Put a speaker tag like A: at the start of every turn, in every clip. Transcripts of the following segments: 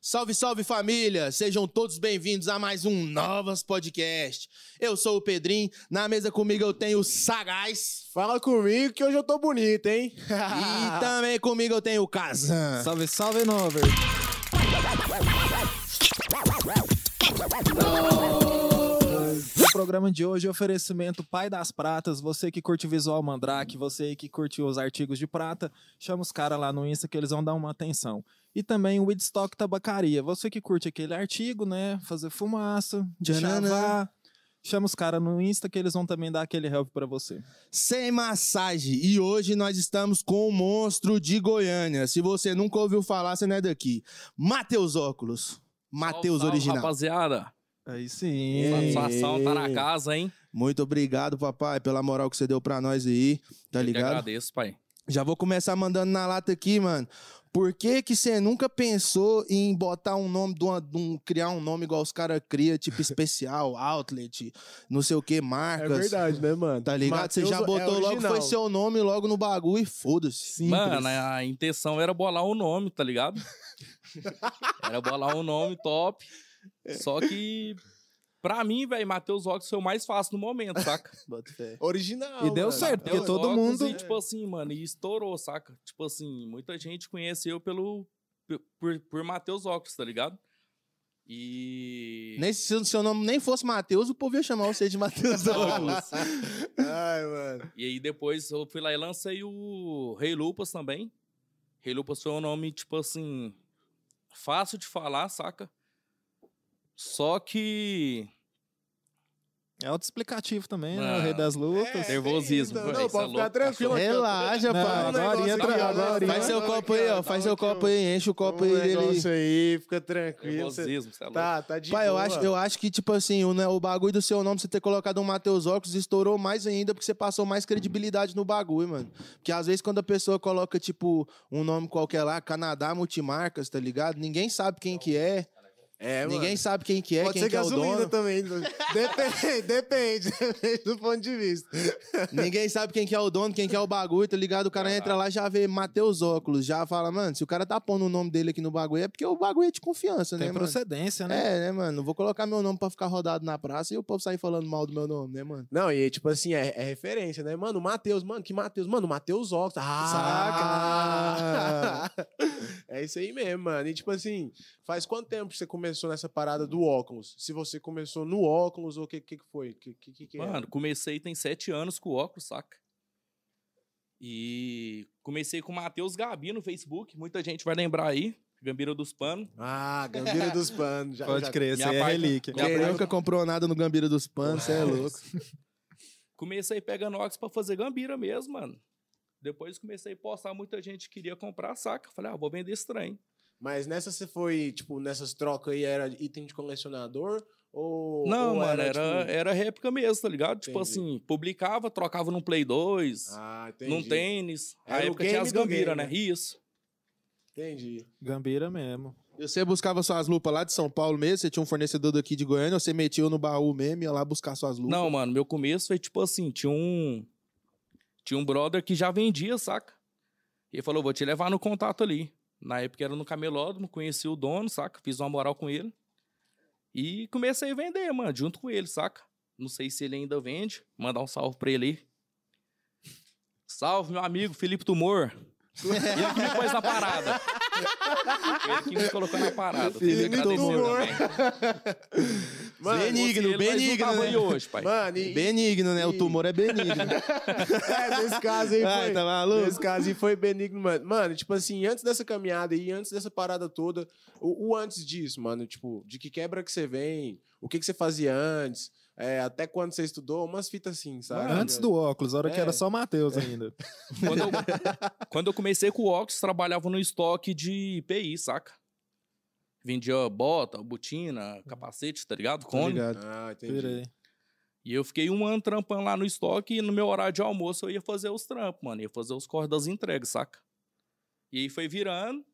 A: Salve, salve família! Sejam todos bem-vindos a mais um Novas Podcast. Eu sou o Pedrinho, na mesa comigo eu tenho o Sagaz
B: Fala comigo que hoje eu tô bonito, hein?
A: e também comigo eu tenho o Kazan.
B: Salve, salve, Nover. O programa de hoje é oferecimento Pai das Pratas. Você que curte visual mandrake, você que curte os artigos de prata, chama os caras lá no Insta que eles vão dar uma atenção. E também o Woodstock Tabacaria. Você que curte aquele artigo, né? Fazer fumaça, de
A: Tchananã.
B: chavar. Chama os caras no Insta que eles vão também dar aquele help pra você.
A: Sem massagem, e hoje nós estamos com o monstro de Goiânia. Se você nunca ouviu falar, você não é daqui. Matheus Óculos. Matheus
C: Salve, salve,
A: Original. É.
C: Rapaziada,
B: Aí sim.
A: Ei.
C: satisfação tá na casa, hein?
A: Muito obrigado, papai, pela moral que você deu pra nós aí. Tá
C: Eu que
A: ligado?
C: agradeço, pai.
A: Já vou começar mandando na lata aqui, mano. Por que que você nunca pensou em botar um nome, de uma- de um- criar um nome igual os caras criam, tipo especial, outlet, não sei o que,
C: É
A: marcas?
D: É
B: né, mano?
A: Tá ligado? Você já botou logo, foi seu nome logo no bagulho e foda-se.
B: Simples.
C: Mano, a intenção era bolar o nome, tá ligado? era bolar um nome top.
A: É.
C: Só que, pra mim, velho, Matheus Ox foi o mais fácil no momento, saca?
A: Bota fé.
B: E
D: Original.
B: deu
D: mano.
B: certo, porque
C: Matheus
B: todo
C: Ox
B: mundo-
A: É.
C: E, tipo assim, mano, e estourou, saca? Tipo assim, muita gente conheceu pelo. p- Por, por Matheus Ox, tá ligado? E.
A: Nem se o seu nome nem fosse Matheus, o povo ia chamar você de Matheus Óculos.
D: Ai, mano.
C: E aí depois eu fui lá e lancei o Rei Lupas também. Rei Lupas foi um nome, tipo assim, fácil de falar, saca? Só que.
B: É autoexplicativo também, né? O
C: Não.
B: Rei das Lutas.
D: É,
C: nervosismo,
D: tem
C: véi,
D: isso. Não,
C: cê é
D: pode ficar
C: louco,
D: tranquilo. aqui, ó.
A: Relaxa,
B: Não,
A: pai.
B: agora
D: negócio
B: entra,
D: aqui, ó,
B: agora
D: né?
A: tá Faz seu
D: Tava
A: copo
D: aqui,
A: aí,
D: ó,
A: ó. Faz
D: tava
A: seu
D: aqui, ó.
A: copo aí, enche o copo
D: Um
A: aí dele.
D: negócio aí, fica tranquilo. cê-
C: Nervosismo, cê é louco.
D: Tá, tá de
A: Pai, eu
D: boa.
A: acho, eu acho que, tipo assim, o, né, o bagulho do seu nome, você ter colocado um Matheus Óculos, estourou mais ainda, porque você passou mais credibilidade no bagulho, mano. Porque às vezes quando a pessoa coloca, tipo, um nome qualquer lá, Canadá Multimarcas, tá ligado? Ninguém sabe quem que é,
D: É, mano.
A: ninguém sabe quem que é,
D: Pode
A: quem
D: ser
A: que é o
D: gasolina
A: dono.
D: também. depende, depende, depende do ponto de vista. tá?
A: Ninguém sabe quem que é o dono, quem que é o bagulho, tá ligado? O cara entra lá já vê Matheus Óculos, já fala, mano, se o cara tá pondo o nome dele aqui no bagulho, é porque o bagulho é de confiança,
B: Tem
A: né, mano?
B: procedência, né?
A: É, né, mano? Não vou colocar meu nome pra ficar rodado na praça e o povo sair falando mal do meu nome, né, mano?
D: Não, e tipo assim, é, é referência, né? Mano, o Matheus, mano, que Matheus? Mano, o Matheus Ox. Ah! é isso aí mesmo, mano. E tipo assim, faz quanto tempo que você começou nessa parada do óculos? Se você começou no óculos ou o que, que que foi? Que, que, que que é?
C: Mano, comecei tem sete anos com o óculos, saca? E comecei com o Matheus Gabi no Facebook. Muita gente vai lembrar aí. Gambira dos Panos.
D: Ah, Gambira dos Panos. Já,
B: Pode
D: já-
B: crer, isso
C: minha
B: aí é
C: parte-
B: relíquia.
C: minha
A: Quem
C: parte-
A: nunca comprou nada no Gambira dos Panos, você é louco.
C: Comecei pegando óculos pra fazer gambira mesmo, mano. Depois comecei a postar, muita gente queria comprar, saca? Falei, ah, vou vender esse trem.
D: Mas nessa você foi, tipo, nessas trocas aí era item de colecionador? Ou.
C: Não,
D: ou
C: mano, era,
D: tipo-
C: era réplica mesmo, tá ligado? Tipo
D: Entendi.
C: assim, publicava, trocava num Play 2,
D: Ah, entendi.
C: num tênis. Na
D: Era o
C: época tinha
D: game
C: as
D: do
C: gambira,
D: game,
C: né? Isso.
D: Entendi.
B: Gambira mesmo.
A: E Você buscava suas lupas lá de São Paulo mesmo, você tinha um fornecedor daqui de Goiânia, você metia no baú mesmo, ia lá buscar suas lupas.
C: Não, mano, meu começo foi tipo assim, tinha um... Tinha um brother que já vendia, saca? E ele falou, vou te levar no contato ali. Na época era no camelódromo, conheci o dono, saca? Fiz uma moral com ele. E comecei a vender, mano, junto com ele, saca? Não sei se ele ainda vende. Mandar um salve pra ele aí. Salve, meu amigo Felipe Tumor. Ele que me pôs na parada. Ele que me colocou na parada. Tem que
D: Felipe
C: agradecer
D: Tumor.
C: também. Se
D: Mano,
A: Benigno,
C: fosse ele, nós não
A: benigno,
C: tava
A: né?
C: aí hoje, pai.
D: mano, e,
A: Benigno, né? O tumor é benigno.
D: É, nesse caso aí
B: Ah,
A: Ai,
D: foi.
A: tá maluco?
D: Nesse caso aí foi benigno, mano. Mano, tipo assim, antes dessa caminhada aí, antes dessa parada toda, o, o antes disso, mano, tipo, de que quebra que você vem, o que que você fazia antes, é, até quando você estudou, umas fitas assim, sabe?
B: Antes do óculos, a hora que
D: É.
B: era só Matheus ainda.
C: Quando eu, quando eu comecei com o Ox, trabalhava no estoque de PI, saca? Vendia bota, botina, capacete, tá ligado? Cone.
A: Obrigado.
D: Ah, entendi.
B: Pira aí.
C: E eu fiquei um ano trampando lá no estoque e no meu horário de almoço eu ia fazer os trampos, mano. Ia fazer os corres das entregas, saca? E aí foi virando.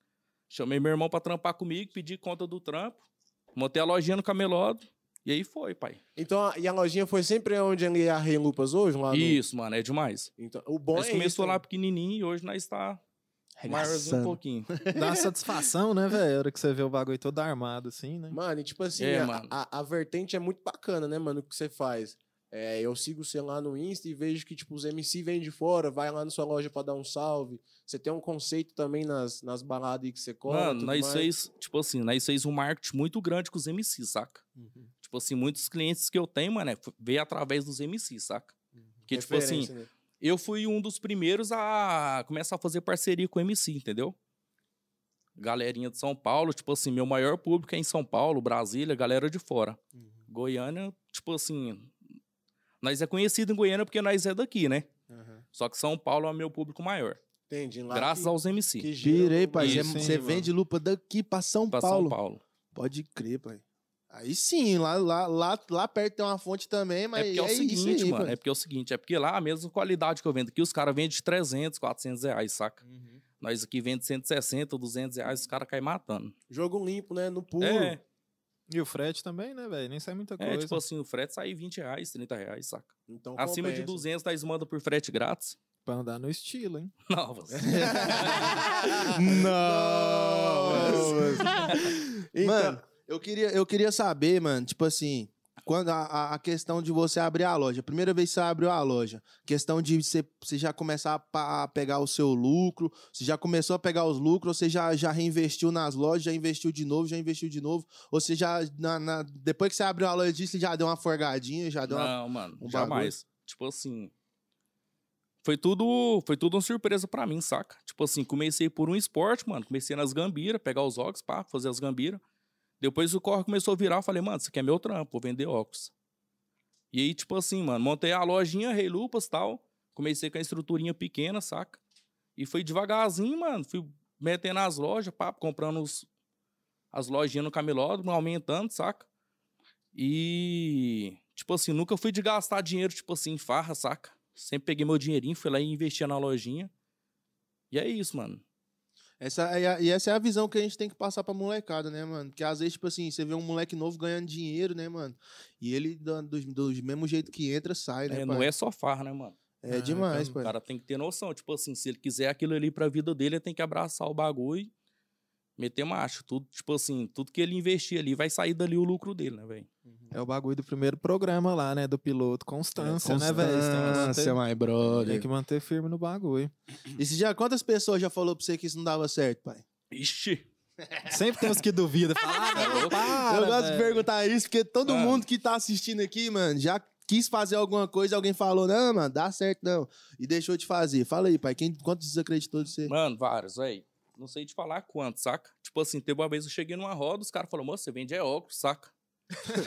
C: Chamei meu irmão pra trampar comigo, pedi conta do trampo. Montei a lojinha no camelódromo. E aí foi, pai.
D: Então, a- e a lojinha foi sempre onde ali é a Rei Lupas hoje? Lá no-
C: Isso, mano, é demais.
D: Então, o bom
C: Nós
D: é
C: começou
D: isso,
C: lá
D: né?
C: pequenininho e hoje nós está Maiorzinho um pouquinho.
B: Dá uma satisfação, né, velho? A hora que você vê o bagulho todo armado, assim, né?
D: Mano, e tipo assim,
C: É,
D: a,
C: mano.
D: a- a vertente é muito bacana, né, mano, o que você faz. É, eu sigo você lá no Insta e vejo que, tipo, os MC vêm de fora, vai lá na sua loja pra dar um salve. Você tem um conceito também nas, nas baladas aí que você cola.
C: Mano,
D: tudo
C: nós
D: mais.
C: fez, tipo assim, nós fez um marketing muito grande com os MCs, saca?
D: Uhum.
C: Tipo assim, muitos clientes que eu tenho, mano, é, f- veio através dos MCs, saca? Porque, tipo assim,
D: Uhum. Referência, né?
C: eu fui um dos primeiros a começar a fazer parceria com o MC, entendeu? Galerinha de São Paulo, tipo assim, meu maior público é em São Paulo, Brasília, galera de fora.
D: Uhum.
C: Goiânia, tipo assim, nós é conhecido em Goiânia porque nós é daqui, né?
D: Aham.
C: Só que São Paulo é o meu público maior,
D: Entendi. Lá
C: graças
D: que,
C: aos MC,
D: que um gira
A: Pirei,
D: o-
A: pai. Você-
C: Isso,
B: hein,
A: Você
B: mano.
A: vende lupa daqui pra São,
C: pra
A: Paulo.
C: São Paulo.
A: Pode crer, pai. Aí sim, lá, lá, lá, lá perto tem uma fonte também, mas
C: é porque é, o
A: isso
C: seguinte,
A: aí,
C: mano.
A: pai.
C: É porque é o seguinte, é porque lá a mesma qualidade que eu vendo aqui, os caras vendem de 300, 400 reais, saca? Nós aqui vende 160, 200 reais, os caras caem matando.
D: Jogo limpo, né? No puro.
C: É,
B: E o frete também, né, velho? Nem sai muita coisa.
C: é tipo assim, o frete sai 20 reais, 30 reais, saca?
D: Então,
C: Acima de
D: compensa.
C: 200, nós manda por frete grátis.
B: Pra andar no estilo, hein?
C: Não, você...
A: Não!
D: Então,
A: mano, eu queria, eu queria saber, mano, tipo assim, quando a- a, a questão de você abrir a loja, primeira vez que você abriu a loja, questão de você, você já começar a, pa- a pegar o seu lucro, você já começou a pegar os lucros, você já, já reinvestiu nas lojas, já investiu de novo, já investiu de novo, ou você já, na- na- depois que você abriu a loja disso, você já deu uma forgadinha, já deu uma...
C: Não, mano,
A: um
C: jamais. Tipo assim, foi tudo, foi tudo uma surpresa pra mim, saca? Tipo assim, comecei por um esporte, mano, comecei nas gambiras, pegar os óculos, pá, fazer as gambiras. Depois o corre começou a virar, eu falei, mano, isso aqui é meu trampo, vou vender óculos. E aí, tipo assim, mano, montei a lojinha, Rei Lupas tal, comecei com a estruturinha pequena, saca? E foi devagarzinho, mano, fui metendo as lojas, pá, comprando os, as lojinhas no camelódromo, aumentando, saca? E, tipo assim, nunca fui de gastar dinheiro, tipo assim, em farra, saca? Sempre peguei meu dinheirinho, fui lá e investi na lojinha. E é isso, mano.
A: Essa, é a- e essa é a visão que a gente tem que passar pra molecada, né, mano? Porque às vezes, tipo assim, você vê um moleque novo ganhando dinheiro, né, mano? E ele, do, do, do mesmo jeito que entra, sai, né,
C: É,
A: pai?
C: não é só farra, né, mano?
A: É
B: Ah,
A: demais,
B: então,
A: pai.
C: O cara tem que ter noção. Tipo assim, se ele quiser aquilo ali pra vida dele, ele tem que abraçar o bagulho e meter macho. Tudo, tipo assim, tudo que ele investir ali vai sair dali o lucro dele, né, velho?
B: É o bagulho do primeiro programa lá, né? Do piloto. Constância, né, velho? Você tem que manter-
A: Constância, my
B: Tem
A: brother.
B: que manter firme no bagulho.
A: E se já, quantas pessoas já falou pra você que isso não dava certo, pai?
C: Ixi! tá
B: Sempre tem uns que duvidam. Fala, ah, não, para,
A: Eu gosto de
B: velho."
A: perguntar isso, porque todo
C: Mano.
A: mundo que tá assistindo aqui, mano, já quis fazer alguma coisa, alguém falou, não, mano, dá certo não. E deixou de fazer. Fala aí, pai, quem, quantos desacreditou de você?
C: Mano, vários, aí. Não sei te falar quanto, saca? Tipo assim, teve uma vez eu cheguei numa roda, os caras falaram, moço, você vende é óculos, saca?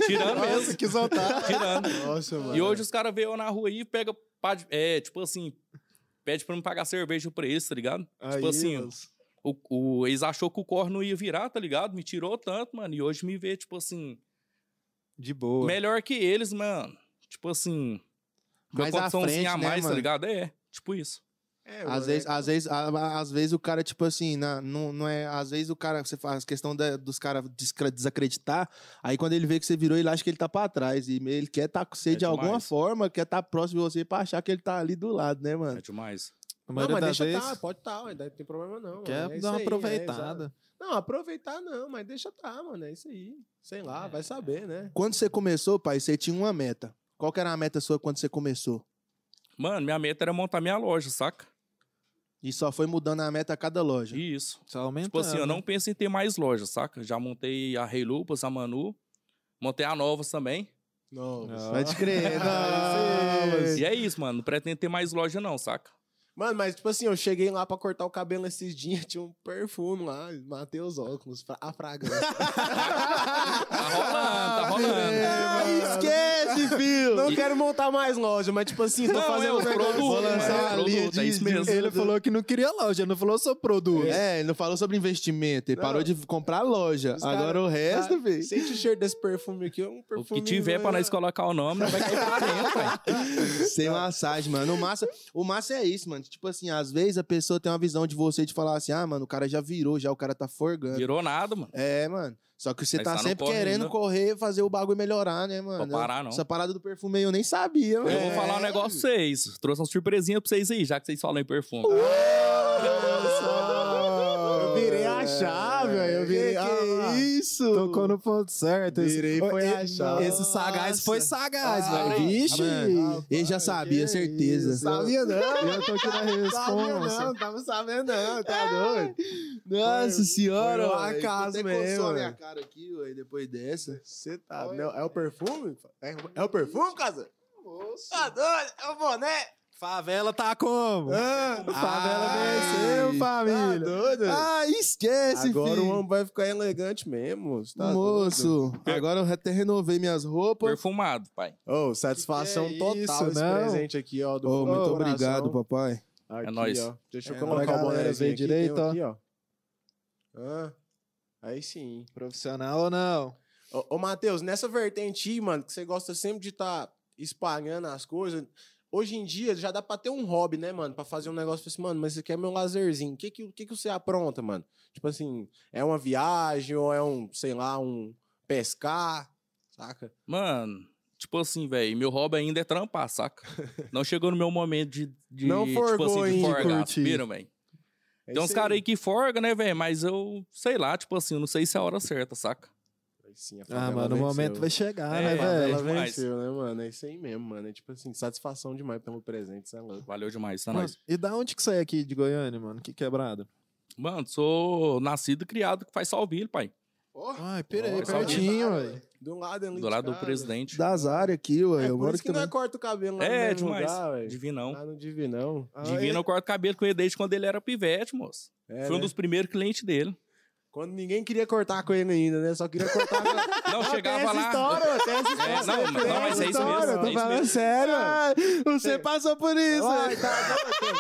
C: Tirando mesmo.
A: que soltar.
C: Tirando.
D: Nossa, mano.
C: E hoje os caras veem eu na rua aí e pega. pá de- É, tipo assim, pede pra me pagar cerveja pra eles, tá ligado? tipo assim, o, o, eles achou que o corno não ia virar, tá ligado? Me tirou tanto, mano. E hoje me vê, tipo assim,
B: De boa.
C: melhor que eles, mano. Tipo assim, com a
A: Mais à frente,
C: condiçãozinha a
A: né,
C: mais, tá
A: mano?
C: ligado? É, tipo isso.
D: É, mano,
A: Às vezes,
D: é-
A: às, vezes, a- a- às vezes o cara, tipo assim, na- não, não é. Às vezes o cara, você faz questão da- dos caras descre- desacreditar, aí quando ele vê que você virou, ele acha que ele tá pra trás. E ele quer estar com você
C: É
A: de alguma
C: demais.
A: forma, quer estar próximo de você pra achar que ele tá ali do lado, né, mano?
C: É demais.
B: A
D: Não,
B: maioria
D: mas
B: das
D: deixa
B: vezes
D: tá, pode tá, ué, não tem problema não.
B: quer
D: mano, é
B: dar uma
D: isso aí, é,
B: aproveitada.
D: exato. não, aproveitar não, mas deixa tá, mano, é isso aí. Sei lá,
B: É.
D: vai saber, né?
A: Quando você começou, pai, você tinha uma meta. Qual que era a meta sua quando você começou?
C: Mano, minha meta era montar minha loja, saca?
A: E só foi mudando a meta a cada loja.
C: Isso.
B: Só aumentando.
A: Então,
C: Tipo assim, eu não
B: né?
C: penso em ter mais lojas, saca? Já montei a Rei Lupas, a Manu. Montei a Novas também.
D: Não.
B: Não.
A: Vai te crer,
E: Ah,
A: não.
D: Sim.
C: E é isso, mano. Não pretendo ter mais loja, não, saca?
D: Mano, mas tipo assim, eu cheguei lá pra cortar o cabelo esses dias, tinha um perfume lá, matei os óculos, fra- a fragrância.
C: Tá rolando, tá rolando.
A: Ah,
E: Ah,
A: É, esquece, filho!
D: não quero montar mais loja, mas tipo assim, tô
C: Não,
D: fazendo
C: é os
D: um negócio-
C: produtos,
D: vou lançar
C: mano, é
D: uma
C: produto,
D: linha
C: é
D: de-
C: isso
D: de-
C: mesmo.
B: Ele falou que não queria loja, não falou sobre produto.
A: É, ele não falou sobre investimento, ele
D: Não.
A: parou de comprar loja.
D: Os
A: Agora
D: cara-
A: o resto,
D: Ah,
A: velho.
D: Sente o cheiro desse perfume aqui, é um
C: O
D: perfume.
C: que tiver pra nós colocar o nome, nós vai cair pra dentro, velho.
A: Sem massagem, mano. O massa, o massa é isso, mano. Tipo assim, às vezes a pessoa tem uma visão de você de falar assim: ah, mano, o cara já virou, já o cara tá forgando.
C: Virou nada, mano.
A: É, mano. Só que você
C: Mas
A: tá
C: tá no
A: sempre
C: corre
A: querendo
C: ainda.
A: correr, fazer o bagulho melhorar, né, mano?
C: Pra parar, não.
A: Essa parada do perfume aí eu nem sabia, mano. É.
C: Eu vou falar um negócio pra vocês. Trouxe uma surpresinha pra vocês aí, já que vocês falam em perfume.
A: Olha só,
E: É. achar, velho. Eu virei.
D: que
E: ah,
D: isso?
B: Tocou no ponto certo. Esse-
E: Virei foi
B: e-
E: achar.
B: Esse sagaz foi sagaz,
E: Ah,
B: velho. Vixe! Ah,
E: mano.
A: Ele já sabia,
E: que
A: certeza.
E: isso, Sabia Ah, não.
B: Eu tô aqui na
E: Sabia
B: resposta.
E: não, tava sabendo não, tá doido?
D: Nossa senhora,
E: foi um
D: velho,
E: acaso
D: até coçou
E: mesmo,
D: a minha
E: velho.
A: cara aqui, ué, depois dessa.
E: Você tá.
A: Olha.
E: não, é o perfume? É, é o perfume, casa? Tá
A: Nossa.
E: doido? É o boné?
B: Favela tá como?
E: Ah,
B: Favela
E: ai,
B: venceu,
E: Tá
B: família.
E: doido?
A: Ah, esquece,
D: Agora
A: filho.
D: o homem vai ficar elegante mesmo. você Tá doido.
A: Moço, agora eu até renovei minhas roupas.
C: Perfumado, pai.
D: Ô, satisfação
B: Que que é
D: total
B: isso,
D: esse
B: não?
D: presente aqui, ó. Do
A: Ô,
D: fundo do
A: muito
D: coração.
A: obrigado, papai.
D: Aqui,
C: É nóis.
D: ó. Deixa eu
E: É,
D: colocar o
E: pra galera ver
D: bonézinho aqui,
E: direito,
D: tem um
E: ó.
D: aqui, ó. Ah, aí sim.
E: Profissional ou não?
D: Ô, ô Matheus, nessa vertente aí, mano, que você gosta sempre de estar espalhando as coisas, hoje em dia já dá pra ter um hobby, né, mano? Pra fazer um negócio tipo assim, mano, mas isso aqui é meu lazerzinho. O que que, o que que você apronta, mano? Tipo assim, é uma viagem ou é um, sei lá, um pescar, saca?
C: Mano, tipo assim, velho, meu hobby ainda é trampar, saca? Não chegou no meu momento de, de
D: Não
C: tipo
D: forgou
C: assim, de
D: ainda,
C: forgar,
D: curtir.
C: viram, velho?
D: É
C: Tem uns
D: isso
C: caras aí que forga, né, velho? Mas eu, sei lá, tipo assim, eu não sei se é a hora certa, saca?
D: Aí sim, a
B: Ah,
D: favela
B: mano, o
D: venceu.
B: momento vai chegar,
C: É,
B: né,
D: A favela
B: velho?
C: é demais.
D: venceu, né, mano? É isso aí mesmo, mano. É tipo assim, satisfação demais pelo presente, você é louco.
C: Valeu demais, tá
B: Mano,
C: nóis.
B: E da onde que você é aqui de Goiânia, mano? Que quebrada.
C: Mano, sou nascido e criado que faz salvilho, pai.
B: Ai,
D: Ó,
B: pirei,
C: salve.
B: pertinho, velho.
D: Do lado ali
C: Do
D: de
C: lado do
D: casa.
C: presidente.
A: Das áreas aqui, ué.
D: É
A: eu
D: por
A: moro aqui
D: isso que não
A: também.
D: é corta o cabelo lá no
C: É,
D: mesmo
C: demais.
D: lugar, velho.
C: Divinão.
D: Lá
A: Ah,
D: no Divinão.
C: Divino, eu corto cabelo com ele desde quando ele era pivete, moço.
D: Ah, É,
C: Foi um
D: né?
C: dos primeiros clientes dele.
D: Quando ninguém queria cortar com ele ainda, né? Só queria cortar com ele. Ah,
C: Não, chegava
E: essa
C: lá.
E: história, mano, tem essa
C: É,
E: história.
C: não, mas-
E: tem
C: não, mas
E: essa
C: é isso
E: história,
C: mesmo, Ah,
E: eu Tô
C: é isso
E: falando
C: mesmo.
E: sério, mano.
A: Você passou por isso.
E: Uai, tá doido.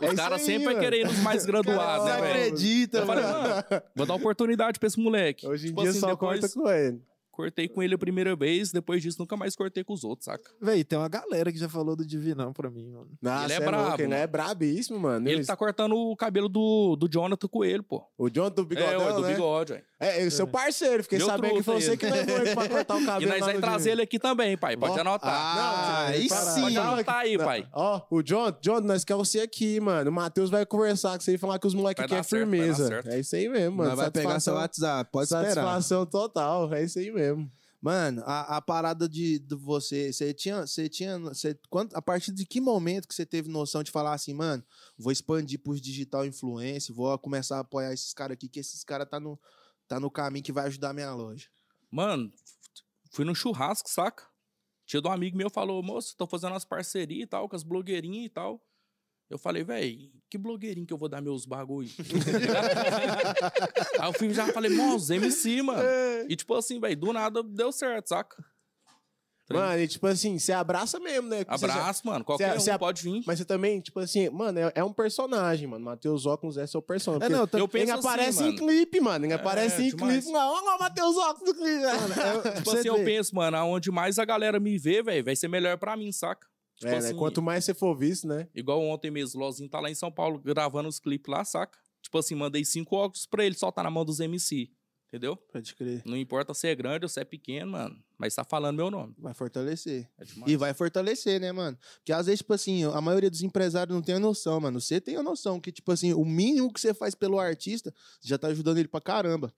C: Os
E: isso
C: caras
E: aí,
C: sempre
E: mano.
C: é querendo os mais graduados,
E: Você
C: né, velho?
E: acredita,
C: Eu falei,
E: mano?
C: mano, vou dar oportunidade pra esse moleque.
E: Hoje em
C: Tipo
E: dia
C: assim,
E: só
C: depois-
E: corta com ele.
C: Cortei com ele a primeira vez, depois disso nunca mais cortei com os outros, saca?
B: Véi, tem uma galera que já falou do Divinão pra mim, mano.
D: Nossa,
C: Ele é
D: é louco,
C: brabo,
D: Ele
C: mano.
D: é brabíssimo, mano.
C: Ele
D: Isso.
C: tá cortando o cabelo do, do Jonathan Coelho, pô.
D: O John do
C: é, ué,
D: bigodão,
C: do
D: né?
C: bigode, ué.
D: É, é seu parceiro. Fiquei
C: Meu
D: sabendo que
C: truta
D: foi você
C: ele.
D: que levou ele pra cortar o
C: E
D: cabelo
C: nós
D: Tá lá
C: vai
D: no
C: trazer ele aqui também, pai. Pode
D: Ó,
C: anotar.
A: Ah,
D: Não,
A: aí
D: para, para,
A: sim.
C: Pode
D: para.
C: anotar aí, pai.
D: Ó, o John, John, nós quer você aqui, mano. O Matheus vai conversar com você e falar que os moleques
C: Vai
D: aqui
C: dar
D: é
C: certo, vai dar
D: firmeza.
C: certo.
D: É isso aí mesmo, mano.
A: Nós vai pegar seu
D: Satisfação-
A: WhatsApp, pode esperar.
D: Satisfação total, é isso aí mesmo.
A: Mano, a, a parada de, de você, você tinha, você tinha, você, quando, a partir de que momento que você teve noção de falar assim, mano, vou expandir pros digital influencer, vou começar a apoiar esses caras aqui, que esses caras tá no, tá no caminho que vai ajudar minha loja.
C: Mano, fui num churrasco, saca? Tio de um amigo meu falou, moço, tô fazendo umas parcerias e tal, com as blogueirinhas e tal. Eu falei, véi, que blogueirinho que eu vou dar meus bagulho? Aí eu fui, já falei, moço, MC, mano.
D: É.
C: E tipo assim, véi, do nada deu certo, saca? Trem.
D: Mano, e tipo assim, você abraça mesmo, né? Você já-
C: Abraço, mano. Qualquer
D: cê- cê
C: um
D: a-
C: pode vir.
D: Mas você também, tipo assim, mano, é, é um personagem, mano. Matheus Óculos é seu personagem.
B: É,
D: porque
B: não, tá-
C: Eu
D: Ele
C: penso
D: aparece
C: assim,
D: em
C: mano.
D: clipe, mano. Ele
C: É,
D: aparece em
C: demais.
D: clipe. lá. Olha lá o Matheus Óculos do né? clipe.
C: Tipo assim, eu penso, mano, aonde mais a galera me vê, velho, vai ser melhor pra mim, saca? Tipo
D: é, né?
C: assim,
D: Quanto mais você for visto, né?
C: igual ontem mesmo, Lozinho tá lá em São Paulo gravando os clipes lá, saca? Tipo assim, mandei cinco óculos pra ele, só tá na mão dos MC, entendeu?
A: Pode crer.
C: Não importa se é grande ou se é pequeno, mano, mas tá falando meu nome.
A: Vai fortalecer.
C: É demais.
A: E vai fortalecer, né, mano? Porque às vezes, tipo assim, a maioria dos empresários não tem a noção, mano. Você tem a noção que, tipo assim, o mínimo que você faz pelo artista, você já tá ajudando ele pra caramba.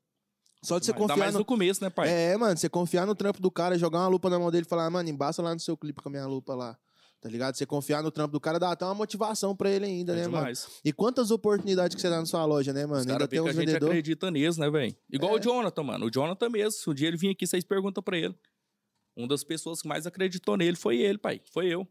A: Só de você
C: Ainda
A: confiar
C: mais
A: no...
C: no começo, né, pai?
A: É, mano, você confiar no trampo do cara, jogar uma lupa na mão dele e falar, mano, embaça lá no seu clipe com a minha lupa lá. Tá ligado? Você confiar no trampo do cara dá até uma motivação pra ele ainda,
C: É
A: né, mano?
C: demais.
A: E quantas oportunidades que você dá na sua loja, né, mano?
C: Os
A: Ainda
C: caras
A: tem É.
C: veem
A: uns
C: que a gente
A: vendedores.
C: acredita nisso, né, velho? Igual o Jonathan, mano. O Jonathan mesmo. Se um dia ele vir aqui, vocês perguntam pra ele. Uma das pessoas que mais acreditou nele foi ele, pai. Foi eu.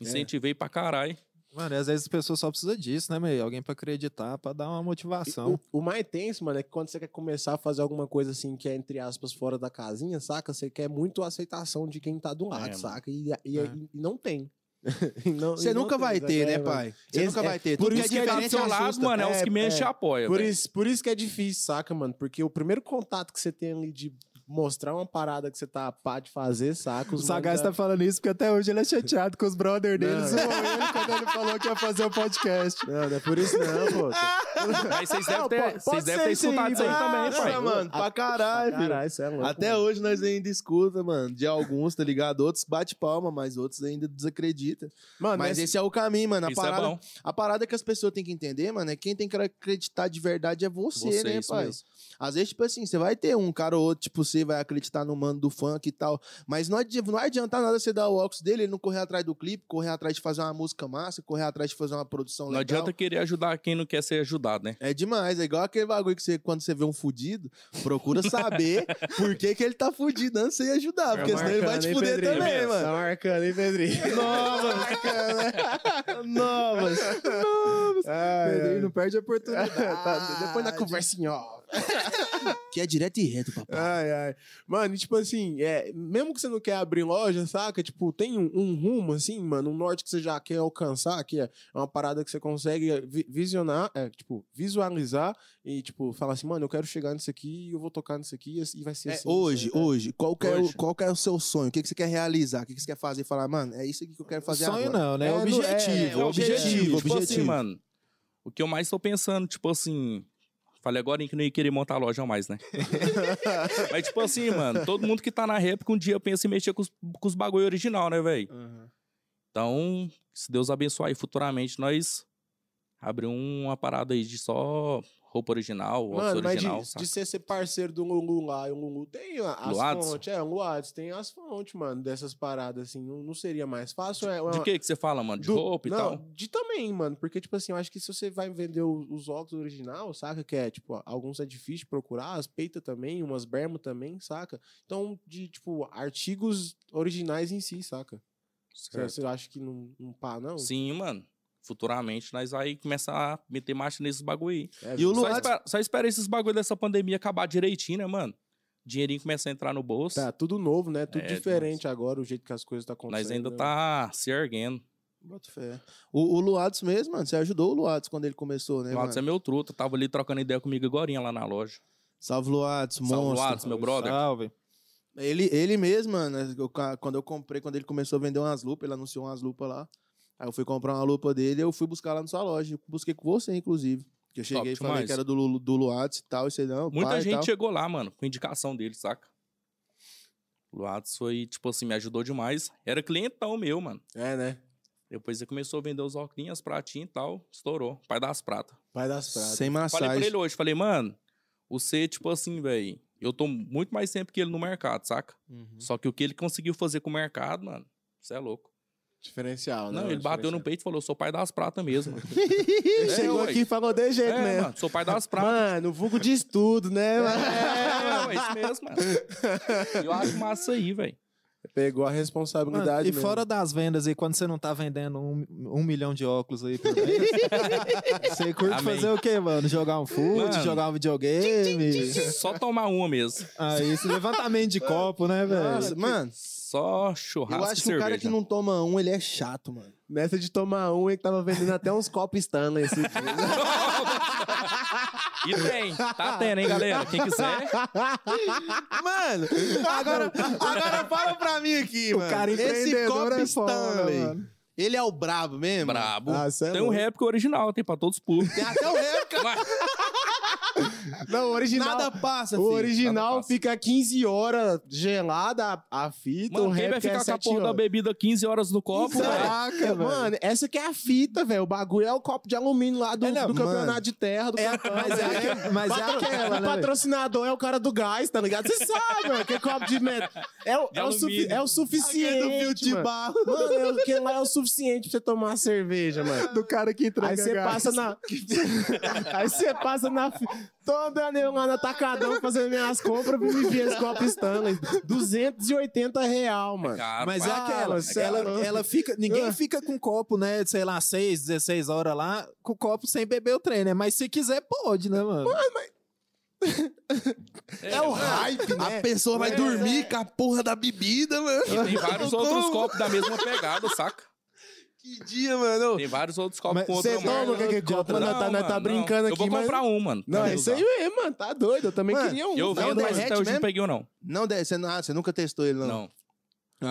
A: É.
C: Incentivei pra caralho.
B: Mano, e às vezes as pessoas só precisam disso, né, meio? Alguém pra acreditar, pra dar uma motivação.
D: O, o mais tenso, mano, é que quando você quer começar a fazer alguma coisa assim que é, entre aspas, fora da casinha, saca? Você quer muito a aceitação de quem tá do lado,
C: É, mano.
D: saca? E, e-
B: É.
D: e- e não tem. E não-
A: Você
D: e não
A: nunca
D: tem,
A: vai
D: saca?
A: ter,
D: É,
A: né,
D: mano.
A: pai? Você
D: Esse-
A: nunca
D: é,
A: vai ter.
D: por
A: Tudo
D: isso
A: que
D: que
A: é
D: é
C: Tá do
A: diferente
C: seu lado,
A: assusta.
C: mano, é, os
D: É,
C: que menos
D: é.
C: te apoiam.
D: Por
C: velho.
D: isso, por isso que é difícil, saca, mano? Porque o primeiro contato que você tem ali de mostrar uma parada que você tá a pá de fazer, saca?
B: O
D: Os
B: Sagaz tá
D: manos
B: falando isso porque até hoje ele é chateado com os brother dele.
D: Não.
B: Zoou ele
D: tá
B: quando ele falou que ia fazer
D: um
B: o podcast.
D: já- Não, não é por isso não, pô.
C: Mas vocês devem
A: Não,
C: ter,
A: É, pode-
C: vocês
A: pode
C: devem ter
A: ser sim,
C: escutado isso aí
A: velho.
C: também,
A: Nossa,
C: pai.
A: mano, pra caralho, filho.
D: Caralho, isso é louco.
A: Até hoje nós ainda escuta, mano, de alguns, tá ligado? Outros bate palma, mas outros ainda desacredita.
D: Mano,
A: Mas
D: nesse-
A: esse é o caminho, mano. A
C: Isso
A: parada,
C: é bom.
A: a parada que as pessoas têm que entender, mano, é quem tem que acreditar de verdade é você,
C: Você,
A: né,
C: isso
A: pai?
C: mesmo.
A: Às vezes, tipo assim, você vai ter um cara ou outro, tipo, você vai acreditar no mano do funk e tal. Mas não, adi não vai adiantar nada você dar o óculos dele, ele não correr atrás do clipe, correr atrás de fazer uma música massa, correr atrás de fazer uma produção
C: Não
A: legal.
C: adianta querer ajudar quem não quer ser ajudado, né?
A: É demais, é igual aquele bagulho que você, quando você vê um fudido, procura saber por que, que ele tá fudido antes de você ir
D: é
A: ajudar, porque senão ele vai te fuder também, mano.
D: Tá marcando, hein, Pedrinho? tá né?
A: Novas.
B: Pedrinho não perde a oportunidade.
D: Tá, depois na conversinha, ó.
A: Que é direto e reto, papai.
D: Ai, ai. Mano, e tipo assim, é, mesmo que você não quer abrir loja, saca? Tipo, tem um, um rumo, assim, mano, um norte que você já quer alcançar, que é uma parada que você consegue vi- visionar, é, tipo, visualizar e, tipo, falar assim, mano, eu quero chegar nisso aqui, eu vou tocar nisso aqui e vai ser
A: É,
D: assim.
A: hoje,
D: saca?
A: hoje, qual que, é o,
D: Hoje.
A: qual que é o seu sonho? O que, que você quer realizar? O que, que você quer fazer? Falar, mano, é isso aqui que eu quero fazer
B: Sonho
A: agora.
B: não, né?
D: É, não-
B: objetivo.
A: é, o objetivo,
C: tipo
A: objetivo.
C: assim, mano. O que eu mais tô pensando, tipo assim. Falei agora em que não ia querer montar loja mais, né? Mas, tipo assim, mano, todo mundo que tá na réplica um dia pensa em mexer com os, com os bagulho original, né, velho? Então, se Deus abençoar aí futuramente, nós abrir uma parada aí de só roupa original, óculos
D: Mano, mas
C: original.
D: de,
C: saca?
D: de você ser parceiro do Lulu lá, e o Lulu tem a- as
C: Do Adson?
D: fontes, é, o Lulu Adson tem as fontes, mano, dessas paradas, assim, não, não seria mais fácil? É,
C: De
D: uma-
C: que que você fala, mano? De
D: Do-
C: roupa e
D: não,
C: tal?
D: de também, mano. Porque, tipo assim, eu acho que se você vai vender o- os óculos original, saca? Que é, tipo, alguns é difícil de procurar, as peitas também, umas bermo também, saca? Então, de, tipo, artigos originais em si, saca? Você- Você acha que não, não pá, não?
C: Sim, mano. Futuramente nós aí começar a meter marcha nesses bagulho aí.
D: É,
A: E o
C: Só
A: Luan,
C: espera, só espera esses bagulho dessa pandemia acabar direitinho, né, mano? Dinheirinho começa a entrar no bolso.
D: Tá tudo novo, né? Tudo
C: É,
D: diferente agora, o jeito que as coisas estão acontecendo.
C: nós ainda
D: né?
C: tá se erguendo.
A: Bota fé. O, o Luatos mesmo, mano, você ajudou o Luatos quando ele começou, né,
C: O Atos é
A: mano?
C: meu truta. Tava ali trocando ideia comigo agorinha lá na loja.
A: Salve Luatos, monstro.
C: Salve, Atos, meu brother.
B: Salve.
A: Ele, ele mesmo, mano, né, eu ca- quando eu comprei, quando ele começou a vender umas lupas, ele anunciou umas lupas lá. Aí eu fui comprar uma lupa dele, eu fui buscar lá na sua loja. Eu busquei com você, inclusive. Que eu cheguei e falei
C: demais.
A: que era do, Lu- do Luatos e tal, e você não.
C: Muita
A: pá, e
C: gente
A: tal.
C: chegou lá, mano, com indicação dele, saca? O Atos foi, tipo assim, me ajudou demais. Era clientão meu, mano.
D: É, né?
C: Depois ele começou a vender os óculos, as pratinhas e tal. Estourou. Pai das pratas.
D: Vai das pratas.
A: Sem
C: Falei pra
A: massagem.
C: ele hoje, falei, mano, você, tipo assim, velho, eu tô muito mais tempo que ele no mercado, saca?
A: Uhum.
C: Só que o que ele conseguiu fazer com o mercado, mano, você é louco.
D: Diferencial, né?
A: é
C: Não, ele bateu no
D: Diferencial.
C: peito e falou, sou pai das pratas mesmo.
D: Ele
C: É,
D: Chegou
C: ué.
D: aqui e falou de jeito
C: é,
D: mesmo.
C: mano, sou pai das pratas.
D: Mano, o vulgo diz tudo, né? mano?
C: É, é isso mesmo, mano. E Eu acho massa aí, velho.
D: Pegou a
B: Mano,
D: responsabilidade
B: Ah, e
D: mesmo.
B: fora das vendas aí, quando você não tá vendendo um, um milhão de óculos aí por mês, você curte
C: Amém.
B: fazer o quê, mano? Jogar um food,
C: Mano.
B: jogar um videogame.
C: Só tomar uma mesmo.
B: aí, esse levantamento de copo, né,
A: Nossa,
B: velho?
A: É, mano,
C: Só
A: eu
C: churrasco
A: acho
C: e
A: que o cara
C: cerveja.
A: que não toma um, ele é chato, mano.
D: Nessa de tomar um, ele tava vendendo até uns copos Stanley. Esse dia.
C: E tem, tá tendo, hein, galera? Quem quiser,
A: Mano, agora, agora fala pra mim aqui, mano.
B: cara
A: Esse
B: empreendedor
A: copo
B: é foda,
A: Stanley,
B: mano.
A: ele é o brabo mesmo?
C: brabo.
D: Ah, cê é
C: tem um
D: louco.
C: réplica original, tem pra todos os públicos.
A: Tem até o réplica.
C: Mas-
D: Não, o original.
A: Nada passa,
D: o
A: filho.
D: original
C: nada passa.
D: fica 15 horas gelada a, a fita. o
C: Mano, quem
D: rap
C: vai
D: é
C: ficar com a
D: 7
C: porra da
D: horas.
C: bebida 15 horas no copo, velho?
D: Caraca, velho. Mano, essa que é a fita, velho. O bagulho é o copo de alumínio lá do,
A: É, não,
D: do campeonato
A: mano.
D: de terra, do Catão,
B: Mas é,
D: velho.
B: aque- mas é
D: Patro-
B: aquela, né?
D: o
B: velho?
D: patrocinador é o cara do gás, tá ligado? Você sabe, mano, que é copo de metal. É, o-
C: De
D: é, o, sufi-
C: alumínio.
D: é o suficiente.
A: Aquele do fio de
D: mano.
A: barro.
D: Mano, é, o- que lá é o suficiente pra você tomar uma cerveja, mano.
B: Do cara que entrega
D: Aí você
B: gás.
D: passa na. Aí você passa na. fi- Tô andando eu lá no atacadão fazendo minhas compras pra me ver esse copo Stanley. 280 real, mano.
C: Cara,
B: Mas é
C: pai.
B: aquela,
C: É
B: ela,
C: claro.
B: ela fica, ninguém fica com copo, né, sei lá, 6, 16 horas lá, com copo sem beber o trem, né? Mas se quiser, pode, né, mano?
C: É o
A: hype, né? A pessoa vai dormir com a porra da bebida, mano.
C: E tem vários outros copos da mesma pegada, saca?
E: Que dia, mano.
C: Tem vários outros copos com outra
D: cê
C: marca.
D: toma qualquer
E: de
D: copo,
E: outra-
D: nós tá- nós tá
C: mano,
D: brincando
C: Eu vou
D: aqui, mas-
C: comprar um, mano.
D: Não,
C: pra
D: é isso aí
C: usar.
D: mesmo, mano. Tá doido. Eu também
A: Mano,
D: queria um.
C: Eu
D: tá?
A: Não,
C: vendo, mas
A: derrete
C: até hoje não
A: mesmo?
C: peguei um, não.
A: Não, deve, você, não- ah, você nunca testou ele, não.
C: Não.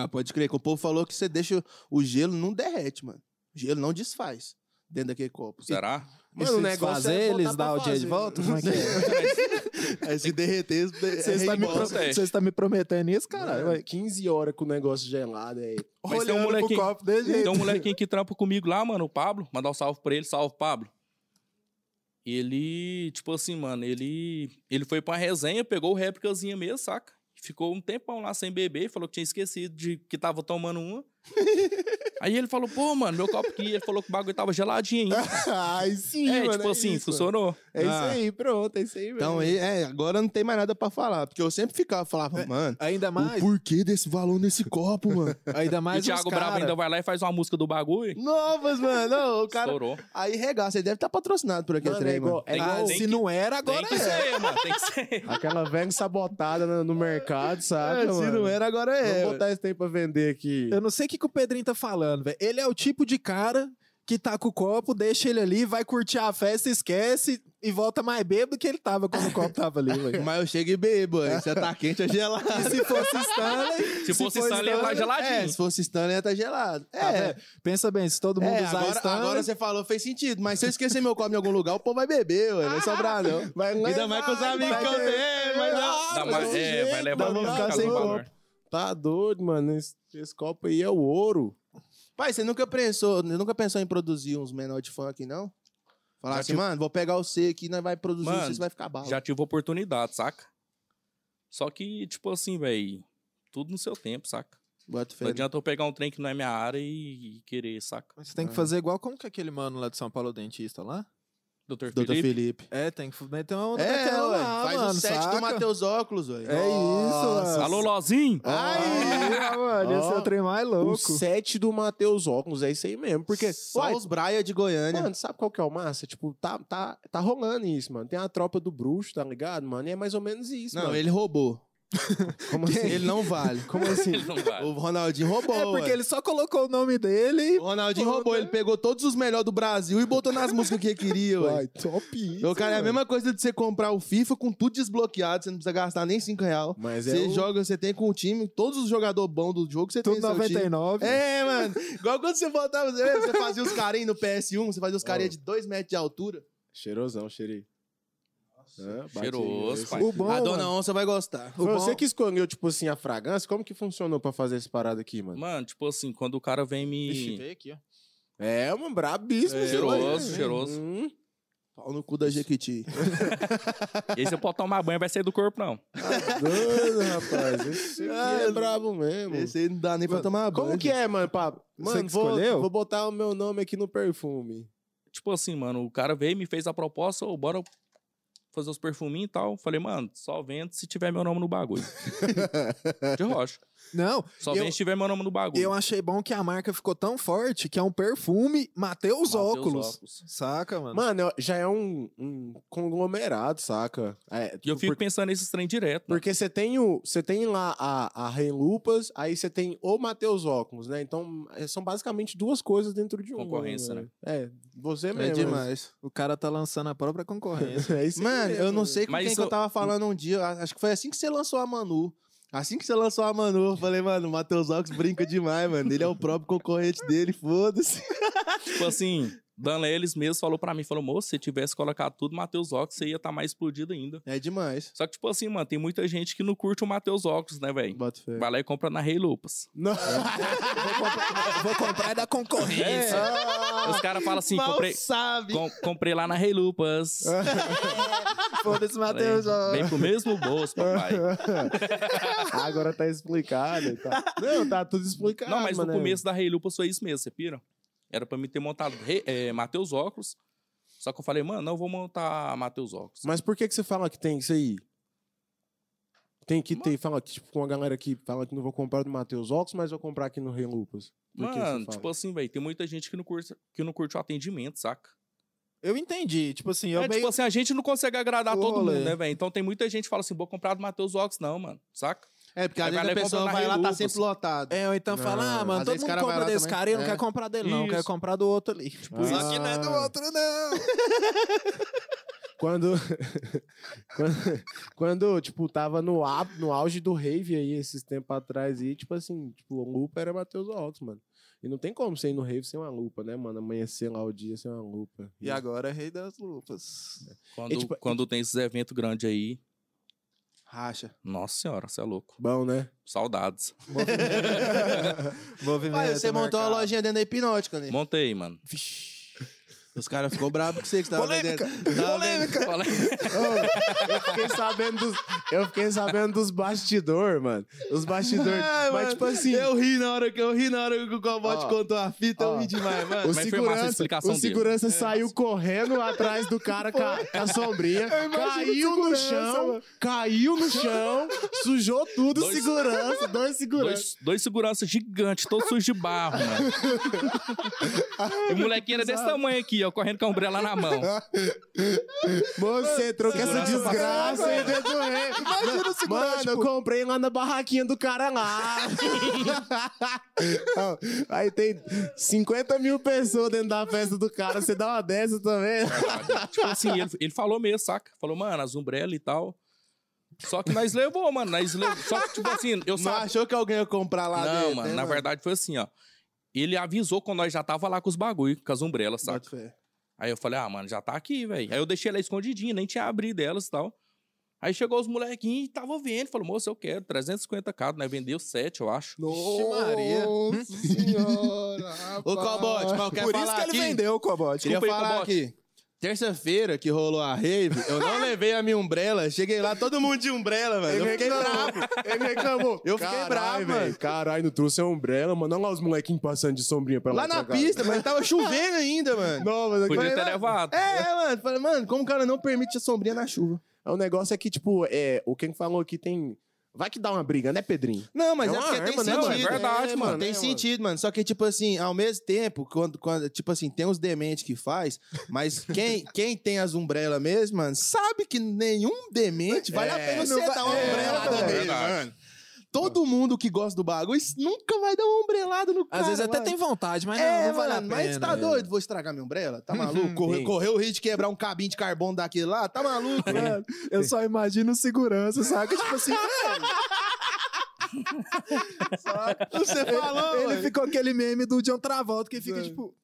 A: Ah, pode crer. que O povo falou que você deixa o gelo, não derrete, mano. O gelo não desfaz dentro daquele copo.
C: Será?
D: Mano, o negócio
B: fazer,
D: é voltar
B: eles
D: pra
B: dão o dia de
D: fazer.
B: volta? Como é que é?
A: Aí é se derreter, é você
B: Vocês
A: está me
C: reembolsa.
B: estão me prometendo isso,
D: Caralho,
B: caralho?
D: velho, 15 horas com o negócio gelado é aí.
C: Mas tem um
E: Olhando pro
C: molequinho-
E: copo dele, jeito.
C: Tem um molequinho que trampa comigo lá, mano, o Pablo. Mandar um salve pra ele, salve, Pablo. Ele, tipo assim, mano, ele ele foi pra uma resenha, pegou o réplicazinha mesmo, saca? Ficou um tempão lá sem beber, falou que tinha esquecido de que tava tomando uma. Aí ele falou, pô, mano, meu copo aqui. Ele falou que o bagulho tava geladinho ainda.
D: Ai, sim,
C: É,
D: mano.
C: tipo assim,
D: Tá né? isso, mano.
C: funcionou.
D: É isso
A: Ah.
D: aí, pronto, é isso aí,
A: Então,
D: mesmo.
A: e- é, agora não tem mais nada pra falar. Porque eu sempre ficava, falava, mano,
B: Ainda
A: o
B: mais,
A: porquê desse valor nesse copo, mano?
B: ainda
C: E o
B: mais uns
C: Thiago Bravo
B: cara-
C: ainda vai lá e faz uma música do bagulho.
A: Novas, mano. Não, o cara...
C: Estourou.
A: Aí regaça, ele deve estar patrocinado por aquele
D: Mano, é
A: trem,
D: igual-
A: mano.
D: é
C: Tem-
D: igual
B: Ah,
C: tem
B: se
C: que-
B: não era, agora
C: Tem que
B: é.
C: ser, mano, tem que ser.
D: Aquela velha sabotada no, no mercado, sabe?
A: É, se não era, agora é.
D: Vamos botar esse tempo pra vender aqui.
B: Eu não sei o que, que o Pedrinho tá falando, velho. Ele é o tipo de cara que tá com o copo, deixa ele ali, vai curtir a festa, esquece e volta mais bêbado que ele tava quando o copo tava ali, velho.
A: Mas eu chego e bebo, aí você tá quente, é gelado.
B: E se fosse Stanley.
C: Se fosse Stanley, ia tá
A: É,
C: geladinho.
A: se fosse Stanley, ia tá gelado.
B: Tá
A: É,
B: vendo? Pensa bem, se todo mundo
A: é,
B: usar
A: agora,
B: Stanley.
A: agora você falou, fez sentido. Mas se eu esquecer meu copo em algum lugar, o povo vai beber, ué, vai sobrar, não.
D: Vai
A: Ainda mais com os
D: levar,
A: amigos que eu
D: vai
A: tenho, mas não.
C: Dá
D: mas
C: mais-
D: é
C: é,
D: jeito,
C: vai levar
A: um
D: dá
C: pra
D: pra
C: casa
D: ficar sem
C: do valor.
D: Tá doido, mano. Esse, esse copo aí é o ouro.
A: Pai, você nunca pensou, nunca pensou em produzir uns menor de funk, não? Falar
C: Já
A: assim,
C: tive-
A: mano, vou pegar o C aqui, nós vai produzir,
C: Mano,
A: vocês vai ficar bala.
C: Já tive oportunidade, saca? Só que, tipo assim, velho, tudo no seu tempo, saca?
A: Bota fé.
C: Não adianta eu pegar um trem que não é minha área e, e querer, saca?
B: Você tem que fazer igual como que aquele mano lá de São Paulo, o dentista lá?
C: Doutor
A: né? Doutor
C: Felipe.
A: Felipe.
B: É, tem que meter uma onda
A: É,
B: daquela
A: ué,
B: lá,
A: faz
B: mano,
A: o set
B: saca?
A: do Matheus Óculos, ué.
B: É isso, mano.
C: Alô, Lozinho?
B: Aí, mano, esse é o trem mais
D: O
B: louco.
D: set do Matheus Óculos, é isso aí mesmo. Porque,
A: Porque só
D: uai,
A: os né? Braia de Goiânia.
D: Mano, sabe qual que é o massa? Tipo, tá, tá, tá rolando isso, mano. Tem a tropa do bruxo, tá ligado, mano? E é mais ou menos isso,
A: não,
D: mano.
A: ele roubou.
D: Como assim?
A: Ele não vale.
D: Como assim?
C: Ele não vai.
A: O Ronaldinho roubou.
B: É porque
A: ué.
B: ele só colocou o nome dele e
A: O Ronaldinho roubou, ele pegou todos os melhores do Brasil e botou nas músicas que ele queria, ué.
D: Uai, top isso,
A: Ô, cara, é a
D: mano.
A: mesma coisa de você comprar o FIFA com tudo desbloqueado, você não precisa gastar nem 5 real.
D: Mas é
A: Você
D: o-
A: joga, você tem com o time, todos os jogadores bons do jogo, você
B: tudo
A: tem no seu time.
B: 99.
A: É, mano. Igual quando você botava, você lembra? Você fazia os carinhos no PS1, você fazia os carinhas de 2 metros de altura.
D: Cheirosão, cheirei. Hã? Bate aí,
C: Cheiroso,
D: é isso
C: pai.
D: aí.
B: O bom,
A: a Ah, dona
B: mano,
A: Onça vai gostar.
D: Foi
B: O bom-
D: você que escolheu, tipo assim, a fragrância? Como que funcionou pra fazer essa parada aqui, mano?
C: Mano, tipo assim, quando o cara vem
B: Ixi,
C: me.
B: veio aqui, ó.
D: É, mano, brabíssimo.
C: É,
D: isso aí.
C: cheiroso, cheiroso.
D: Hum.
A: Pau no cu da Jequiti.
C: E aí você pode tomar banho, vai sair do corpo, não.
D: Doido, rapaz. Esse aqui é brabo mesmo.
A: Esse aí não dá nem pra tomar banho.
D: Como que é, mano, papo? Mano,
B: que
D: vou,
B: escolheu?
D: vou botar o meu nome aqui no perfume.
C: Tipo assim, mano, o cara veio, me fez a proposta, ô, bora fazer os perfuminhos e tal. Falei, mano, só vendo se tiver meu nome no bagulho. de rocha.
B: Não,
C: Só
B: Eu-
C: vendo se tiver meu nome no bagulho.
B: eu achei bom que a marca ficou tão forte que é um perfume Mateus
C: Mateus
B: Óculos.
C: Óculos.
B: Saca, mano?
D: Mano, eu- já é um, um conglomerado, saca? É,
C: E eu fico
D: por-
C: pensando nesses trem direto. mano.
D: Porque você tem o. Você tem lá a, a Ren Lupas, aí você tem o Matheus Óculos, né? Então, é, são basicamente duas coisas dentro de uma.
C: Concorrência,
D: mano. É, você
A: É
D: mesmo.
A: demais.
B: O cara tá lançando a própria concorrência.
D: É isso aí
A: Mano,
D: mesmo,
A: eu não sei com
C: Mas
A: quem que eu
C: eu-
A: tava falando um dia. a- Acho que foi assim que você lançou a Manu. Assim que você lançou a Manu, eu falei, mano, o Matheus Alves brinca demais, mano. Ele é o próprio concorrente dele, foda-se.
C: Tipo assim, Dan eles mesmo falou pra mim, falou, moço, se tivesse colocado tudo Matheus Ox, você ia estar mais explodido ainda.
A: É demais.
C: Só que, tipo assim, mano, tem muita gente que não curte o Matheus Ox, né, velho?
A: Bota fé.
C: Vai lá e compra na Rei Lupas.
D: Não.
B: Vou comprar da concorrência.
C: É Os caras falam assim,
A: Mal
C: comprei,
A: sabe.
C: com- comprei lá na Rei Lupas.
A: Ah,
B: É, Foda-se,
C: Falei,
B: Mateus Óculos.
C: Vem pro mesmo bolso, papai.
D: Agora tá explicado. Tá... Não, tá tudo explicado.
C: não, mas no
D: mano, né?
C: começo da Rei Lupas foi isso mesmo, você pira? Era pra mim ter montado Rei- eh, Matheus Óculos. Só que eu falei, mano, não eu vou montar Matheus Óculos.
D: Mas por que que você fala que tem isso aí? Tem que ter, fala que, tipo, com a galera que fala que não vou comprar do Matheus Ox, mas vou comprar aqui no Rei Lupas. Por que você
C: Mano,
D: fala?
C: tipo assim, velho, tem muita gente que não, curte, que não curte o atendimento, saca?
B: Eu entendi. Tipo assim, eu
C: é,
B: meio...
C: tipo assim, a gente não consegue agradar
B: O
C: todo
B: rolê.
C: mundo, né, velho? Então tem muita gente que fala assim, vou comprar do Matheus Ox, não, mano, saca?
A: É, porque às vezes a
C: Aí vai lá e
A: pessoa
C: compra na
A: vai lá, tá
C: Relupos.
A: sempre lotado.
B: É, ou então
A: Não,
B: fala, ah, mano,
A: às
B: todo
A: esse
B: mundo
A: cara vai
B: compra
A: lá
B: desse
A: também.
B: cara, eu não
A: É.
B: quero comprar dele, não, eu quero
C: Isso.
B: comprar do outro ali. Tipo, isso aqui não é do
A: Ah.
B: outro, não.
D: Quando, quando, quando, tipo, tava no, au- no auge do rave aí, esses tempos atrás, e, tipo assim, tipo, o lupa era Matheus Altos, mano. E não tem como você ir no rave sem uma lupa, né, mano? Amanhecer lá o dia sem uma lupa.
B: E
A: é
B: agora, rei das lupas.
C: Quando,
D: tipo-
C: quando tem esses eventos grandes aí,
A: Racha.
C: nossa senhora, você é louco.
D: Bom, né?
C: Saudades.
B: Movimento
A: Pai, você montou uma
B: mercado.
A: lojinha dentro da hipnótica, né?
C: Montei, mano.
A: Os caras ficou bravos com você que você tava vendendo. Tava vendendo.
C: Falei-
D: Ô, eu fiquei sabendo dos, eu fiquei sabendo dos bastidores, mano. Os bastidores.
A: Ah,
D: mas,
A: mano,
D: tipo assim,
A: Eu ri na hora que eu ri na hora que o Cobote
D: Ó.
A: contou a fita, eu
D: Ó.
A: ri demais, mano.
C: Mas foi
D: o
C: massa a
D: segurança,
C: explicação
D: o
C: dele.
D: segurança
A: É.
D: saiu correndo atrás do cara com a, com a sombrinha, caiu no chão, caiu no chão, sujou tudo,
C: Dois-
D: segurança, dois segurança.
C: Dois, dois seguranças gigantes, todos sujos de barro, mano. e o molequinho era desse tamanho aqui, ó, correndo com a umbrella na mão.
D: Você trouxe essa
C: Segurança pra
D: desgraça e dentro do rei.
E: Imagina o segurança,
D: Mano, eu comprei lá na barraquinha do cara lá. Ó, Aí tem 50 mil pessoas dentro da festa do cara. Você dá uma dessa também?
C: tipo assim, ele, ele falou mesmo, saca? Falou, mano, as umbrellas e tal. Só que nós levou, mano. Nós levou. Só que, tipo assim, eu
A: Não
C: só.
A: achou que alguém ia comprar lá
C: Não,
A: dentro,
C: mano,
A: né,
C: na verdade foi assim, ó. Ele avisou quando nós já tava lá com os bagulho, com as umbrelas, saca?
A: Bota fé.
C: Aí eu falei, ah, mano, já tá aqui, velho. Aí eu deixei ela escondidinha, nem tinha abrido elas e tal. Aí chegou os molequinhos e tava vendo. Falou, moço, eu quero 350 cada, né? Vendeu 7, eu acho.
A: Vixe, Maria.
E: Nossa senhora.
A: Ô, Cobote,
E: rapaz.
A: qualquer
B: Por
A: é falar
B: isso que ele
A: aqui,
B: vendeu o Cobote.
A: Queria
C: Desculpa aí,
A: falar
C: Cobote.
A: aqui. Terça-feira que rolou a rave, eu não levei a minha umbrella. Cheguei lá, todo mundo de umbrella, mano. Eu fiquei bravo.
D: Ele reclamou.
A: Eu fiquei
D: Carai,
A: bravo,
D: velho.
A: mano.
D: Caralho, não trouxe a umbrella, mano. Olha lá os molequinhos passando de sombrinha pra lá.
A: Lá na
D: pra cá.
A: pista, mas tava chovendo ainda, mano.
D: Não, mas
C: Podia
D: aqui...
C: ter levado.
A: É, mano. Falei, mano, como o cara não permite a sombrinha na chuva?
D: O negócio é que, tipo, é, o quem falou aqui tem... Vai que dá uma briga, né, Pedrinho?
A: Não, mas
D: É
A: é,
D: uma
A: porque
D: arma,
A: tem
D: né, mano?
A: sentido.
C: É verdade, mano.
A: Tem
D: É, mano.
A: sentido, mano. Só que, tipo assim, ao mesmo tempo, quando, quando tipo assim, tem uns dementes que faz, mas quem, quem tem as umbrellas mesmo, mano, sabe que nenhum demente vale a
D: É,
A: pena
D: não
A: você
D: vai-
A: dar uma
D: é,
A: umbrelada
D: é
A: nele,
C: verdade.
A: mano. Todo mundo que gosta do bagulho isso nunca vai dar uma umbrelada no cara.
B: Às vezes até
A: mano.
B: tem vontade, mas
A: É,
B: não, não vale a
A: mano,
B: pena. né? Uhum,
A: mas tá doido? Vou estragar minha umbrella? Tá maluco? Corre-
D: sim.
A: correu o risco de quebrar um cabinho de carbono daquele lá? Tá maluco, mano?
B: Eu só imagino segurança, saca? Tipo assim,
A: Você falou, mano.
B: ele ficou aquele meme do John Travolta que fica tipo...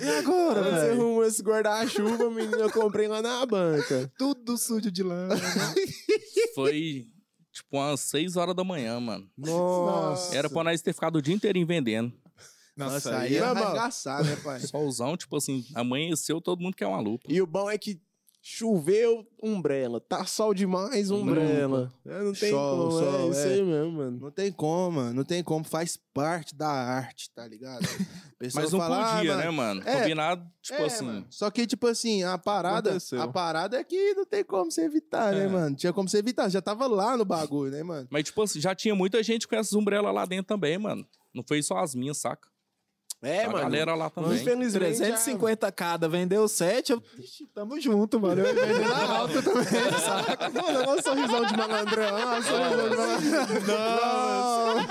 B: e agora,
D: Você
B: velho?
D: arrumou esse guarda-chuva, menino, eu comprei lá na banca.
B: Tudo sujo de lã.
C: Foi tipo umas 6 horas da manhã, mano.
D: Nossa.
C: Era pra nós ter ficado o dia inteiro vendendo.
A: Nossa, aí é
D: Não, mano.
A: arregaçar, né, pai?
C: Solzão, tipo assim, amanheceu, todo mundo quer uma lupa.
D: E o bom é que choveu, umbrella. Tá sol demais, umbrella. É, não tem
A: Sol,
D: como, é
A: sol,
D: isso
A: é.
D: aí mesmo, mano.
A: Não tem como, mano. Não tem como. Faz parte da arte, tá ligado? A pessoa
C: Mas não
A: fala,
C: podia,
A: "Ah,
C: né, mano?
A: É.
C: Combinado, tipo
A: é,
C: assim.
A: mano." Só que, tipo assim, a parada,
B: Aconteceu. É.
A: a parada é que não tem como você evitar, né, mano? Tinha como você evitar. Já tava lá no bagulho, né, mano?
C: Mas, tipo assim, já tinha muita gente com essas umbrelas lá dentro também, mano. Não foi só as minhas, saca?
D: É,
C: a galera lá
A: um
C: também.
D: Infelizmente,
B: 350 cada, vendeu 7, eu... Ixi, tamo junto, mano. Eu vendi na alta também, saca?
D: Mano, olha o sorrisão de malandrão, olha o sorrisão de malandrão.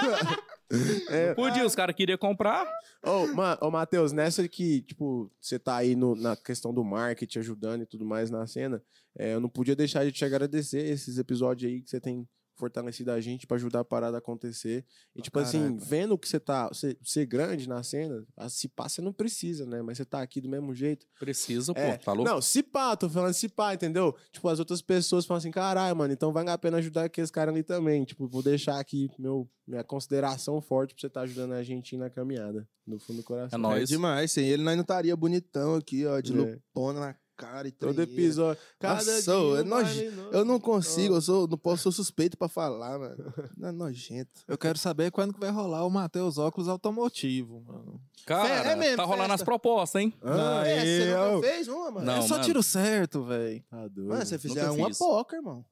C: Não Podia, os caras queriam comprar.
D: Ô, mano, ô, Matheus, nessa que, tipo, você tá aí no- na questão do marketing, ajudando e tudo mais na cena, é, eu não podia deixar de te agradecer esses episódios aí que você tem fortalecido a gente pra ajudar a parada a acontecer. E, tipo assim, vendo que você tá, você ser grande na cena, a- se pá, você não precisa, né? Mas você tá aqui do mesmo jeito.
C: Precisa,
D: É,
C: pô, tá louco?
D: Não, se pá, tô falando se pá, entendeu? Tipo, as outras pessoas falam assim, caralho, mano, então vale a pena ajudar aqueles caras ali também. Tipo, vou deixar aqui meu, minha consideração forte pra você estar ajudando a gente na caminhada, no fundo
C: É
D: do coração.
A: É
C: nóis.
A: demais. Sem ele, nós não estaria bonitão aqui, ó, de
D: É.
A: lupona na cara e tudo.
D: Todo episódio. Cada
A: Nossa, ô, é
D: dia um
A: nojo-
D: baile novo.
A: Eu não consigo, eu sou, não posso, sou suspeito pra falar, mano. Não é nojento.
B: Eu quero saber quando que vai rolar o Matheus Óculos Automotivo, mano.
C: Cara,
A: É mesmo,
C: tá rolando
A: festa.
C: as propostas, hein?
D: Ah,
A: é, você
B: eu-
A: nunca fez uma, mano?
C: Não,
B: eu É só
C: mano.
B: tiro certo, velho.
D: tá doido.
A: Mano, você fizer um
C: nunca
A: uma
C: fiz.
A: poca, irmão.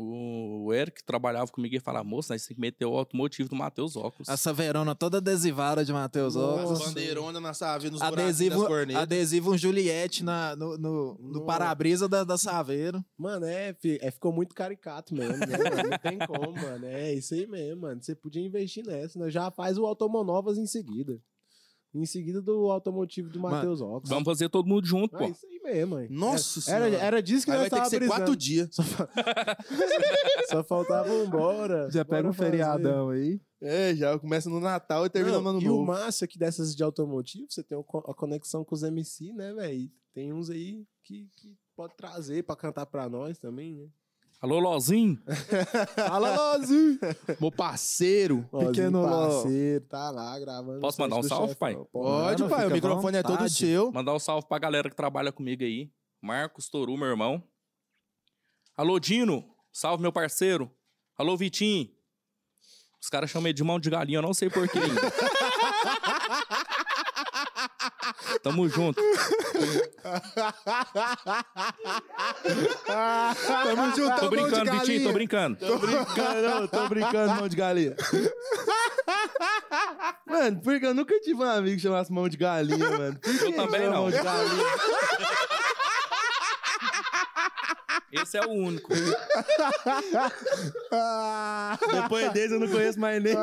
C: O o Eric que trabalhava comigo e falava, moço, nós temos que meter o automotivo do Matheus Óculos.
B: Essa verona toda adesivada de Matheus
A: As
B: Óculos.
A: bandeironas na Saveiro, nos buracos
B: Adesivo,
A: das cornetas.
B: adesivo um Juliette na, no, no, no
D: No-
B: para-brisa da, da Saveiro.
D: Mano, é, fi- é, ficou muito caricato mesmo, né? mano? Não tem como, mano. É isso aí mesmo, mano. Você podia investir nessa, né? Já faz o Automonovas em seguida. Em seguida do automotivo do
B: Mano,
D: Matheus Ox.
C: Vamos fazer todo mundo junto,
D: É
C: pô.
D: isso aí mesmo, mãe.
A: Nossa
D: Era,
A: senhora.
D: era disso que
A: Aí
D: nós
A: vai ter que
D: tava
A: ser
D: brisando.
A: quatro dias.
D: Só faltava um bora.
B: Já pega
D: Bora
B: um
D: fazer.
B: feriadão aí.
A: É, já começa no Natal e termina no
D: Não,
A: Ano
D: e o
A: Novo.
D: massa é que dessas de automotivo, você tem o co- a conexão com os MC, né, velho? Tem uns aí que, que pode trazer pra cantar pra nós também, né?
C: Alô, Lozinho?
D: Fala, Lozinho!
A: Meu parceiro.
D: Lozinho,
B: Pequeno Ló.
D: parceiro, tá lá gravando.
C: Posso
D: o set
C: mandar um
D: do
C: salve,
D: chefão.
C: pai?
A: Pode,
B: Mano,
A: pai, o
B: fica à
A: microfone é todo
B: vontade.
A: seu.
C: Mandar um salve pra galera que trabalha comigo aí. Marcos Toru, meu irmão. Alô, Dino. Salve, meu parceiro. Alô, Vitinho. Os caras chamam ele de mão de galinha, eu não sei porquê ainda. Tamo junto.
A: Tamo junto,
C: Tô brincando, Vitinho, tô brincando.
A: Tô brincando, não, tô brincando, mão de galinha. Mano, porque eu nunca tive um amigo que chamasse mão de galinha, mano. Por que
C: Eu também
A: chama
C: não.
A: Mão de galinha?
C: Esse é o único.
A: Depois desse eu não conheço mais nenhum.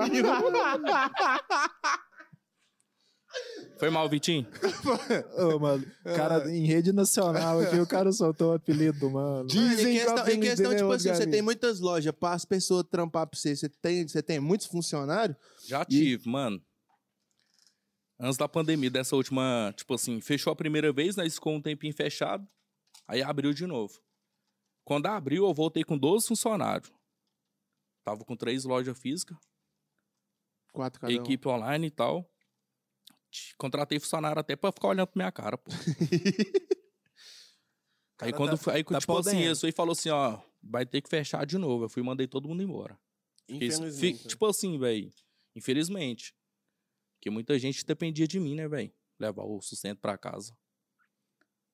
C: Foi mal, Vitinho?
B: Ô, mano, cara, em rede nacional aqui, o cara soltou o apelido do mano.
A: Mano, em
D: Dizem que
A: questão, em questão tipo assim, você tem
D: muito...
A: muitas lojas para as pessoas trampar pra você, você tem, você tem muitos funcionários.
C: Já tive, mano. Antes da pandemia, dessa última, tipo assim, fechou a primeira vez, nós ficou um tempinho fechado, aí abriu de novo. Quando abriu, eu voltei com 12 funcionários. Tava com três lojas físicas,
A: Quatro um.
C: equipe online e tal. Tch, Contratei funcionário até pra ficar olhando pra minha cara, pô. aí
B: Cara,
C: quando,
B: tá-
C: foi- aí,
B: tá
C: tipo assim,
B: podendo.
C: isso aí falou assim, ó, vai ter que fechar de novo. Eu fui e mandei todo mundo embora. Porque isso
D: né?
C: fi- tipo assim, velho. Infelizmente. Porque muita gente dependia de mim, né, velho? Levar o sustento pra casa.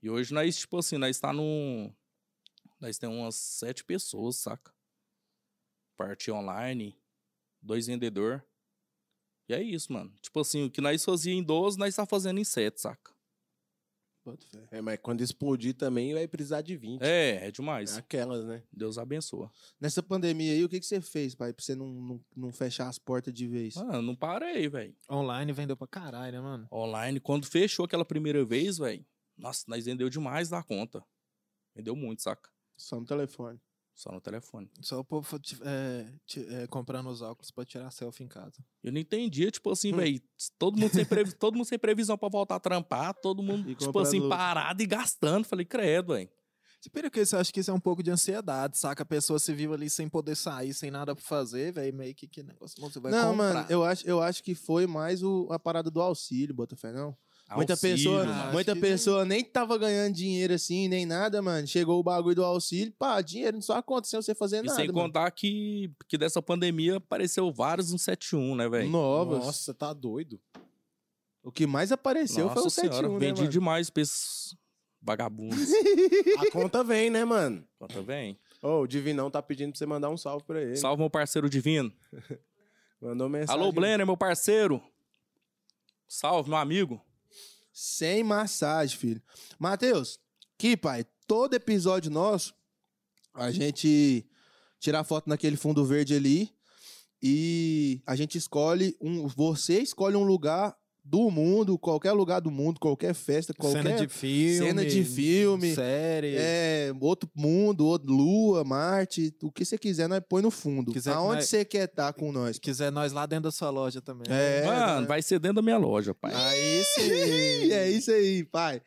C: E hoje nós, tipo assim, nós tá num. Nós tem umas sete pessoas, saca? Parte online, dois vendedor. E é isso, mano. Tipo assim, o que nós fazia em 12, nós tá fazendo em sete, saca?
D: É, mas quando explodir também vai precisar de 20.
C: É, é demais.
D: Aquelas, né?
C: Deus abençoa.
A: Nessa pandemia aí, o que, que você fez, pai, pra você não, não, não fechar as portas de vez?
C: Mano, não parei, velho.
B: Online vendeu pra caralho, né, mano?
C: online. Quando fechou aquela primeira vez, velho, nossa, nós vendeu demais da conta. Vendeu muito, saca?
A: Só no telefone.
C: Só no telefone.
B: Só o povo ti- é, ti- é, comprando os óculos pra tirar selfie em casa.
C: Eu não entendia, tipo
A: Hum.
C: assim, velho, todo mundo, sem previ- todo mundo sem previsão pra voltar a trampar, todo mundo,
A: E
C: tipo
A: comprando
C: assim,
A: luz.
C: parado e gastando. Falei, credo, velho.
B: Se pira que isso, eu acho que isso é um pouco de ansiedade, saca? A pessoa se viu ali sem poder sair, sem nada pra fazer, velho, meio que que negócio. Mano, você vai
A: não,
B: comprar.
A: mano, eu acho, eu acho que foi mais o, a parada do auxílio, Botafé, não? Muita
C: Auxílio,
A: pessoa,
C: mano.
B: acho
A: muita
B: que
A: pessoa nem tava ganhando dinheiro assim, nem nada, mano. Chegou o bagulho do auxílio, pá, dinheiro não só aconteceu sem fazer
C: E
A: nada.
C: sem
A: mano.
C: contar que, que dessa pandemia apareceu vários 171, né, velho?
A: Novas.
D: Nossa, tá doido.
A: O que mais apareceu foi o 71, né,
C: vendi
A: mano?
C: demais pra esses vagabundos.
D: A conta vem, né, mano?
C: Conta bem.
D: Ô, o Divinão tá pedindo pra você mandar um salve pra ele.
C: Salve, meu parceiro divino.
D: Mandou mensagem.
C: Alô, Blenner, meu parceiro. Salve, meu amigo.
A: Sem massagem, filho. Matheus, que pai, todo episódio nosso, a gente tira foto naquele fundo verde ali e a gente escolhe um. Você escolhe um lugar do mundo, qualquer lugar do mundo, qualquer festa, qualquer
B: Cena de filme.
A: cena de filme.
B: Série.
A: É, outro mundo, outro, lua, Marte, o que você quiser, nós põe no fundo.
B: Quiser que
A: Aonde
B: nós-
A: você quer estar com nós?
B: Se quiser nós lá dentro da sua loja também.
A: É,
C: Mano,
A: né? Ah, é
C: vai ser dentro da minha loja, pai.
A: Aí sim! é isso aí, pai.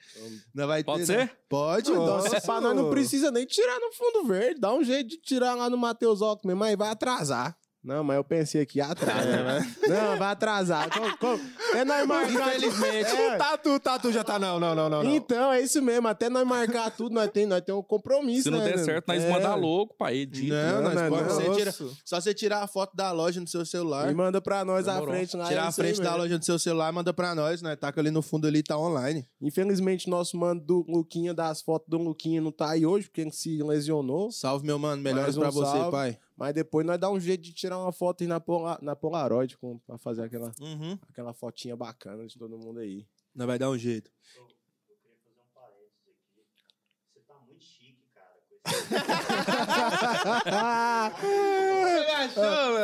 A: Nós vai
C: Pode
A: ter- né?
C: ser?
A: Pode,
D: Então,
A: nossa.
D: se pá, nós não precisa nem tirar no fundo verde. Dá um jeito de tirar lá no Matheus Octo mesmo, aí vai atrasar. Não, mas eu pensei aqui, atrasa.
A: É,
D: né?
A: né?
D: Não, vai atrasar. Como- como- É nós marcar. Infelizmente.
A: É.
B: Tatu, Tatu já tá. Não, não, não, não. não.
D: Então, é isso mesmo. Até nós marcar tudo, nós temos nós tem um compromisso.
C: Se não
D: né,
C: der
D: né?
C: certo, nós
D: É.
C: mandar louco, pai. né? Edito.
A: Não,
D: Não,
A: nós
D: não,
A: Tipo, pode-
D: não.
A: você tira-
B: Nossa.
A: só você tirar a foto da loja no seu celular.
D: E manda pra nós à
C: Demorou.
D: frente. lá, é
A: Tirar a
D: isso aí
A: frente da
D: mesmo.
A: loja do seu celular, manda pra nós, né? Taca ali no fundo ali, tá online.
D: Infelizmente, nosso mano do Luquinha, das fotos do Luquinha, não tá aí hoje, porque ele se lesionou.
A: Salve, meu mano. Melhores
D: Mais um
A: pra você,
D: salve.
A: pai.
D: Mas depois nós dá um jeito de tirar uma foto aí na, pola, na Polaroid com, pra fazer aquela,
A: Uhum.
D: aquela fotinha bacana de todo mundo aí.
A: Não vai dar um jeito.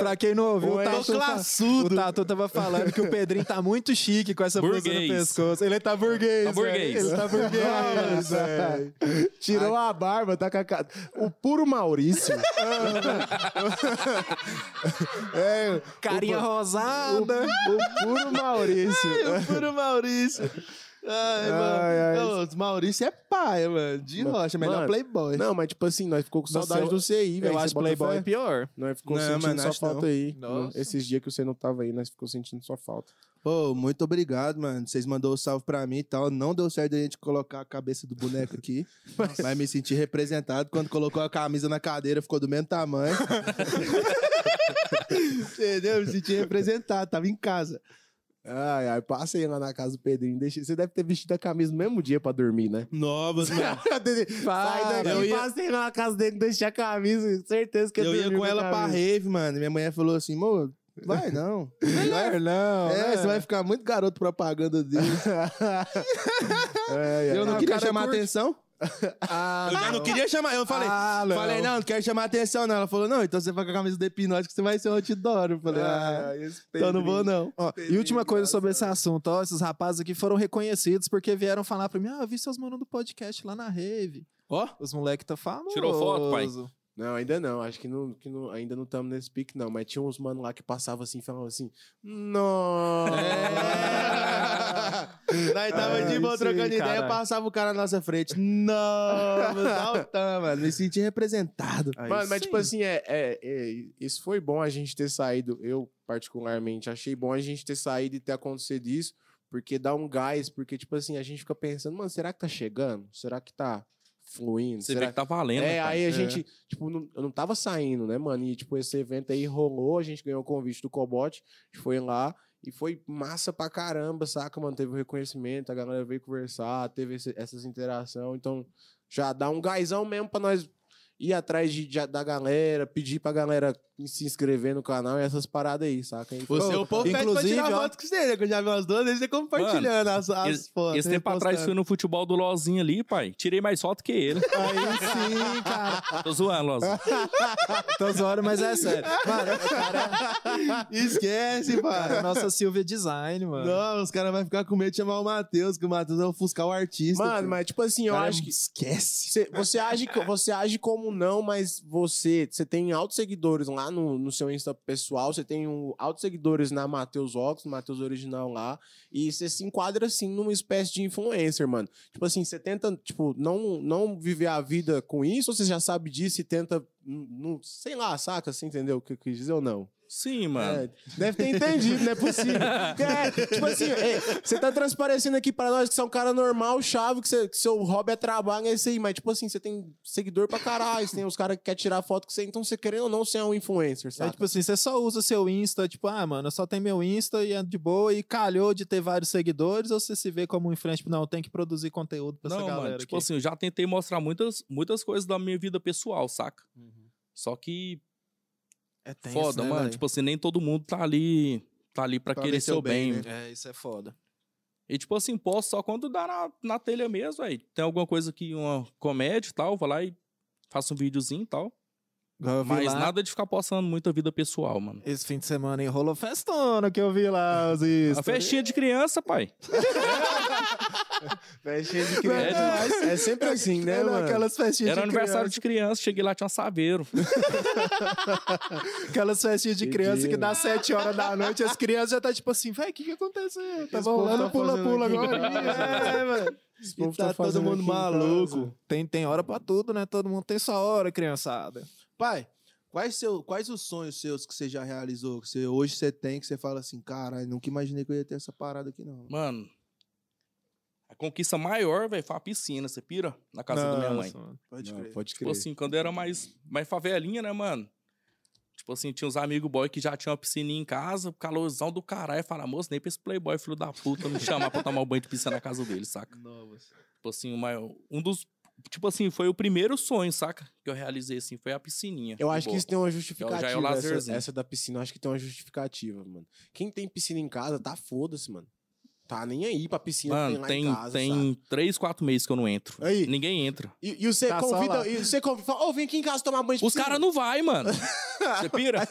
B: Pra quem não ouviu, o Tatu, tá, o
A: classudo.
B: Tatu tava falando que o Pedrinho tá muito chique com essa blusa no
C: Burguês.
B: pescoço. Ele tá burguês,
C: Tá burguês.
B: velho. Ele tá burguês, velho.
D: Tirou a barba, tá com a cara. O puro Maurício. é,
B: Carinha
D: Opa. o,
B: rosada.
D: o puro Maurício.
A: Ai, o puro Maurício. Ai,
D: Ai,
A: mano. Ô, os Maurício é pai, mano. De
D: Mano,
A: rocha, melhor
D: mano,
A: playboy.
D: Não, mas tipo assim, nós ficou com
B: Nossa,
D: saudade
B: eu-
D: do CI,
B: Eu
D: velho. Você
B: acho
D: bota
B: Playboy
D: fé?
B: pior.
D: Nós ficou
A: Não,
D: sentindo
A: mano,
D: sua
A: acho não.
D: falta aí.
B: Nossa.
D: Esses dias que você não tava aí, nós ficou sentindo sua falta.
A: Pô, muito obrigado, mano. Vocês mandou o salve pra mim e tal. Não deu certo a gente colocar a cabeça do boneco aqui. mas me senti representado. Quando colocou a camisa na cadeira, ficou do mesmo tamanho. Entendeu? Me senti representado. Tava em casa.
D: Ai, ai, passei lá na casa do Pedrinho. deixei- Você deve ter vestido a camisa no mesmo dia pra dormir, né?
A: Novas, mano.
D: Sai
A: eu
D: daqui,
A: ia-
D: passei lá na casa dele, deixei a camisa. Certeza que
A: Eu ia
D: dormi
A: com ela pra
D: camisa.
A: rave, mano. Minha mulher falou assim, amor, vai não.
B: Não, não.
A: É, você vai ficar muito garoto propaganda dele.
D: Ai, ai,
A: Eu não
D: ai.
A: queria
B: cara
A: chamar
B: curte.
A: atenção.
B: Ah,
A: Eu já não queria chamar. Eu falei,
B: Ah, não.
A: falei, não, não quero chamar atenção, não. Ela falou, não, então você vai com a camisa do hipnótico, que você vai ser um outdoor. Eu falei, ah,
D: Ai, esse
A: então não vou,
D: Pedrinho.
A: não.
B: Ó, e última coisa sobre esse assunto, ó, esses rapazes aqui foram reconhecidos porque vieram falar pra mim, ah, eu vi seus manos do podcast lá na rave.
A: Ó.
B: Os moleque tá famoso.
C: Tirou foto, pai?
D: Não, ainda não. Acho que, não, que não, ainda não estamos nesse pique, não. Mas tinha uns mano lá que passavam assim e falavam assim: Nossa!
A: É. Nós tava
D: Ah,
A: de boa
B: isso aí,
A: trocando ideia,
B: caralho.
A: passava o cara na nossa frente. Não, saltão, mano. Me senti representado.
D: Mano, mas tipo assim, é, é- é, isso foi bom a gente ter saído. Eu, particularmente, achei bom a gente ter saído e ter acontecido isso, porque dá um gás, porque, tipo assim, a gente fica pensando, mano, será que tá chegando? Será que tá fluindo?
C: Você
D: será
C: vê que tá valendo.
D: É,
C: cara.
D: aí a gente, tipo, não, eu não tava saindo, né, mano? E, tipo, esse evento aí rolou, a gente ganhou o convite do Cobot, a gente foi lá e foi massa pra caramba, saca, mano? Teve o reconhecimento, a galera veio conversar, teve esse- essas interações, então já dá um gásão mesmo pra nós ir atrás de, de- da galera, pedir pra galera se inscrever no canal e essas paradas aí, saca? Então, E foi-
A: Você, é um o povo pede pra
B: inclusive,
A: tirar
B: ó.
A: foto com você, né? Que eu já vi umas duas vezes você compartilhando as, as
C: esse-
A: fotos.
C: Esse tempo
A: repostando.
C: atrás fui no futebol do Lozinho ali, pai. Tirei mais foto que ele.
B: Aí sim, cara.
C: Tô zoando, Lozinho.
B: Tô zoando, mas é sério. Mano,
A: Esquece, pai.
B: cara, nossa Silvia é Design, mano.
A: Não, os caras vão ficar com medo de chamar o Matheus, que o Matheus vai ofuscar o artista.
D: Mano, mas, tipo assim, eu
A: Cara,
D: acho que.
A: Esquece.
D: Cê- você, age, co- você age como não, mas você, você tem altos seguidores lá no, no seu Insta pessoal, você tem um, altos seguidores na Matheus Ox, Matheus Original lá, e você se enquadra assim numa espécie de influencer, mano. Tipo assim, você tenta, tipo, não, não viver a vida com isso, ou você já sabe disso e tenta, hum, não, sei lá, saca? Você entendeu o que eu quis dizer ou não?
C: Sim, mano.
D: É, deve ter entendido, não é possível. É, tipo assim, é, você tá transparecendo aqui pra nós que você é um cara normal, chave, que, você- que seu hobby é trabalho, é isso aí. Mas, tipo assim, você tem seguidor pra caralho, você tem os caras que querem tirar foto com você, então você querendo ou não, você é um influencer,
B: É
D: sabe?
B: tipo assim, você só usa seu Insta, tipo, ah, mano, eu só tenho meu Insta e é de boa e calhou de ter vários seguidores, ou você se vê como um influencer, tipo, não, tem que produzir conteúdo pra essa
C: Não,
B: galera
C: mano, tipo
B: aqui.
C: assim, eu já tentei mostrar muitas, muitas coisas da minha vida pessoal, saca? Só que
B: é
C: foda, mano. Tipo assim, nem todo mundo tá ali, tá ali pra,
A: Pra ver
C: querer
A: seu
C: seu
A: bem,
C: bem.
A: né?
B: É, isso é foda.
C: E tipo assim, posso só quando dá na, na telha mesmo, aí. Tem alguma coisa que uma comédia e tal, vou lá e faço um videozinho e tal. Mas
B: Mas nada...
C: nada de ficar postando muita vida pessoal, mano.
B: Esse fim de semana enrolou festona que eu vi lá os Insta.
C: A festinha de criança, pai.
D: de
B: tipo,
C: criança.
D: É sempre assim, né,
B: Era
D: mano?
B: Aquelas festinhas de
C: Era aniversário
B: criança,
C: de criança, cheguei lá, tinha um saveiro.
B: aquelas festinhas de
D: Que
B: criança
D: dia,
B: que dá 7 horas da noite, as crianças já tá tipo assim, véi, o que que aconteceu?
D: esse
B: Tava
D: povo tá
B: rolando pula-pula
D: fazendo né? aqui
B: agora.
D: em casa?
B: É, mano.
D: Esse
A: E tá todo
D: fazendo
A: mundo
D: aqui em casa.
A: maluco.
B: Tem, tem hora pra tudo, né? Todo mundo tem sua hora, criançada.
A: Pai, quais, seu, quais os sonhos seus que você já realizou? Que você, hoje você tem, que você fala assim, caralho, nunca imaginei que eu ia ter essa parada aqui, não.
C: Mano, a conquista maior, velho, foi a piscina, você pira? Na casa da minha mãe.
B: Nossa, mano.
A: Pode
D: Não,
A: crer.
D: pode
C: Tipo
D: crer.
C: assim, quando eu era mais, mais favelinha, né, mano? Tipo assim, tinha uns amigos boy que já tinham uma piscininha em casa, calorzão do caralho. Fala, moço, nem pra esse playboy, filho da puta, me chamar pra tomar um banho de piscina na casa dele, saca?
A: Novas.
C: Tipo assim, o maior- um dos tipo assim, foi o primeiro sonho, saca? Que eu realizei, assim, foi a piscininha.
D: Eu acho que
C: Boa.
D: isso tem uma justificativa.
C: tipo, é o
D: essa,
C: lazerzinho.
D: essa da piscina, eu acho que tem uma justificativa, mano. Quem tem piscina em casa, tá foda-se, mano. Tá nem aí pra piscina que
C: Mano,
D: tem lá
C: tem,
D: em casa. sabe?
C: tem três, quatro meses que eu não entro.
D: Aí.
C: Ninguém entra.
D: E, e você
B: Tá só
D: convida.
B: lá.
D: E você convida. Fala, ô, vem aqui em casa tomar banho de
C: Os
D: piscina."
C: caras não vai, mano. Você pira?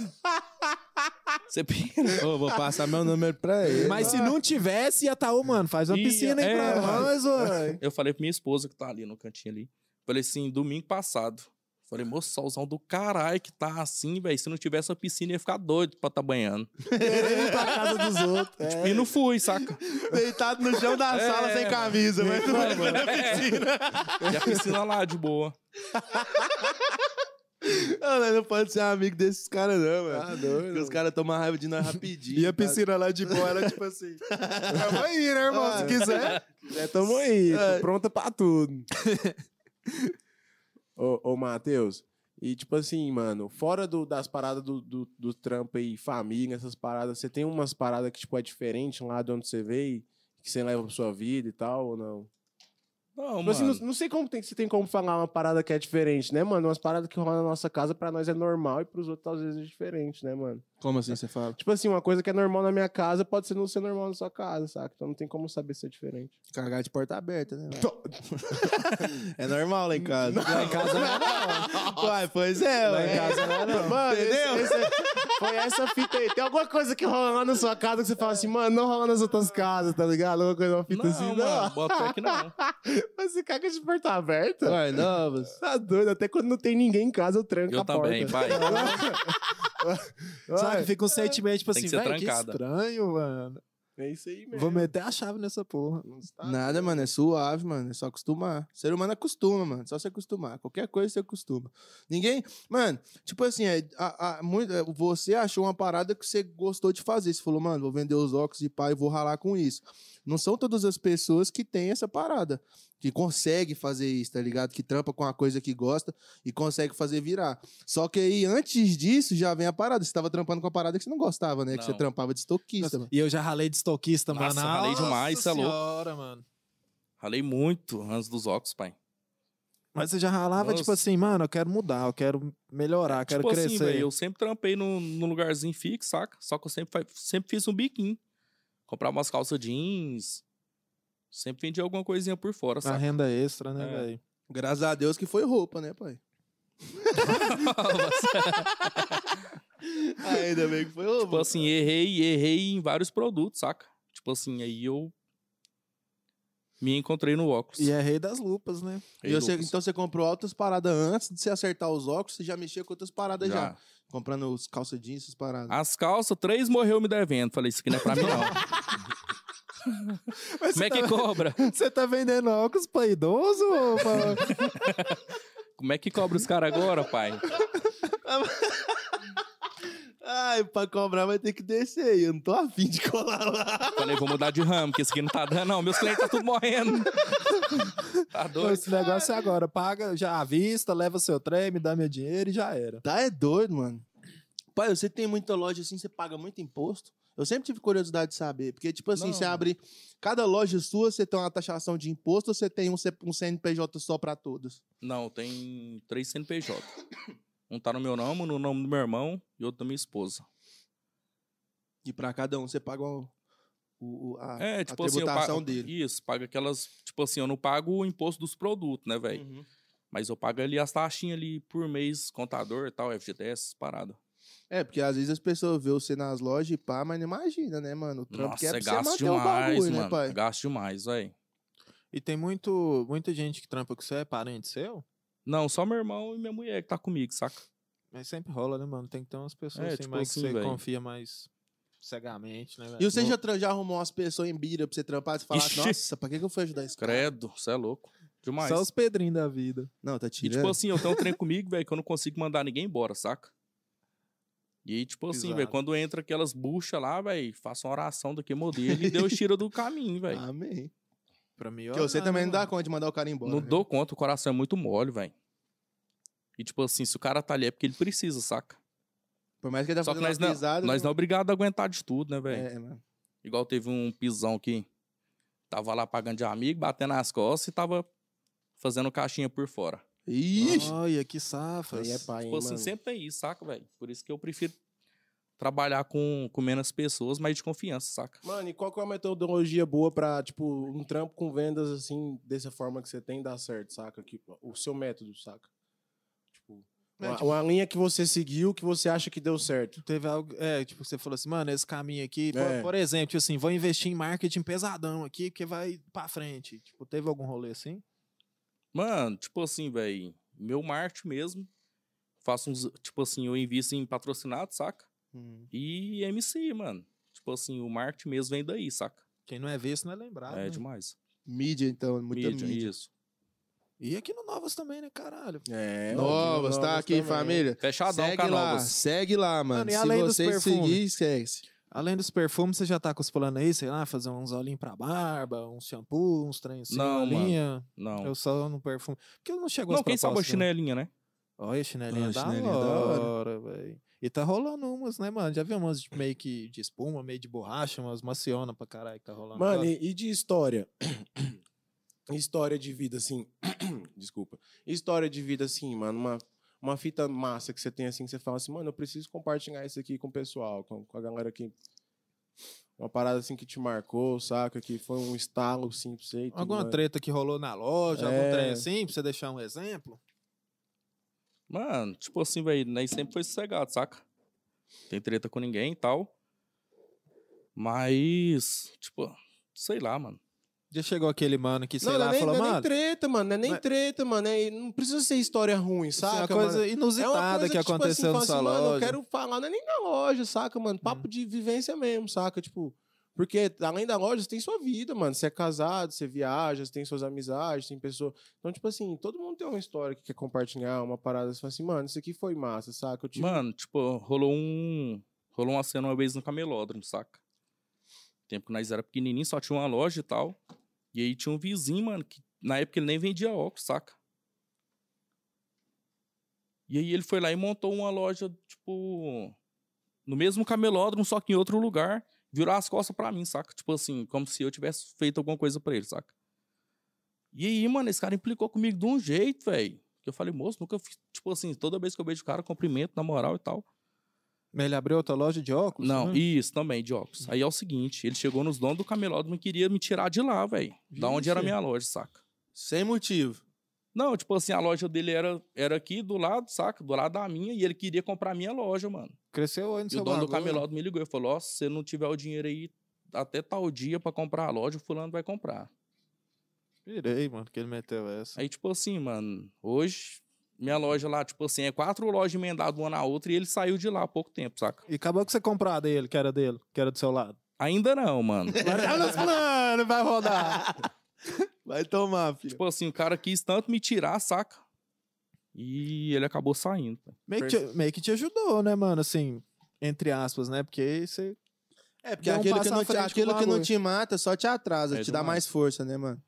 C: Você pira?
A: Ô, vou passar meu número pra ele.
B: Mas se não tivesse, ia tá, ô, mano, faz uma
C: Ia,
B: piscina aí
C: é,
B: pra nós, ué.
C: Eu falei pra minha esposa que tá ali no cantinho ali. Falei assim, domingo passado. Falei, moço, solzão do caralho que tá assim, velho. Se não tivesse a piscina, ia ficar doido pra tá banhando.
B: Querendo ir pra casa dos outros.
D: Tipo,
B: É.
C: E não fui, saca?
A: Deitado no chão da
C: É,
A: sala sem
C: mano.
A: camisa, mas não
C: Mano, é. E a piscina lá, de boa.
A: Não, nós não pode ser amigo desses caras, não, mano.
D: Tá doido,
A: Porque os
D: mano.
A: caras tomam raiva de nós rapidinho.
B: Ah, E a piscina lá de boa era tipo assim. Vamos aí, né, irmão?
A: Ah,
B: Se quiser.
D: É, tamo aí, tô
A: É.
D: pronta pra tudo. ô, ô, Matheus, e tipo assim, mano, fora do- das paradas do, do, do trampo aí, família, essas paradas, você tem umas paradas que, tipo, é diferente lá de onde você veio, que você leva pra sua vida e tal, ou não?
C: Não,
D: Tipo assim,
C: mano.
D: não, não sei como tem, se tem como falar uma parada que é diferente, né, mano? Umas paradas que rolam na nossa casa pra nós é normal e pros outros às vezes é diferente, né, mano?
A: Como assim você fala?
D: Tipo assim, uma coisa que é normal na minha casa pode ser não ser normal na sua casa, saca? Então não tem como saber se é diferente.
A: Cagar de porta aberta, né? velho? é normal lá em casa.
B: Lá em casa é
A: Uai, pois é,
B: Lá em
A: ué.
B: casa não é, não.
D: Mano,
A: Entendeu?
D: esse- esse- foi essa fita aí. Tem alguma coisa que rola lá na sua casa que você fala assim, mano, não rola nas outras casas, tá ligado? Alguma coisa, uma fita
C: Não,
D: assim,
C: mano, bota fé que não.
D: não. Mas você caga de porta aberta?
A: Uai, novas.
D: Tá doido, até quando não tem ninguém em casa, eu tranco
C: Eu
D: a porta.
C: também, pai.
D: Ué,
B: Sabe, fica um sentimento tipo
C: Tem
B: assim,
C: que ser
B: velho, que
C: trancada.
B: estranho, mano.
D: É isso aí mesmo.
B: Vou meter a chave nessa porra.
A: Nada, mano, é suave, mano. É só acostumar. Ser humano acostuma, mano. Só se acostumar. Qualquer coisa você acostuma. Ninguém. Mano, tipo assim, é, a- a- muito- é, você achou uma parada que você gostou de fazer. Você falou, mano, vou vender os óculos e pai, vou ralar com isso. Não são todas as pessoas que têm essa parada. Que consegue fazer isso, tá ligado? Que trampa com a coisa que gosta e consegue fazer virar. Só que aí, antes disso, já vem a parada. Você tava trampando com a parada que você não gostava, né? Que você
C: Não.
A: trampava de estoquista, mano.
B: E eu já ralei de estoquista, mano.
C: Nossa, ralei demais, cê é louco.
B: senhora, mano.
C: Ralei muito antes dos óculos, pai.
B: Mas você já ralava, tipo
C: Nossa.
B: assim, mano, eu quero mudar, eu quero melhorar, eu quero
C: tipo assim,
B: crescer.
C: velho, eu sempre trampei num, num lugarzinho fixo, saca? Só que eu sempre, fa- sempre fiz um biquinho. Comprava umas calças jeans. Sempre vendia alguma coisinha por
B: a
C: fora,
D: Ah,
C: saca?
B: renda extra, né,
C: É.
B: velho?
A: Graças a Deus que foi roupa, né, pai? Ainda bem que foi roupa.
C: Tipo assim, errei, errei em vários produtos, saca? Tipo assim, aí eu me encontrei no óculos.
B: E é rei das lupas, né?
A: E você- então você comprou outras paradas antes de você acertar os óculos, você já mexia com outras paradas já. Comprando os calça jeans, essas paradas.
C: As calças, três morreu me devendo. Falei, isso aqui não é pra mim, não.
B: Mas
C: Como é que cobra?
B: Você tá vendendo óculos pra idoso? ou pra-
C: Como é que cobra os caras agora, pai?
A: Ai, pra cobrar vai ter que descer aí. Eu não tô afim de colar lá.
C: Falei, vou mudar de ramo, que isso aqui não tá dando, não. Meus clientes tá tudo morrendo. Tá doido.
B: Esse negócio é agora. Paga já à vista, leva seu trem, me dá meu dinheiro e já era.
A: Tá, é doido, mano. Pai, você tem muita loja assim, você paga muito imposto? Eu sempre tive curiosidade de saber. Porque, tipo assim,
C: Não,
A: você
C: mano.
A: abre. Cada loja sua, você tem uma taxação de imposto ou você tem um, C- um CNPJ só pra todos?
C: Não, tem três CNPJ. Um tá no meu nome, no nome do meu irmão e outro da minha esposa.
A: E pra cada um você paga o, o- o- a,
C: É,
A: a
C: tipo assim, eu
A: tributação
C: pago.
A: dele.
C: Isso, paga aquelas. Tipo assim, eu não pago o imposto dos produtos, né, velho?
A: Uhum.
C: Mas eu pago ali as taxinhas ali por mês, contador e tal, FGTS, parada.
A: É, porque às vezes as pessoas vê você nas lojas e pá, mas não imagina, né, mano? O trampo que
C: Nossa,
A: é pra
C: é
A: você manter
C: gasto
A: o
C: demais,
A: bagulho,
C: mano.
A: né, pai?
C: Gasto demais, velho.
B: E tem muito, muita gente que trampa com você, é parente seu?
C: Não, só meu irmão e minha mulher que tá comigo, saca?
B: Mas sempre rola, né, mano? Tem que ter umas pessoas
C: É,
B: assim,
C: tipo
B: mais que
C: assim,
B: você
C: velho.
B: confia mais cegamente, né,
A: E
B: velho?
A: você já, tra- já arrumou umas pessoas em bira pra você trampar e falar,
C: Ixi.
A: nossa, pra que que eu fui ajudar esse cara?
C: Credo, você é louco. Demais.
B: Só os pedrinhos da vida.
A: Não, tá
C: E
A: tirando.
C: tipo assim, eu tenho um trem comigo, velho, que eu não consigo mandar ninguém embora, saca? E aí, tipo assim, velho,
B: Pisado.
C: quando entra aquelas buchas lá, velho, faço uma oração do que modelo e Deus tira do caminho, velho.
A: Amém.
B: Pra mim, né,
A: Porque você também não dá conta de mandar o cara embora.
C: não
A: né?
C: dou conta, o coração é muito mole, velho. E tipo assim, se o cara tá ali é porque ele precisa, saca?
A: Por mais que ele tá
C: Só que
A: fazendo
C: nós
A: uma
C: não,
A: pisada...
C: nós não é obrigado a aguentar de tudo, né, velho?
A: É, mano.
C: Igual teve um pisão que tava lá pagando de amigo, batendo nas costas e tava fazendo caixinha por fora.
A: Ih!
B: Olha, que safra.
D: Aí é pai, hein,
C: Tipo assim,
D: mano?
C: sempre tem isso, saca, velho? Por isso que eu prefiro trabalhar com, com menos pessoas, mas de confiança, saca?
D: Mano, e qual que é uma metodologia boa pra, tipo, um trampo com vendas, assim, dessa forma que você tem, dar certo, saca? Que, o seu método, saca? Tipo,
A: É,
D: uma,
A: tipo-
D: uma linha que você seguiu, que você acha que deu certo.
B: Teve algo. É, tipo, você falou assim, mano, esse caminho aqui. por-
D: É.
B: Por, exemplo, tipo assim, vou investir em marketing pesadão aqui, porque vai pra frente. Tipo, teve algum rolê assim?
C: Mano, tipo assim, velho, meu marketing mesmo, faço uns, tipo assim, eu invisto em patrocinado, saca?
A: Hum.
C: E MC, mano. Tipo assim, o marketing mesmo vem daí, saca?
B: Quem não é visto não é lembrado.
C: é
B: né?
C: demais.
A: Mídia, então, muita mídia.
C: Mídia, isso.
B: E aqui no Novas também, né, caralho?
D: É,
A: Novas, tá aqui, família.
C: Fechadão,
A: segue lá,
C: Canovas.
A: segue lá, mano.
B: Mano, e
A: Se
B: além dos
A: você
B: perfumes?
A: seguir, esquece.
B: Além dos perfumes, você já tá com os planos aí, sei lá, fazer uns olhinhos pra barba, uns shampoo, uns trens assim,
C: Não, mano.
B: olhinha.
C: Não.
B: Eu só no perfume. Porque não chegou
C: Não,
B: as
C: quem sabe a
B: propostas, né?
C: chinelinha, né?
B: Olha, chinelinha,
A: Ah,
B: da,
A: chinelinha da hora.
B: hora, velho. E tá rolando umas, né, mano? Já viu umas de- meio que de espuma, meio de borracha, umas maciona pra caralho que tá rolando.
D: Mano,
B: agora?
D: e, e de história? história de vida, assim. Desculpa. História de vida, assim, mano. Uma, uma fita massa que você tem, assim, que você fala assim, mano, eu preciso compartilhar isso aqui com o pessoal, com, com a galera aqui. Uma parada, assim, que te marcou, saca? Que foi um estalo, assim, pra você. e tudo
B: alguma
D: mais.
B: treta que rolou na loja, algum trem
D: É.
B: assim, pra você deixar um exemplo?
C: Mano, tipo assim, velho, nem sempre foi sossegado, saca? Tem treta com ninguém e tal. Mas, tipo, sei lá, mano.
B: Já chegou aquele mano que, sei
D: não,
B: lá,
D: não é nem,
B: falou,
D: não é nem
B: mano,
D: treta, mano. Não é nem
B: mas-
D: treta, mano. é- não precisa ser história ruim,
B: isso é uma
D: saca? mano?
B: coisa inusitada que
D: tipo
B: aconteceu
D: fala
B: na sua
D: assim, Mano, eu
B: loja.
D: quero falar, não é nem na loja, saca, mano? Papo
C: Uhum.
D: de vivência mesmo, saca? Tipo, porque além da loja, você tem sua vida, mano. Você é casado, você viaja, você tem suas amizades, tem pessoa. Então, tipo assim, todo mundo tem uma história que quer compartilhar, uma parada. Você fala assim, mano, isso aqui foi massa, saca? Eu tive...
C: Mano, tipo, rolou um. Rolou uma cena uma vez no camelódromo, saca? Tempo que nós era pequenininho, só tinha uma loja e tal. E aí tinha um vizinho, mano, que na época ele nem vendia óculos, saca? E aí ele foi lá e montou uma loja, tipo. No mesmo camelódromo, só que em outro lugar. Virou as costas pra mim, saca? Tipo assim, como se eu tivesse feito alguma coisa pra ele, saca? E aí, mano, esse cara implicou comigo de um jeito, velho. Que eu falei, moço, nunca fiz. Tipo assim, toda vez que eu vejo o cara, eu cumprimento, na moral e tal.
B: Ele abriu outra loja de óculos?
C: Não,
B: né?
C: isso também, de óculos. Aí é o seguinte, ele chegou nos donos do camelódromo e queria me tirar de lá, velho. Da onde era a
B: Vixe.
C: minha loja, saca?
A: Sem motivo.
C: Não, tipo assim, a loja dele era, era aqui do lado, saca? Do lado da minha, e ele queria comprar a minha loja, mano.
B: Cresceu antes
C: E o dono do camelódromo me ligou e falou: Ó, se você não tiver o dinheiro aí até tal dia pra comprar a loja, o fulano vai comprar.
B: Virei, mano, que ele meteu essa.
C: Aí, tipo assim, mano, hoje, minha loja lá, tipo assim, é quatro lojas emendadas uma na outra e ele saiu de lá há pouco tempo, saca?
B: E acabou que você comprar a dele, que era dele, que era do seu lado.
C: Ainda não, mano.
B: Tá nos planos, vai rodar.
A: Vai tomar, filho.
C: Tipo assim, o cara quis tanto me tirar, saca? E ele acabou saindo. tá?
B: Meio que, te, meio que te ajudou, né, mano? Assim, entre aspas, né? Porque você.
A: É, porque
B: deu um
A: aquilo,
B: passo
A: que
B: à
A: não, te,
B: frente com o
A: aquilo que não
B: bagulho.
A: te mata só te atrasa,
C: É
A: te dá
C: demais.
A: mais força, né, mano?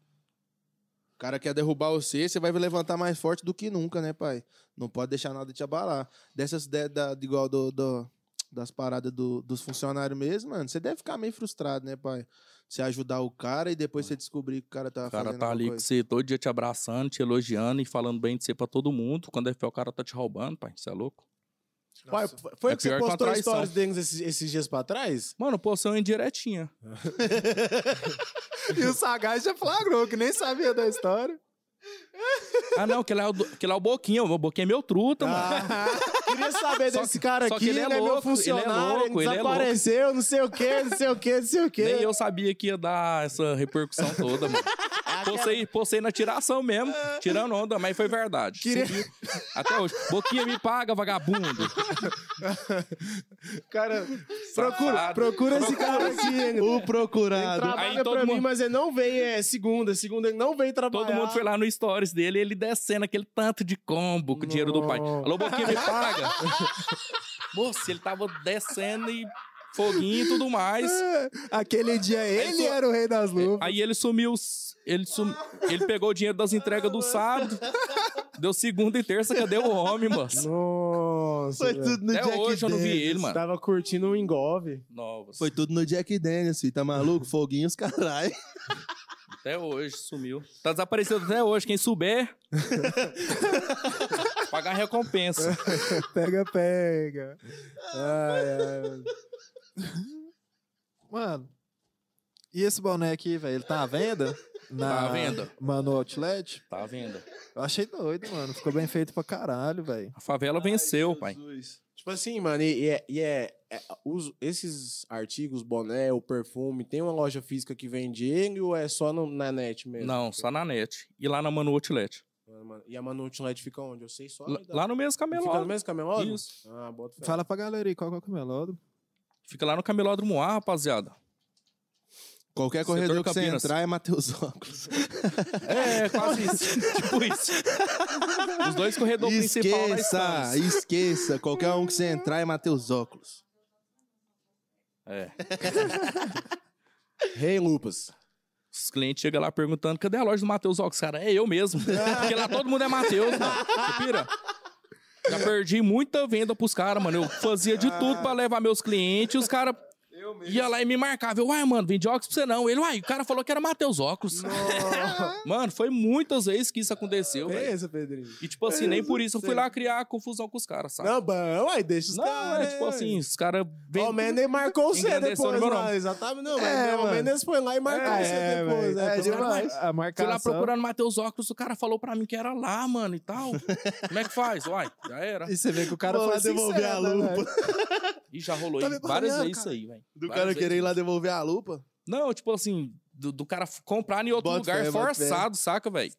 A: O cara quer derrubar você, você vai levantar mais forte do que nunca, né, pai? Não pode deixar nada te abalar. Dessas, de, da, de igual do, do- das paradas do- dos funcionários mesmo, mano, você deve ficar meio frustrado, né, pai? Você ajudar o cara e depois você descobrir que o cara tá
C: O cara
A: fazendo
C: tá
A: alguma
C: ali com
A: coisa.
C: você todo dia te abraçando, te elogiando e falando bem de você pra todo mundo. Quando é fé, o cara tá te roubando, pai. Você é louco?
D: Uai, foi
C: É
D: que você
C: pior que uma
D: postou
C: traição.
D: histórias deles esses, esses dias pra trás?
C: Mano, pô, você é uma indiretinha.
B: E o Sagaz já flagrou, que nem sabia da história.
C: Ah, não, que lá é o, do- que lá é o Boquinha. O Boquinha é meu truta, mano.
D: Queria saber desse Ah, cara
C: só
D: aqui,
C: que ele é
D: né, meu
C: louco, ele é
D: funcionário,
C: louco, ele é louco.
D: desapareceu, não sei o quê, não sei o quê, não sei o quê.
C: Nem eu sabia que ia dar essa repercussão toda, mano.
D: Ah,
C: Postei, postei na tiração mesmo, tirando onda, mas foi verdade.
D: Queria-
C: Você viu? Até hoje. Boquinha me paga, vagabundo.
D: Cara,
C: Safado.
D: procura, procura esse cara aqui. O
A: procurado.
D: trabalha
C: assim, né? Aí todo
D: pra mim,
C: mundo-
D: mas ele não vem, é segunda. Segunda ele não vem trabalhar.
C: Todo mundo foi lá no stories dele, ele descendo aquele tanto de combo com o dinheiro do pai.
D: Não.
C: Alô, Boquinha, me paga. Moço, ele tava descendo e foguinho e tudo mais.
B: É, Aquele dia ele
C: só- É,
B: era o rei das luvas.
C: Aí ele sumiu, s- ele, sum... ele pegou o dinheiro das entregas do sábado, deu segunda e terça, cadê o homem, moço?
D: Nossa,
A: Foi
D: velho.
A: tudo no
C: Até
A: Jack
C: hoje eu não vi
A: Daniels.
C: ele, mano.
D: Tava curtindo um engove.
C: Novas.
A: Foi tudo no Jack Daniels, filho. Tá maluco? Foguinhos, caralho.
C: Até hoje, sumiu. Tá desaparecido até hoje. Quem souber, pagar a recompensa.
B: Pega, pega.
C: É,
B: Ai, ai, mano. Mano, e esse boné aqui, velho, ele tá à venda? Na,
C: Tá à venda.
B: Mano, Outlet?
C: Tá à venda.
B: Eu achei doido, mano. Ficou bem feito pra caralho, velho.
C: A favela venceu, pai.
D: Tipo assim, mano, e, e é, e é- é- os- esses artigos, boné, o perfume, tem uma loja física que vende ele ou é só no- na net mesmo? Tipo,
C: Não, só na net. E lá na Manu Outlet.
D: E a Manu Outlet fica onde? Eu sei só.
C: Lá-
D: da-
C: Lá no mesmo
D: Fica no
C: camelódromo.
D: mesmo camelódromo?
C: Isso.
D: Ah, bota fé.
B: Fala pra galera aí, qual que é o camelódromo?
C: Fica lá no camelódromo A, rapaziada.
A: Qualquer
C: Setor
A: corredor que você
C: Campinas.
A: entrar é Matheus Óculos.
C: É, quase isso. tipo isso. Os dois corredores principais lá
A: Esqueça,
C: estamos.
A: esqueça. Qualquer um que você entrar é Matheus Óculos.
C: É.
D: Rei Lupas.
C: Os clientes chegam lá perguntando, cadê a loja do Matheus Óculos? Cara, é eu mesmo. Porque lá todo mundo é Matheus, mano. Você pira? Já perdi muita venda pros caras, mano. Eu fazia de tudo pra levar meus clientes. Os caras iam lá e me marcavam. Eu, uai, mano, vendi óculos pra você não. Ele, uai, o cara falou que era Matheus Óculos. Mano, foi muitas vezes que isso aconteceu, velho.
D: Pensa, Pedrinho.
C: E tipo assim, nem por isso eu fui lá criar confusão com os caras, sabe?
D: Não, bom, aí deixa os
C: Tá. Não,
D: caras. né?
C: é tipo assim, os caras...
D: Ó, o Mendes marcou você
C: Engrandeceu
D: depois
C: no meu
D: lá,
C: nome.
D: exatamente. Não,
B: É,
D: mas não, o
B: mano.
D: Mendes foi lá e marcou você depois.
B: É, velho. É
D: né? Pô,
B: demais. A
C: Fui
B: marcação.
C: lá procurando Matheus Óculos, o cara falou pra mim que era lá, mano, e tal. Como é que faz? Uai, já era.
B: E você vê que o cara
A: Vou
B: foi
A: lá devolver
B: sincero,
A: a
B: né,
A: lupa.
B: velho?
C: E já rolou
A: Tá
C: aí
A: me
C: várias
A: banhando,
C: vezes isso aí, velho.
A: Do
C: Várias
A: cara
C: vezes.
A: querer ir lá devolver a lupa?
C: Não, tipo assim, do, do cara f- comprar em outro
A: Bota
C: lugar
A: fé, bota
C: forçado, saca, velho?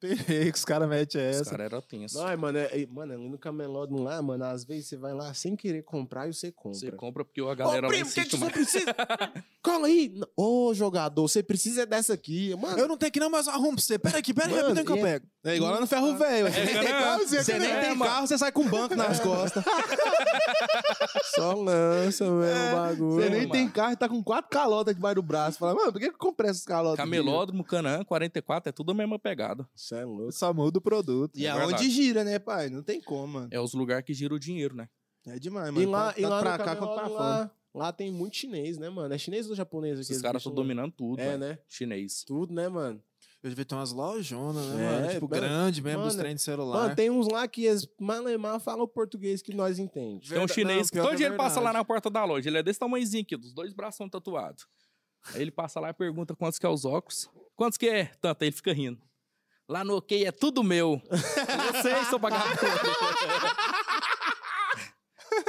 B: Pirei que os caras metem
C: Esse
B: essa.
C: cara era tenso.
D: Não, é, mano, é, é- mano, ali no camelódromo lá, mano, às vezes você vai lá sem querer comprar e você compra.
C: Você compra porque a galera lá
D: Ô, primo, o que,
C: insiste
D: que você
C: mais.
D: precisa? Cola aí. Não, Ô, jogador, você precisa dessa aqui. Mano,
B: Eu não tenho que não, mas eu arrumo pra você. Pera aqui, pera aí,
D: Mano,
B: rapidinho que eu
D: e é-
B: pego.
A: É igual lá no
D: Ah.
A: ferro velho. Você nem tem
C: cara,
A: carro, você
C: cara,
A: nem
C: é,
A: tem
C: mano.
A: carro, você sai com o banco
D: É.
A: nas costas.
D: só lança mesmo o bagulho.
A: É, Você nem
C: mano.
A: tem carro e tá com quatro calotas debaixo do braço. Fala, mano, por que que eu comprei essas calotas?
C: Camelódromo, Canaã, 44, é tudo a mesma pegada.
D: Você é louco.
B: Só muda o produto.
A: E
C: É
A: aonde
C: verdade.
A: gira, né, pai? Não tem como, mano.
C: É os lugares que gira o dinheiro, né?
A: É demais, mano.
D: E lá,
A: Tanto
D: e lá
A: pra
D: no
A: cá quanto pra
D: camelódromo
A: fora.
D: lá, lá tem muito chinês, né, mano? É chinês ou japonês?
C: Esses
D: aqueles
C: caras
D: bichos
C: estão
D: lá?
C: dominando tudo,
D: É,
C: velho.
D: né?
C: Chinês.
D: Tudo, né, mano?
B: Eu devia ter umas lojonas, né,
D: É,
B: mano? Tipo,
D: mano.
B: grande mesmo, dos
D: Mano,
B: trem de celular.
D: Mano, tem uns lá que eles malemar falam o português que nós entendemos.
C: Tem
B: Verda-
C: um
B: não,
C: chinês que
B: pior
C: todo
B: que é
C: dia ele passa lá
B: verdade.
C: na porta da loja. Ele é desse tamanhozinho aqui, dos dois braços são tatuados. Aí ele passa lá e pergunta quantos que é os óculos. Quantos que é? Tanto, aí ele fica rindo. Lá no OK é tudo meu. Eu sei, seu vagabundo.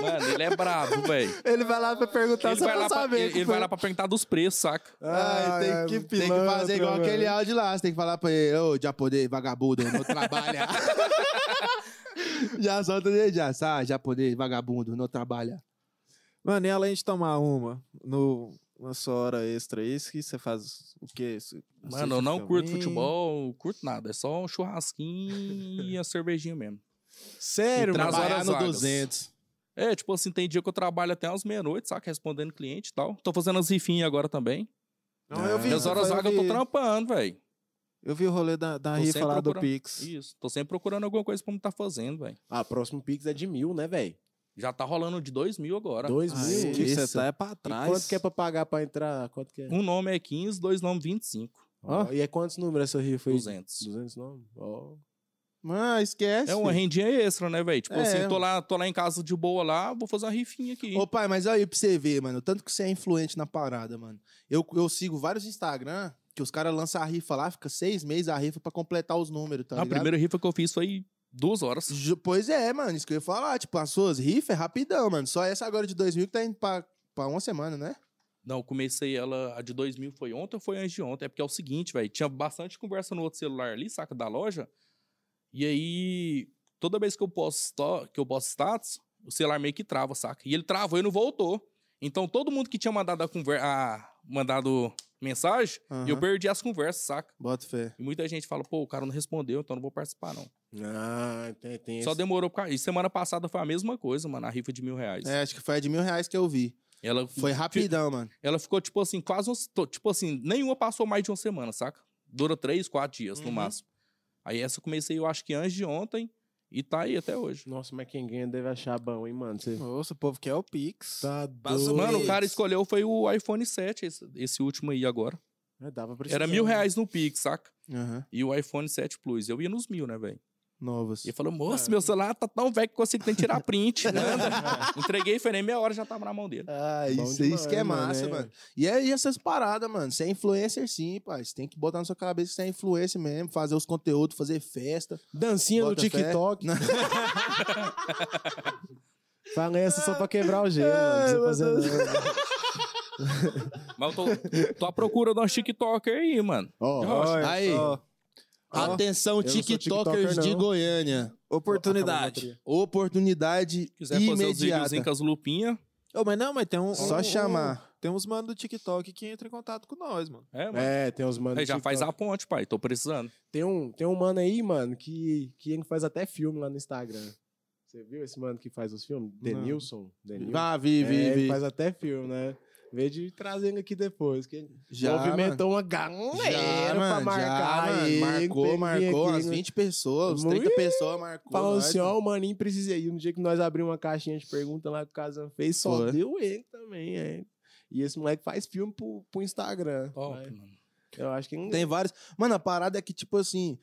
C: Mano, ele é brabo, velho.
B: Ele vai lá pra perguntar Tá
C: Ele,
B: só
C: vai
B: pra
C: lá pra-
B: saber.
C: ele- ele vai lá pra perguntar dos preços, saca?
A: Ai, tem, que, tem que fazer igual aquele áudio lá. Você tem que falar pra ele, ô, japonês, vagabundo, não trabalha. já solta dele, já. Sai, japonês, vagabundo, não trabalha.
B: Mano, e além de tomar uma no, na sua hora extra, isso que você faz o quê? Você assiste
C: Mano, eu não
B: filminho?
C: curto futebol, curto nada. É só um churrasquinho e a cervejinha mesmo.
D: Sério,
C: E
D: mano.
C: Nas
A: Trabalhar
C: trabalha- horas
A: no
C: vagas.
A: 200.
C: É, tipo assim, tem dia que eu trabalho até umas meia-noite, saca? Respondendo cliente e tal. Tô fazendo as rifinhas agora também.
B: Não, eu vi.
C: Minhas É. horas
B: eu
C: vagas eu tô
B: vi-
C: trampando, velho.
B: Eu vi o rolê da, da
C: Tô
B: rifa
C: sempre
B: lá do
C: procurando.
B: Pix.
C: Isso. Tô sempre procurando alguma coisa pra me tá fazendo, velho.
D: Ah, próximo Pix é de mil, né, velho?
C: Já tá rolando de dois mil agora.
D: Dois
B: Aí,
D: mil.
B: o que
D: Isso.
B: você tá é pra
D: E
B: trás.
D: quanto que é pra pagar pra entrar? Quanto que é?
C: Um nome é 15, dois nomes 25.
D: Ó, E é quantos números essa rifa aí?
C: 200.
D: 200 nomes? Ó.
A: Mano, esquece.
C: É uma rendinha extra, né, velho? Tipo
A: É.
C: assim, eu tô lá, tô lá em casa de boa lá, vou fazer uma rifinha aqui.
A: Ô pai, mas aí pra você ver, mano, o tanto que você é influente na parada, mano. Eu, eu sigo vários Instagram que os caras lançam a rifa lá, fica seis meses a rifa pra completar os números, tá
C: a
A: ligado?
C: primeira rifa que eu fiz foi duas horas.
A: Ju- Pois é, mano, isso que eu ia falar. Tipo, as suas rifas é rapidão, mano. Só essa agora de 2000 que tá indo pra, pra uma semana, né?
C: Não, eu comecei ela, a de 2000 foi ontem ou foi antes de ontem? É porque é o seguinte, velho, tinha bastante conversa no outro celular ali, saca, da loja. E aí, toda vez que eu posto, sto- que eu posto status, o celular meio que trava, saca? E ele travou e não voltou. Então, todo mundo que tinha mandado a conversa, mandado mensagem, eu
A: Aham.
C: perdi as conversas, saca?
A: Bota fé.
C: E muita gente fala, pô, o cara não respondeu, então não vou participar, não.
D: Ah, tem, tem
C: Só
D: esse-
C: demorou. por causa- E semana passada foi a mesma coisa, mano, a rifa de mil reais.
A: É, acho que foi a de mil reais que eu vi.
C: Ela
A: Foi rapidão, mano.
C: Ela ficou, tipo assim, quase uns, to- Tipo assim, nenhuma passou mais de uma semana, saca? Dura três, quatro dias, no
A: Uhum.
C: máximo. Aí essa eu comecei, eu acho que antes de ontem, e tá aí até hoje.
D: Nossa, mas quem ganha deve achar bom, hein, mano? Você...
B: Nossa, o povo quer o Pix.
D: Tá
B: Passa-
C: Mano, o cara
B: Putz.
C: escolheu foi o iPhone 7, esse, esse último aí agora.
D: Eu É, dava pra
C: Era
D: esses
C: mil
A: é, né?
D: anos.
C: reais no Pix, saca?
A: Aham.
C: E o iPhone 7 Plus. Eu ia nos mil, né, velho?
A: Novas.
C: E ele falou, moço, meu celular tá tão velho que consigo nem tirar print. né? Entreguei, foi nem meia hora já tava na mão dele.
A: Ah,
D: Tá Bom
A: isso, é isso que é
D: demais,
A: massa,
D: mano, é.
A: mano. E é e essas paradas, mano. Você é influencer sim, pai. Você tem que botar na sua cabeça que você é influencer mesmo. Fazer os conteúdos, fazer festa.
D: Dancinha
A: Bota
D: no
A: fé.
D: TikTok.
A: Não.
D: Fala essa só pra quebrar o gelo,
A: Ai,
D: mano.
A: meu
D: Não precisa fazer
A: é
D: nada.
C: Mas eu tô, tô à procura de um TikToker aí, mano.
A: Ó,
B: Olha
A: aí.
B: só,
A: Atenção,
D: não sou
A: TikTokers
D: TikToker,
A: de
D: não.
A: Goiânia.
B: oportunidade.
A: Oportunidade
C: Quiser fazer os videozinhos com
A: imediata.
C: as lupinhas.
B: Ô, mas não, mas tem um. um-
A: Só
B: um-
A: chamar.
B: Tem uns mano do TikTok que entra em contato com nós, mano.
C: É, mano.
D: É, tem uns mano.
C: Aí já faz a
D: TikTok.
C: ponte, pai. Tô precisando.
D: Tem um, tem um mano aí, mano, que, que ele faz até filme lá no Instagram. Você viu esse mano que faz os filmes? Denilson. Denilson.
A: Vá, vi,
D: É,
A: vi,
D: ele
A: vi.
D: faz até filme, né? Vê de trazer ele aqui depois. Que ele
A: Já, mano.
D: movimentou uma galera
A: Já,
D: pra
A: mano,
D: marcar.
A: já,
D: ele,
A: mano.
D: peguei
A: Marcou, marcou.
D: aqui,
A: Umas
D: né?
A: 20 pessoas, uns
D: Muito.
A: 30 pessoas marcou.
D: Falando
A: nós,
D: assim, ó,
A: mano.
D: o maninho precisa ir. No dia que nós abrimos uma caixinha de pergunta lá que o Kazan fez, só
A: Foi.
D: deu ele também, é. E esse moleque faz filme pro, pro Instagram.
C: Top,
D: né?
C: mano.
D: Eu acho que...
A: Tem vários. Mano, a parada é que, tipo assim,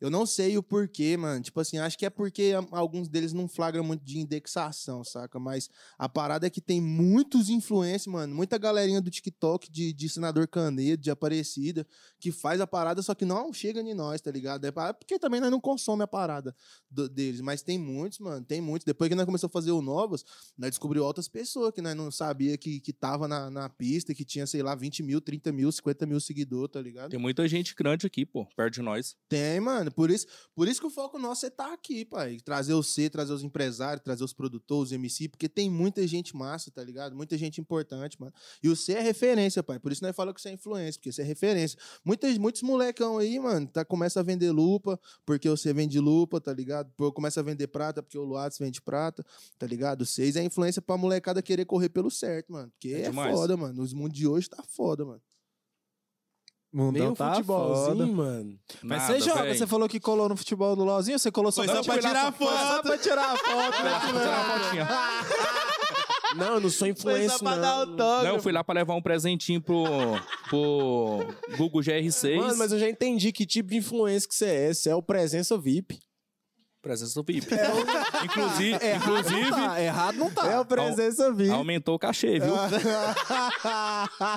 A: eu não sei o porquê, mano. Tipo assim, acho que é porque a- alguns deles não flagram muito de indexação, saca? Mas a parada é que tem muitos influencers, mano. Muita galerinha do TikTok, de, de Senador Canedo, de Aparecida, que faz a parada, só que não chega em nós, tá ligado? É pa- porque também nós não consomemos a parada do- deles. Mas tem muitos, mano. Tem muitos. Depois que nós começamos a fazer o Novos, nós descobriu outras pessoas que nós não sabia que, que tava na, na pista, que tinha, sei lá, 20 mil, 30 mil, 50 mil seguidores, tá ligado?
C: Tem muita gente grande aqui, pô, perto de nós.
A: Tem, mano. Por isso, por isso que o foco nosso é tá aqui, pai. Trazer você, trazer os empresários, trazer os produtores, os MC, porque tem muita gente massa, tá ligado? Muita gente importante, mano. E você é referência, pai. Por isso nós falamos que você é influência, porque você é referência. Muitas, muitos molecão aí, mano, tá, começa a vender lupa, porque você vende lupa, tá ligado? Pô, Começa a vender prata, porque o Luatos vende prata, tá ligado? Vocês é influência pra molecada querer correr pelo certo, mano. Porque
C: É
A: é,
C: demais.
A: foda, mano. Os mundos de hoje tá foda, mano.
D: nem
B: Mundão
D: um
B: tá
D: futebolzinho,
B: foda.
D: mano.
B: Mas
C: Nada,
B: você joga,
C: véi.
B: você falou que colou no futebol do LOLzinho, você colou só
C: Foi só
B: pra
C: pra tirar
B: foto. Foi só pra tirar a foto, né,
A: É
C: Vou tirar uma fotinha.
D: Não, eu não sou influencer, não.
C: Não, eu fui lá pra levar um presentinho pro, pro Google GR6.
D: Mano, mas eu já entendi que tipo de influencer que você é. Você é o presença VIP.
C: Presença do VIP. Inclusive,
B: Não
C: inclusive
B: tá, errado não tá.
D: É o presença VIP.
C: aumentou o cachê, viu?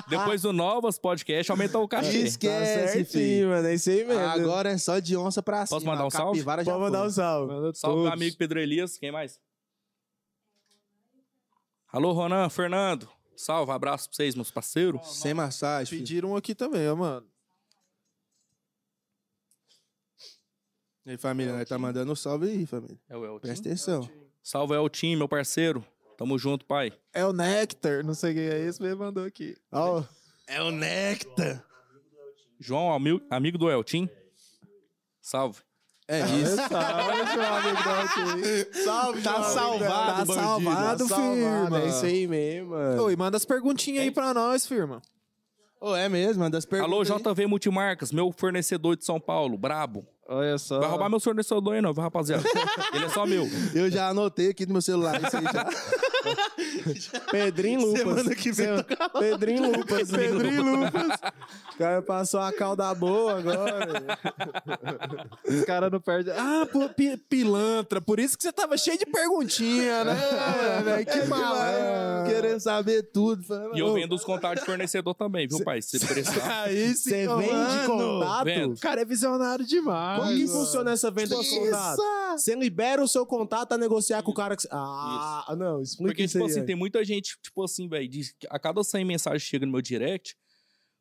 C: Depois do Novas Podcast, aumentou o cachê.
D: tá
A: Esquece, filho.
D: certinho, mano. É isso aí
B: Ah,
D: mesmo.
A: Agora é só de onça pra cima.
C: Posso mandar um
A: a
C: salve?
A: capivara já
D: Pode mandar
A: foi.
D: um salve.
C: Salve, meu amigo Pedro Elias. Quem mais? Alô, Ronan, Fernando. Salve, abraço pra vocês, meus parceiros.
A: Sem massagem. filho.
B: Pediram um aqui também, ó, mano.
A: E aí, família, nós tá mandando um salve aí, família.
C: É o Elton.
A: Presta atenção.
C: Salve, Eltim, meu parceiro. Tamo junto, pai.
B: É o Nectar, não sei quem é esse, mas ele mandou aqui.
D: Ó, o
A: É o Nectar.
C: João, ami- amigo do Eltim. Salve.
A: É isso.
D: salve,
A: Tá
D: João.
A: salvado,
B: Tá
A: bandido.
B: salvado,
D: Tá salvado,
B: firma.
D: É isso aí mesmo, mano.
B: Ô, e manda as perguntinhas aí pra nós, firma.
A: Ô, é mesmo, manda as perguntas.
C: Alô,
A: aí.
C: JV Multimarcas, meu fornecedor de São Paulo, brabo.
B: Olha só.
C: Vai roubar meu fornecedor aí não, viu, rapaziada? Ele é só meu.
A: Eu já anotei aqui no meu celular. Isso aí já.
D: Pedrinho Lupas.
A: Semana que vem tá
D: Sem- Pedrinho Lupas. Pedrinho Lupas. O cara passou a calda boa agora. velho.
B: Os caras não perdem. Ah, pô, pi- pilantra. Por isso que você tava cheio de
A: É.
B: perguntinha, né?
D: É,
A: velho, que malandro. É Querendo saber tudo. Falando,
C: E eu
A: ô,
C: vendo os contatos de fornecedor também, viu, pai? Se precisar.
B: Aí sim,
D: Você
B: ô,
D: vende
B: mano.
D: contato?
C: Vendo.
B: O cara é visionário demais.
D: Como que funciona essa venda de contato? Você libera o seu contato a negociar com o cara que... cê- Ah, não, explica
C: Porque,
D: isso
C: tipo
D: aí,
C: assim,
D: velho.
C: tem muita gente, tipo assim, velho, diz que a cada 100 mensagens que chega no meu direct,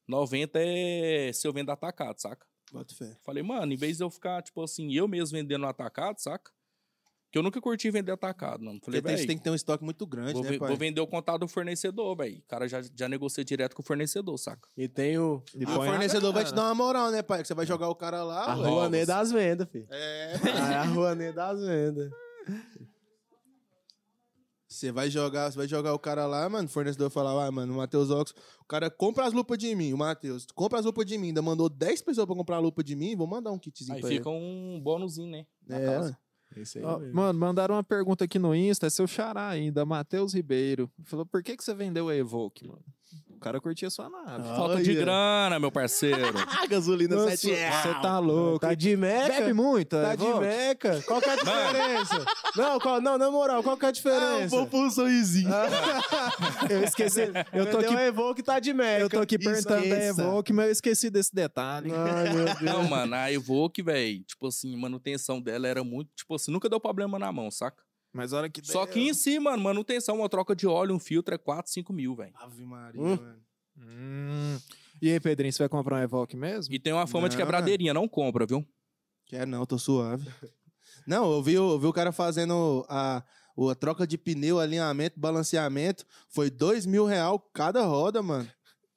C: 90 é se eu vendo atacado, saca?
A: Bota fé.
C: Falei, mano, em vez de eu ficar, tipo assim, eu mesmo vendendo atacado, saca? Que eu nunca curti vender atacado, mano.
A: Porque tem,
C: Falei, velho,
A: você tem que ter um estoque muito grande,
C: vou,
A: né,
C: ve-
A: pai?
C: vou vender o contato do fornecedor, velho. O cara já, já negocia direto com o fornecedor, saca?
D: E tem o...
B: E
A: O
B: põe na
A: fornecedor vai te
B: grana.
A: dar uma moral, né, pai? Que você vai jogar o cara
D: A
A: lá. ué.
C: Arroz.
D: Rouanet das vendas, filho.
A: É,
D: Ah, é a Rouanet das vendas.
A: Você vai jogar, você vai jogar o cara lá, mano. O fornecedor fala, ah, mano, o Matheus Ox, o cara compra as lupas de mim, o Matheus, compra as lupas de mim. Ainda mandou 10 pessoas pra comprar a lupa de mim, vou mandar um kitzinho
C: Aí
A: pra
C: fica um bônusinho, né? na
A: ele. É,
C: casa.
A: mano.
D: Isso aí
B: Ó,
D: mesmo.
B: mano, mandaram uma pergunta aqui no Insta, é seu xará ainda, Matheus Ribeiro. Falou, por que, que você vendeu a Evoque, mano? cara curtia sua nave.
C: Falta de
E: Olha.
C: grana, meu parceiro.
E: Ah, gasolina
D: Nossa,
E: 7 real.
B: Você tá louco.
D: Tá de meca?
B: Bebe muito,
D: Tá de
B: Evaldo?
D: meca? Qual que é a diferença? não, qual- não, na moral, qual que é a
E: Ah, eu
D: diferença?
E: vou pôr um sorrisinho.
B: Eu esqueci. Eu tô
D: Entendeu?
B: aqui,
D: É Evoque tá de meca.
B: eu tô aqui perguntando da
E: Esqueça.
B: Evoque, mas eu esqueci desse detalhe.
D: Ai, meu Deus.
C: Não, mano, a Evoque, velho, tipo assim, manutenção dela era muito, tipo assim, nunca deu problema na mão, saca?
B: Mas olha que.
C: Só que em si, mano, manutenção, uma troca de óleo, um filtro é 4, 5 mil, velho.
A: Ave Maria,
D: Hum.
A: mano.
B: Hum. E aí, Pedrinho, você vai comprar um Evoque mesmo?
C: E tem uma fama de
A: Não, mano.
C: quebradeirinha, não compra, viu?
A: Quer não, tô suave. Não, eu vi, o- eu vi o cara fazendo a, o- a troca de pneu, alinhamento, balanceamento. Foi dois mil real cada roda, mano.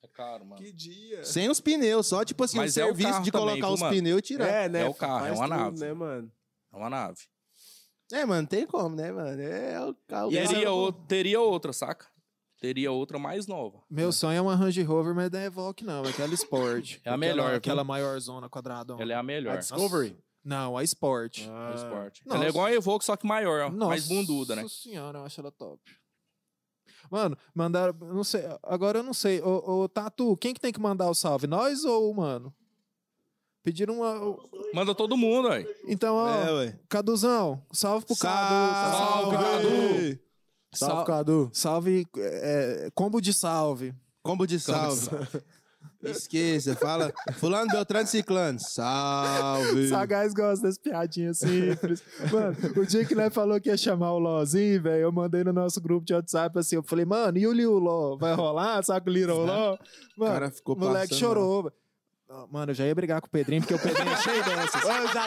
C: É caro, mano.
D: Que dia.
A: Sem os pneus, só tipo assim, o
C: Mas é o
A: serviço
C: carro
A: de
C: também,
A: colocar
C: viu,
A: os
C: mano?
A: pneus e tirar. É.
D: É, né?
C: É o carro, é
D: Faz
C: uma
D: tudo,
C: nave.
D: né, mano?
C: É uma nave.
A: mano, tem como, né, mano? É o carro.
C: E
A: cara-
C: teria, ou- teria outra, saca? Teria outra mais nova.
B: Meu sonho é uma Range Rover, mas não é Evoque, não. É aquela Sport.
C: É a melhor,
B: Aquela,
C: viu?
B: aquela maior zona quadradona.
C: Ela é a melhor.
D: Discovery.
B: Não, a Sport.
C: do esporte.
B: Nossa.
C: Ela é igual a Evoque, só que maior, ó.
B: Nossa
C: mais bunduda, né?
B: senhora, eu acho ela top. Mano, mandaram. Não sei. Agora eu não sei. Ô, ô, Tatu, quem que tem que mandar o salve? Nós ou o mano? Pediram uma.
C: Manda todo mundo, aí.
B: Então, ó,
A: É, ué.
B: Caduzão, salve pro Cadu. tá
A: Salve,
C: Cadu!
D: Salve,
B: Sal-
D: Cadu.
B: Salve, é, é, combo de salve.
A: Combo de salve. Esqueça, fala. Fulano Beltrano Ciclano. Salve.
B: Sagaz gosta das piadinhas simples. Mano, o dia que nós falou que ia chamar o Lózinho, velho, eu mandei no nosso grupo de WhatsApp assim, eu falei, mano, e o Liu Ló? Vai rolar? Sabe o Little Ló?
A: O
B: Mano,
A: cara ficou
B: o moleque
A: passando,
B: chorou. velho. Não, Mano, eu já ia brigar com o Pedrinho, porque o Pedrinho é cheio dessas.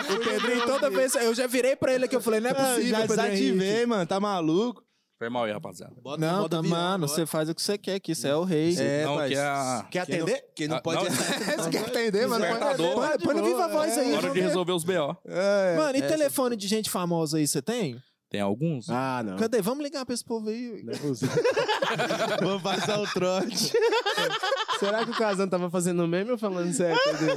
B: o Pedrinho, toda vez, eu já virei pra ele aqui, eu falei, não é
A: mano.
B: possível,
A: Já
B: Pedrinho Henrique.
A: desativei, mano. Tá maluco?
C: Foi mal aí, rapaziada.
A: Bota,
B: Não,
A: bota
B: tá,
A: avião
B: mano,
A: agora.
B: você faz o que você quer, que isso é o rei.
A: É,
C: não,
A: pai.
C: que a...
A: Quem
E: Quer
A: não-
E: atender?
A: Quem não
C: Ah,
A: pode.
C: não.
B: Você quer tá atender, mano? Põe-
C: Despertador.
B: põe- Põe no Viva Voz aí.
C: Hora de
B: vamos ver.
C: resolver os B.O.
B: Mano, e telefone de gente famosa aí você tem?
C: Tem alguns?
D: Ah, não.
B: Cadê? Vamos ligar pra esse povo aí.
D: Não é possível.
A: Vamos passar o trote.
D: Será que o Kazan tava fazendo meme ou falando sério? Pedro?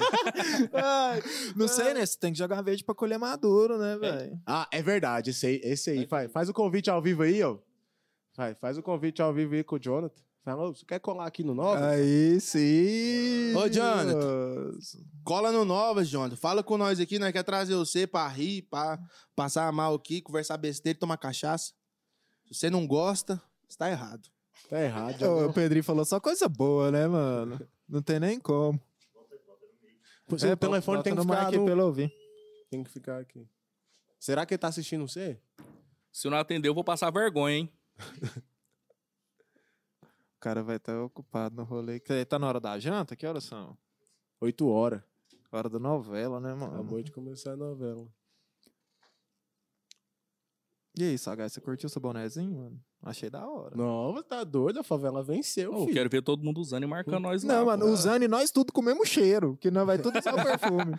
B: Não sei, né? Você tem que jogar verde pra colher maduro, né, velho?
D: ah, é verdade. Esse aí. Esse aí. Faz, faz o convite ao vivo aí, ó. Faz, faz o convite ao vivo aí com o Jonathan. Fala, ô, você quer colar aqui no Nova?
B: Aí sim.
A: Ô, Jonathan. Cola no Novas, Jonathan. Fala com nós aqui, né? Quer trazer você pra rir, pra passar mal aqui, conversar besteira, e tomar cachaça. Se você não gosta, está errado.
D: Tá errado.
B: Ô,
D: Jonathan.
B: o Pedrinho falou só coisa boa, né, mano? Não tem nem como.
D: Seu
B: É,
D: telefone
B: bota
D: tem que,
B: no
D: ficar
B: mic aí
D: no-
B: pra ele ouvir.
D: tem que ficar aqui. Será que ele tá assistindo você?
C: Se não atender, eu vou passar vergonha, hein?
B: O cara vai estar ocupado no rolê. Quer- Tá na hora da janta? Que horas são?
D: Oito horas.
B: Hora da novela, né, mano?
D: Acabou Tá de começar a novela.
B: E aí, Sagaz, você curtiu seu bonezinho, mano? Achei da hora.
D: Não, você tá doido, a favela venceu,
C: Eu
D: filho.
C: quero ver todo mundo usando e marcando nós lá,
B: Não, mano, é.
C: pô.
B: usando e nós tudo com o mesmo cheiro, que não vai tudo só perfume.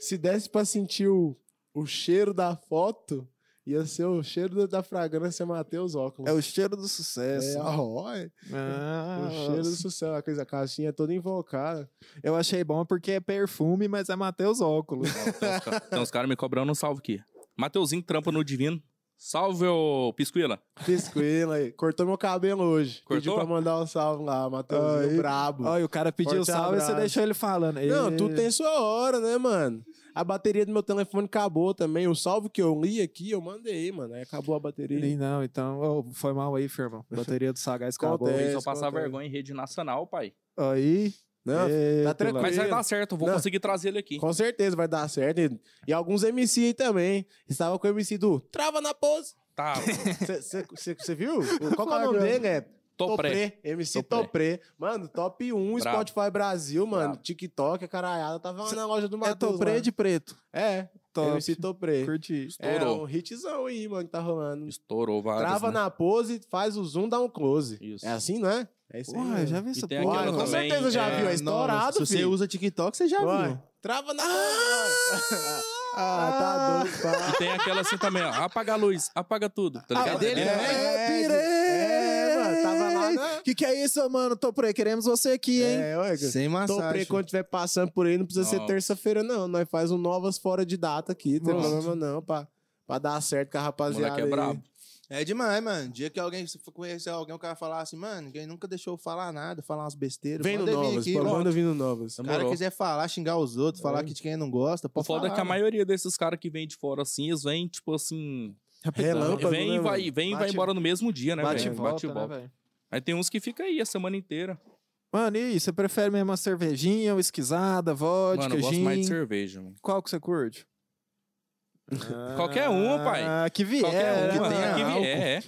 D: Se desse pra sentir o, o cheiro da foto, ia ser o cheiro da, da fragrância Matheus Óculos.
B: É o cheiro do sucesso.
D: É, ó, é.
B: Ah,
D: o cheiro do sucesso, a coisa, a caixinha é toda invocada.
B: Eu achei bom porque é perfume, mas é Matheus Óculos.
C: Tem uns ca- Tem uns caras me cobrando um salve aqui. Mateuzinho trampa no Divino. Salve, ô Piscuila.
D: Pisquila aí, cortou meu cabelo hoje. Pediu
C: Cortou?
D: pra mandar um salve lá, Matheusinho
B: Aí.
D: brabo.
B: Olha, o cara pediu
D: Forte
B: salve e você
D: abraço.
B: deixou ele falando.
D: Não,
B: Ê,
D: tudo tem sua hora, né, mano? A bateria do meu telefone acabou também. O salve que eu li aqui, eu mandei, mano. Aí acabou a bateria.
B: Ih, Não, então. ô, foi mal aí, firmão. Bateria do Sagaz acabou.
D: Acontece.
C: Vou
D: esse
C: passar
D: contato.
C: vergonha em rede nacional, pai.
B: Aí.
D: Não,
B: ê, pila.
D: tá tranquilo.
C: Mas vai dar certo, eu vou
D: Não.
C: conseguir trazer ele aqui.
D: Com certeza vai dar certo. E, e alguns MC aí também. Estava com o MC do Trava na Pose.
C: Tá,
D: Você viu? Qual que é o nome
B: Flagrante.
D: dele? É
C: tô pré.
D: MC
C: Topré.
D: Topré. Mano, top 1
C: Brabo.
D: Spotify Brasil, mano.
C: Brabo.
D: TikTok, a caralhada. Tava lá na loja do
B: É
D: Matheus.
B: topré
D: lá.
B: de preto.
D: É,
B: Top.
D: MC Topré.
B: Curti.
D: É
C: Estourou.
D: um hitzão aí, mano, que tá rolando.
C: Estourou várias,
D: Trava
C: né?
D: na pose, faz o zoom, dá um close.
C: Isso.
D: É assim, não é? É isso aí.
B: Uai,
D: mano.
B: já vi
C: E
B: essa
C: tem
B: porra.
C: aquela
D: Uai, com
C: também,
D: certeza já
C: é,
D: viu. É estourado,
A: Se você
D: filho.
A: usa TikTok, você já
D: Uai,
A: viu.
D: Trava na pose. Ah, tá doido, pá.
C: E tem aquela assim também, ó. Apaga a luz, apaga tudo. Tá ligado?
A: é dele,
C: É
A: né?
C: também.
B: É, pirei!
D: É, mano, tava lá na-
B: Que que é isso, mano? Topré, queremos você aqui, hein?
D: É, ué,
A: Sem
D: Topré,
A: massagem.
D: quando tiver passando por aí, não precisa ser
C: Não.
D: terça-feira, não. Nós faz um novas fora de data aqui, não tem
B: Pronto.
D: problema não, pra, pra dar certo com a
C: O
D: rapaziada.
C: moleque é
D: aí.
C: brabo.
A: É demais, mano. Dia que alguém se for conhecer alguém, o cara falar assim, mano, ninguém nunca deixou eu falar nada, falar umas besteiras.
D: Vem no
A: manda vir
D: Novas,
A: aqui,
D: pô,
A: mano.
D: manda vir no Novas.
A: Se o cara
C: Demorou.
A: quiser falar, xingar os outros, falar que de quem não gosta,
C: O
A: pode
C: foda é
A: falar.
C: que a
A: mano.
C: maioria desses caras que vem de fora assim, eles vêm, tipo assim.
D: Relâmpago,
C: vem
D: né,
C: e vai,
D: mano?
C: vem e vai
B: Bate-
C: embora no mesmo dia, né,
B: Bate e
C: velho?
B: volta, né, velho?
C: Aí tem uns que fica aí a semana inteira.
B: Mano, e aí? Você prefere mesmo uma cervejinha, esquisada, vodka,
C: Mano, eu gosto
B: gin?
C: mais de cerveja, mano.
B: Qual que você curte?
C: Qualquer uma, pai.
B: Ah, que vier.
C: Qualquer
B: né,
C: uma,
A: tenha
B: mano?
C: que
A: álcool.
C: vier, é.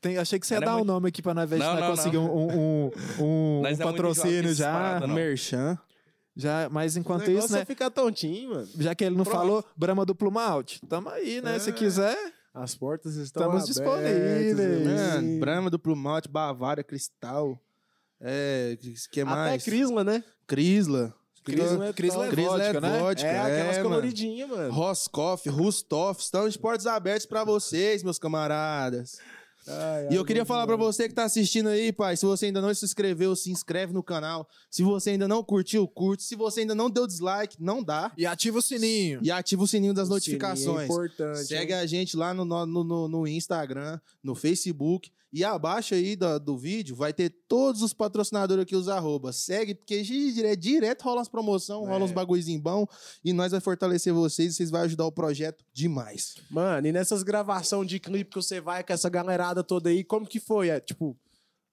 B: Tem- achei que você ia
C: Era
B: dar o
C: muito-
B: nome aqui pra nós ver se
C: Não,
B: nós
C: não, não.
B: conseguimos um, um, um, um
C: Nós é muito
B: patrocínio
C: jovem,
B: já.
C: espada, não.
A: Merchan.
B: já. Mas
D: O
B: enquanto
D: negócio
B: isso, né?
D: é ficar tontinho, mano.
B: Já que ele não
D: Pronto.
B: falou, Brahma duplo malte. Tamo aí, né? Se
D: É.
B: quiser,
D: As portas estão
B: Estamos
D: abertas, né?
B: disponíveis.
D: irmãos.
A: Mano, Brahma, Duplo Malte, Bavária, Cristal. É, que, que mais?
D: Até Crisla, né?
A: Crisla.
D: Crisla é
B: Crisla é
D: top.
A: Crisla é
B: vodka, né?
A: vodka,
D: É, aquelas
A: é, mano.
D: coloridinhas, mano.
A: Roscoff, Rustoff, estão de portas abertas pra vocês, meus camaradas.
D: Ai, ai,
A: E eu queria
D: mano.
A: falar pra você que tá assistindo aí, pai, se você ainda não se inscreveu, se inscreve no canal. Se você ainda não curtiu, curte. Se você ainda não deu dislike, não dá.
B: e ativa o sininho.
A: E ativa o sininho das
D: O sininho É
A: notificações.
D: importante.
A: Segue
D: hein?
A: a gente lá no, no, no- no Instagram, no Facebook. E abaixo aí da- do, vídeo vai ter todos os patrocinadores aqui, os arrobas. Segue, porque gi- dire- direto rola as promoções, rola uns
D: É.
A: bagulhozinhos bons. E nós vai fortalecer vocês e vocês vão ajudar o projeto demais.
D: Mano, e nessas gravação de clipe que você vai com essa galerada toda aí, como que foi? É, tipo,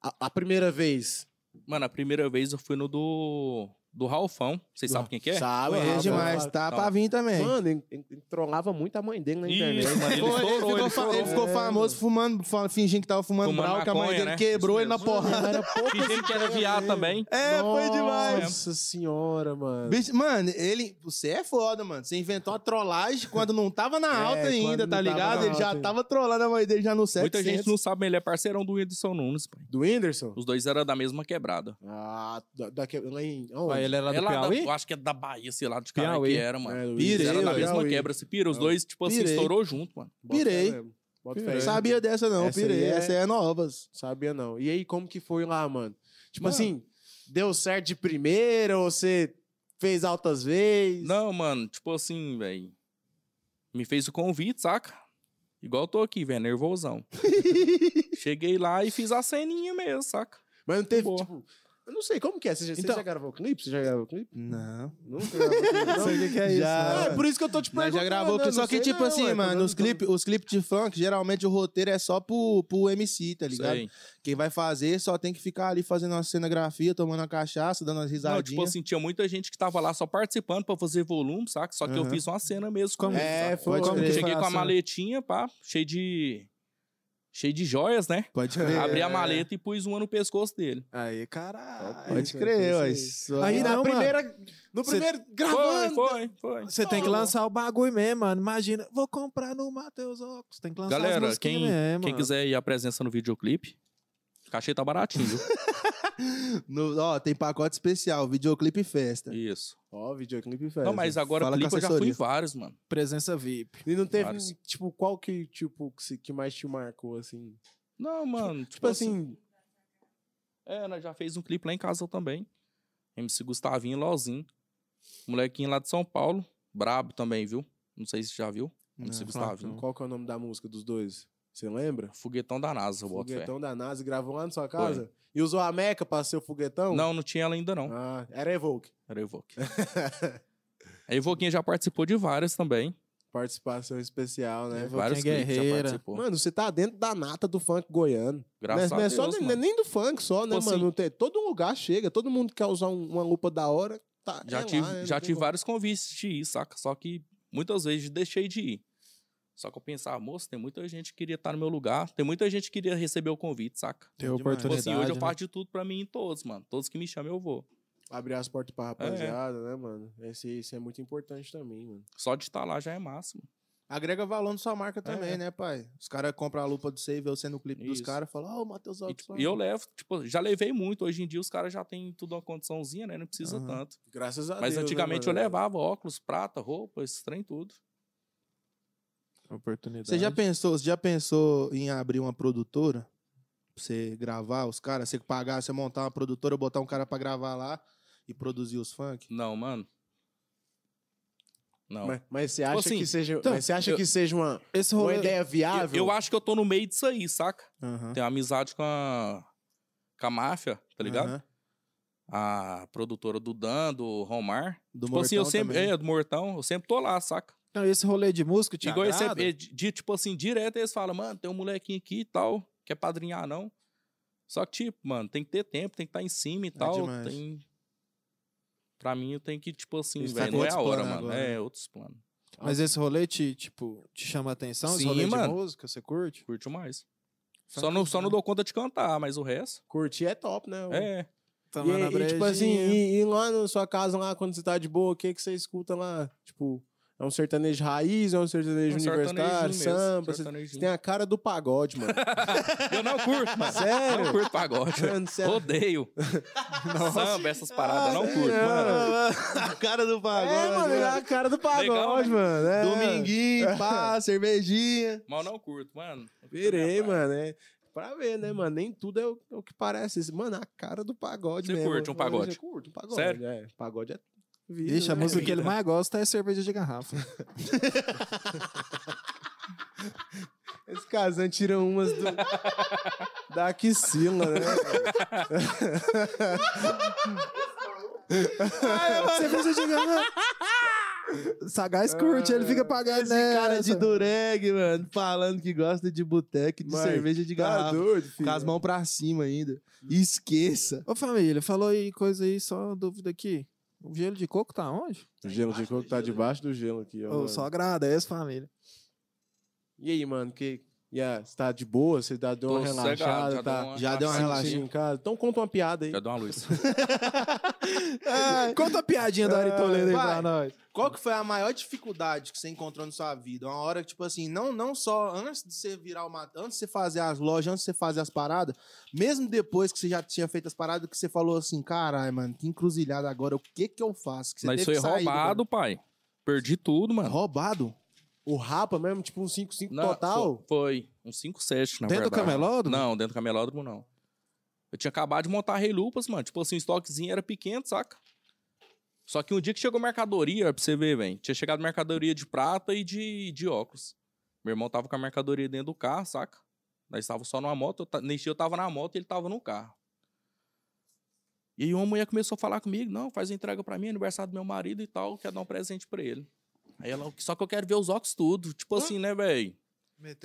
D: a, a primeira vez.
C: Mano, a primeira vez eu fui no do. Do Ralfão. Vocês sabem quem que é?
D: Sabe?
A: Foi
D: Rafa?
A: demais, tá
C: Calma.
A: pra vir também.
D: Mano, en- en- entrolava muito a mãe dele na
C: Isso,
D: internet.
C: mano, ele
A: Pô, ele,
C: estourou,
A: ficou,
C: ele
A: fa-
C: estourou.
A: ele ficou
D: É,
A: famoso fumando, fa- fingindo que tava fumando
C: Fumando
A: brau, que a mãe
C: maconha,
A: dele
C: né?
A: quebrou
C: Isso
A: ele na
C: mesmo.
A: porrada.
C: Fingindo que era viado também.
A: É, foi demais.
D: Nossa senhora, mano.
A: Bicho, mano, ele. Você é foda, mano. Você inventou uma trollagem quando não tava na alta
D: É, quando
A: ainda, tá
D: não tava
A: ligado?
D: na
A: Ele já
D: alta.
A: tava trollando a mãe dele já no 700.
C: Muita gente não sabe, mas ele é parceirão do Edson Nunes, pai.
D: Do Whindersson?
C: Os dois eram da mesma quebrada.
D: Ah, da, daquele. lá em- aonde?
B: Pai, ele era do
C: é lá da-
B: Piauí?
C: eu acho que é da Bahia, sei lá, de cara
B: Piauí.
C: que era, mano.
D: É, do
A: Pirei,
C: Eles eram da
A: ué.
C: mesma
D: Piauí.
C: quebra. Se pira, os dois, tipo assim,
A: Pirei.
C: estourou junto, mano.
D: Bota fé
A: Pirei.
D: mesmo. Bota fé.
B: Pirei.
D: Sabe-
A: Sabia dessa, não.
D: Essa aí
A: pirei.
D: é-
A: Essa aí é novas.
D: Sabia não. E aí, como que foi lá, mano? Tipo
A: Mano.
D: assim, deu certo de primeira ou você fez altas vezes?
C: Não, mano, tipo assim, velho. Me fez o convite, saca? Igual eu tô aqui, velho, nervosão. Cheguei lá e fiz a ceninha mesmo, saca?
D: Mas não teve,
C: Boa.
D: tipo... Eu não sei, como que é? Você já, você
B: Então-
D: já gravou clipe? Você já gravou clipe?
A: Não.
D: Nunca gravou clipe,
B: Não sei o que que é isso.
A: Já-
B: né,
D: Ah, é
B: velho?
D: por isso que eu tô te
A: Nós
D: perguntando.
A: já gravou.
D: né? Não
A: só que,
D: sei
A: tipo
D: não,
A: assim,
D: ué, tô
A: mano,
D: dando-
A: os clipes os clipe de funk, geralmente o roteiro é só pro, pro MC, tá ligado?
C: Sei.
A: Quem vai fazer só tem que ficar ali fazendo uma cenografia, tomando uma cachaça, dando umas
C: Não,
A: risadinhas.
C: tipo assim, tinha muita gente que tava lá só participando pra fazer volume, saca? Só que eu
A: Aham.
C: fiz uma cena mesmo.
B: Como-
C: com eles,
D: É,
C: saca?
D: foi.
A: Pode
D: Como
A: crer.
D: que
C: Cheguei
B: foi a
C: com a
B: cena?
C: maletinha, pá, cheio de... Cheio de joias, né?
A: Pode crer.
C: Abri a maleta e pus uma no pescoço dele.
B: Aí, caralho.
A: Pode crer, ó. É isso aí.
B: Aí
D: na
B: não, mano.
D: primeira... No
B: Cê-
D: primeiro,
C: Foi,
D: gravando!
C: foi, foi.
B: Você tem que lançar o bagulho mesmo, mano. Imagina, vou comprar no Matheus Óculos. Tem que lançar as
C: Galera,
B: musiquinhas
C: quem,
B: mesmo,
C: quem
B: mano.
C: quiser ir à presença no videoclipe, o cachê tá baratinho. viu?
A: No- ó, tem pacote especial, videoclipe e festa.
C: Isso.
D: Ó, videoclipe é fez.
C: Não, mas agora
A: Fala com a
C: clipe eu já fui em
A: assessoria.
C: vários, mano.
B: Presença VIP.
D: E não teve,
C: Vários.
D: tipo, qual que, tipo, que se- que mais te marcou, assim? Tipo,
C: Não, mano. Tipo, assim,
D: assim,
C: É, nós já fez um clipe lá em casa também. MC Gustavinho e Lozinho. Molequinho lá de São Paulo. Brabo também, viu? Não sei se você já viu. MC
A: Não,
C: Gustavinho.
D: qual que é o nome da música dos dois? Você lembra?
C: Foguetão da NASA, eu boto fé.
D: Foguetão da NASA, gravou lá na sua casa? E usou a Meca pra ser o foguetão?
C: Não, não tinha ela ainda não.
D: Ah, era Evoke.
C: Era a Evoque. a Evoquinha já participou de várias também.
D: Participação especial, né?
B: Evoquinha
C: vários clipes já
B: guerreira.
C: participou.
D: Mano, você tá dentro da nata do funk goiano.
C: Graças
D: não é, não é
C: a
D: só,
C: Deus,
D: nem-
C: mano.
D: nem do funk só, né,
C: Tipo
D: mano?
C: assim-
D: Não tem- todo lugar chega, todo mundo quer usar um- uma lupa da hora. Tá, é
C: Já
D: lá,
C: tive,
D: né? Não
C: já
D: tem
C: tive
D: como.
C: vários convites de ir, saca? Só que muitas vezes deixei de ir. Só que eu pensava, moço, tem muita gente que queria estar no meu lugar, tem muita gente que queria receber o convite, saca?
B: Tem
A: Demais.
C: Tipo
B: oportunidade.
C: assim, hoje eu
B: né?
C: faço de tudo pra mim em todos, mano. Todos que me chamam, eu vou.
D: Abrir as portas pra rapaziada, né, mano? Esse, esse é muito importante também, mano.
C: Só de estar lá já é máximo.
A: Agrega valor na sua marca também,
C: É.
A: né, pai? Os caras compram a lupa do você e vê você no clipe dos
C: Isso.
A: caras e falam, ó, o Matheus
C: E,
A: Alves.
C: tipo,
A: lá."
C: e eu levo, tipo, já levei muito. Hoje em dia os caras já têm tudo uma condiçãozinha, né? Não precisa
A: Aham. Tá
C: tanto.
D: Graças a Deus.
C: Mas
D: né,
C: antigamente eu
D: mano?
C: levava óculos, prata, roupa, esse trem tudo.
B: Oportunidade.
A: Você já pensou, você já pensou em abrir uma produtora? Pra você gravar os caras, você pagar, você montar uma produtora, botar um cara pra gravar lá e produzir os funk?
C: Não, mano. Não.
D: Mas, mas você acha,
C: assim,
D: que, seja,
B: então,
D: mas você acha
C: eu-
D: que seja uma,
B: Esse
D: uma
B: rolê.
D: ideia
C: Eu,
D: viável?
C: eu acho que eu tô no meio disso aí, saca?
A: Aham.
C: Tenho amizade com a, com a máfia, tá ligado?
A: Aham.
C: A produtora do Dan, do Romar.
A: Do
C: Tipo assim, eu
A: Mortão
C: sempre.
A: também. né?
C: É, do Mortão, eu sempre tô lá, saca?
B: Não, esse rolê de música, te
C: Igual esse,
B: agrada?
C: é, de, tipo assim, direto eles falam, mano, tem um molequinho aqui e tal, quer padrinhar não. Só que, tipo, mano, tem que ter tempo, tem que estar em cima e tal.
A: demais.
C: tem... Pra mim, eu tenho que, tipo assim,
A: Eles tá
C: velho,
A: com
C: não é a
A: outros
C: hora,
A: planos
C: mano.
A: agora, né?
C: É, outros planos.
B: Mas esse rolê te, tipo, te chama a atenção? esse
C: Sim,
B: rolê
C: mano.
B: de música, você curte?
C: Curto mais. Só
B: Saca,
C: não, só
B: né?
C: não dou conta de cantar, mas o resto.
D: Curtir é top, né?
C: É.
D: E,
B: Tomar na
D: e, tipo
B: brejinha.
D: assim, e, e lá na sua casa, lá quando você tá de boa, o que, que você escuta lá? Tipo, é um sertanejo raiz, é um sertanejo
C: um
D: universitário,
C: sertanejinho mesmo,
D: samba. Você você
C: sertanejinho.
D: tem a cara do pagode, mano.
C: Eu não curto, mano.
D: Sério?
C: Não curto pagode. velho.
D: Mano, é sério.
C: Odeio. Samba, essas paradas, não curto,
D: Não,
C: mano.
A: A cara do pagode. né?
D: É, mano, é a cara do pagode,
C: Legal, né?
D: mano. É.
A: Dominguinho, pá, cervejinha.
C: Mal não curto, mano.
D: Virei, mano. É. Pra ver, né, mano? Nem tudo é o, é o que parece. Mano, a cara do pagode
C: Você
D: mesmo.
C: curte um
D: Eu falei,
C: pagode?
D: Eu curto um pagode.
C: Sério?
D: É, pagode é vida,
B: Ixi, a
D: né?
B: música que ele mais gosta é cerveja de garrafa.
D: Esse casão tira umas do... da axila, né?
B: cerveja de garrafa. Sagaz curte, ele fica pagando, né?
A: Cara de dureg, mano, falando que gosta de boteco, de
D: Mãe,
A: cerveja de
D: Tá
A: garrafa.
D: doido, filho.
A: Com as mãos pra cima ainda. Esqueça.
B: Ô família, falou aí coisa aí, só uma dúvida aqui. O gelo de coco tá onde?
D: O gelo de coco tá debaixo do gelo aqui, ó.
B: Ô,
D: mano.
B: só agradece, família.
D: E aí, mano, que... Yeah, você tá de boa? Você tá deu uma
C: Tô sossegado,
D: relaxada?
C: já
D: tá...
C: dou uma
A: já deu uma
D: sentindo
A: relaxinha.
D: em casa? Então conta uma piada aí.
C: Já dou uma luz.
B: Conta a piadinha da Ari Toledo aí
A: Vai.
B: pra nós.
A: Qual que foi a maior dificuldade que você encontrou na sua vida? Uma hora que, tipo assim, não, não só antes de você virar o mato, antes de você fazer as lojas, antes de você fazer as paradas, mesmo depois que você já tinha feito as paradas, que você falou assim, caralho, mano, que encruzilhada agora, o que que eu faço? Que você
C: Mas
A: teve
C: foi
A: que sair do
C: roubado, pai. Perdi tudo,
A: bagulho.
C: mano.
A: Roubado?
D: O rapa mesmo, tipo um 5-5
C: Não,
D: total?
C: fo- Foi, um 5-7, na
B: Dentro do
C: verdade.
B: camelódromo?
C: Não, dentro do camelódromo, não. Eu tinha acabado de montar a Rei Lupas, mano. Tipo assim, o estoquezinho era pequeno, saca? Só que um dia que chegou mercadoria, pra você ver, velho. Tinha chegado mercadoria de prata e de, de óculos. Meu irmão tava com a mercadoria dentro do carro, saca? Nós tava só numa moto. Eu ta- Nesse dia eu tava na moto e ele tava no carro. E aí uma mulher começou a falar comigo, não, faz a entrega pra mim, aniversário do meu marido e tal, quer dar um presente pra ele. Aí ela, só que eu quero ver os óculos tudo. Tipo assim, né, velho?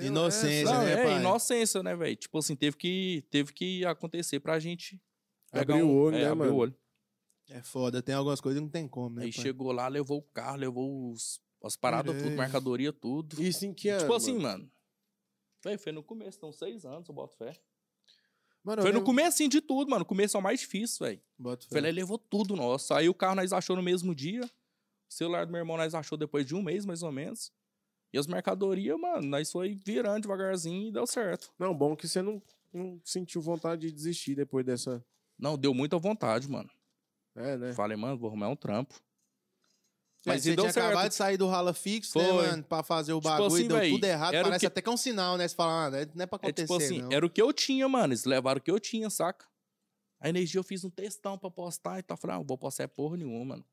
A: Inocência,
C: Não,
A: né,
C: é,
A: pai?
C: inocência, né, velho? Tipo assim, teve que, teve que acontecer pra gente. pegar
D: Abrir o
C: um-
D: olho,
C: é,
D: né,
C: abrir
D: mano?
C: O olho.
A: É foda, tem algumas coisas que não tem como, né?
C: Aí
A: pai?
C: chegou lá, levou o carro, levou os, as paradas, tudo,
B: Caralho.
C: mercadoria, tudo.
D: Isso em que ano?
C: tipo assim,
D: mano?
C: mano. Véi, foi no começo, estão seis anos, eu boto fé.
B: Mano, eu
C: foi no
B: lembro-
C: começo assim, de tudo, mano. O começo é o mais difícil, velho.
A: Bota fé.
C: Falei, ele levou tudo nosso. Aí o carro nós achou no mesmo dia. O celular do meu irmão nós achou depois de um mês, mais ou menos. E as mercadorias, mano, nós foi virando devagarzinho e deu certo.
D: Não, bom que você não, não sentiu vontade de desistir depois dessa.
C: Não, deu muita vontade, mano.
D: É, né?
C: Falei, mano, vou arrumar um trampo.
A: É,
C: Mas
A: você
C: e deu
A: tinha
C: certo.
A: acabado de sair do rala fixo, né,
C: Foi.
A: mano? Pra fazer o
C: Tipo
A: bagulho,
C: assim,
A: deu
C: véi,
A: tudo errado.
C: era o
A: Parece
C: que-
A: até que é um sinal, né? Você fala, ah, não é pra
C: É
A: acontecer,
C: tipo assim,
A: não.
C: era o que eu tinha, mano. Eles levaram o que eu tinha, saca? A energia eu fiz um textão pra postar e tal. Falei, ah, não vou postar é porra nenhuma, mano.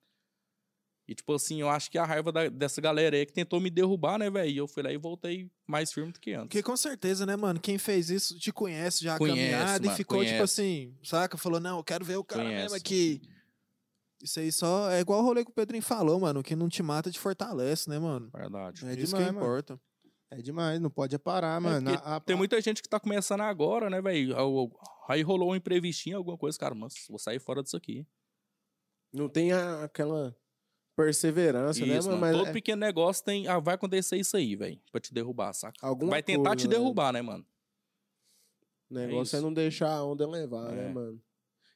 C: E tipo assim, eu acho que a raiva da- dessa galera aí é que tentou me derrubar, né, velho? E eu fui lá e voltei mais firme do que antes.
B: Porque com certeza, né, mano? Quem fez isso te conhece já a
C: Conhece,
B: caminhada e
C: mano,
B: ficou tipo
C: conhece.
B: assim, saca? Falou, não, eu quero ver o cara
C: Conhece.
B: mesmo aqui. Isso aí só é igual o rolê que o Pedrinho falou, mano. O que não te mata te fortalece, né, mano?
C: Verdade.
A: É
B: isso
A: demais,
B: que
A: mano.
B: importa.
A: É demais, não pode é parar, mano.
C: porque
A: A- a-
C: Tem muita gente que tá começando agora, né, velho? Aí rolou um imprevistinho, alguma coisa, cara, mas vou sair fora disso aqui.
D: Não tem a- aquela perseverança, né,
C: Isso,
D: mano?
C: mano.
D: Mas
C: Todo
D: é
C: pequeno negócio tem. Ah, vai acontecer isso aí, velho. Pra te derrubar, saca?
D: alguma
C: vai tentar
D: coisa,
C: te derrubar, né, mano?
D: Né? O negócio é,
C: isso.
D: não deixar a onda levar, né,
C: É.
D: mano?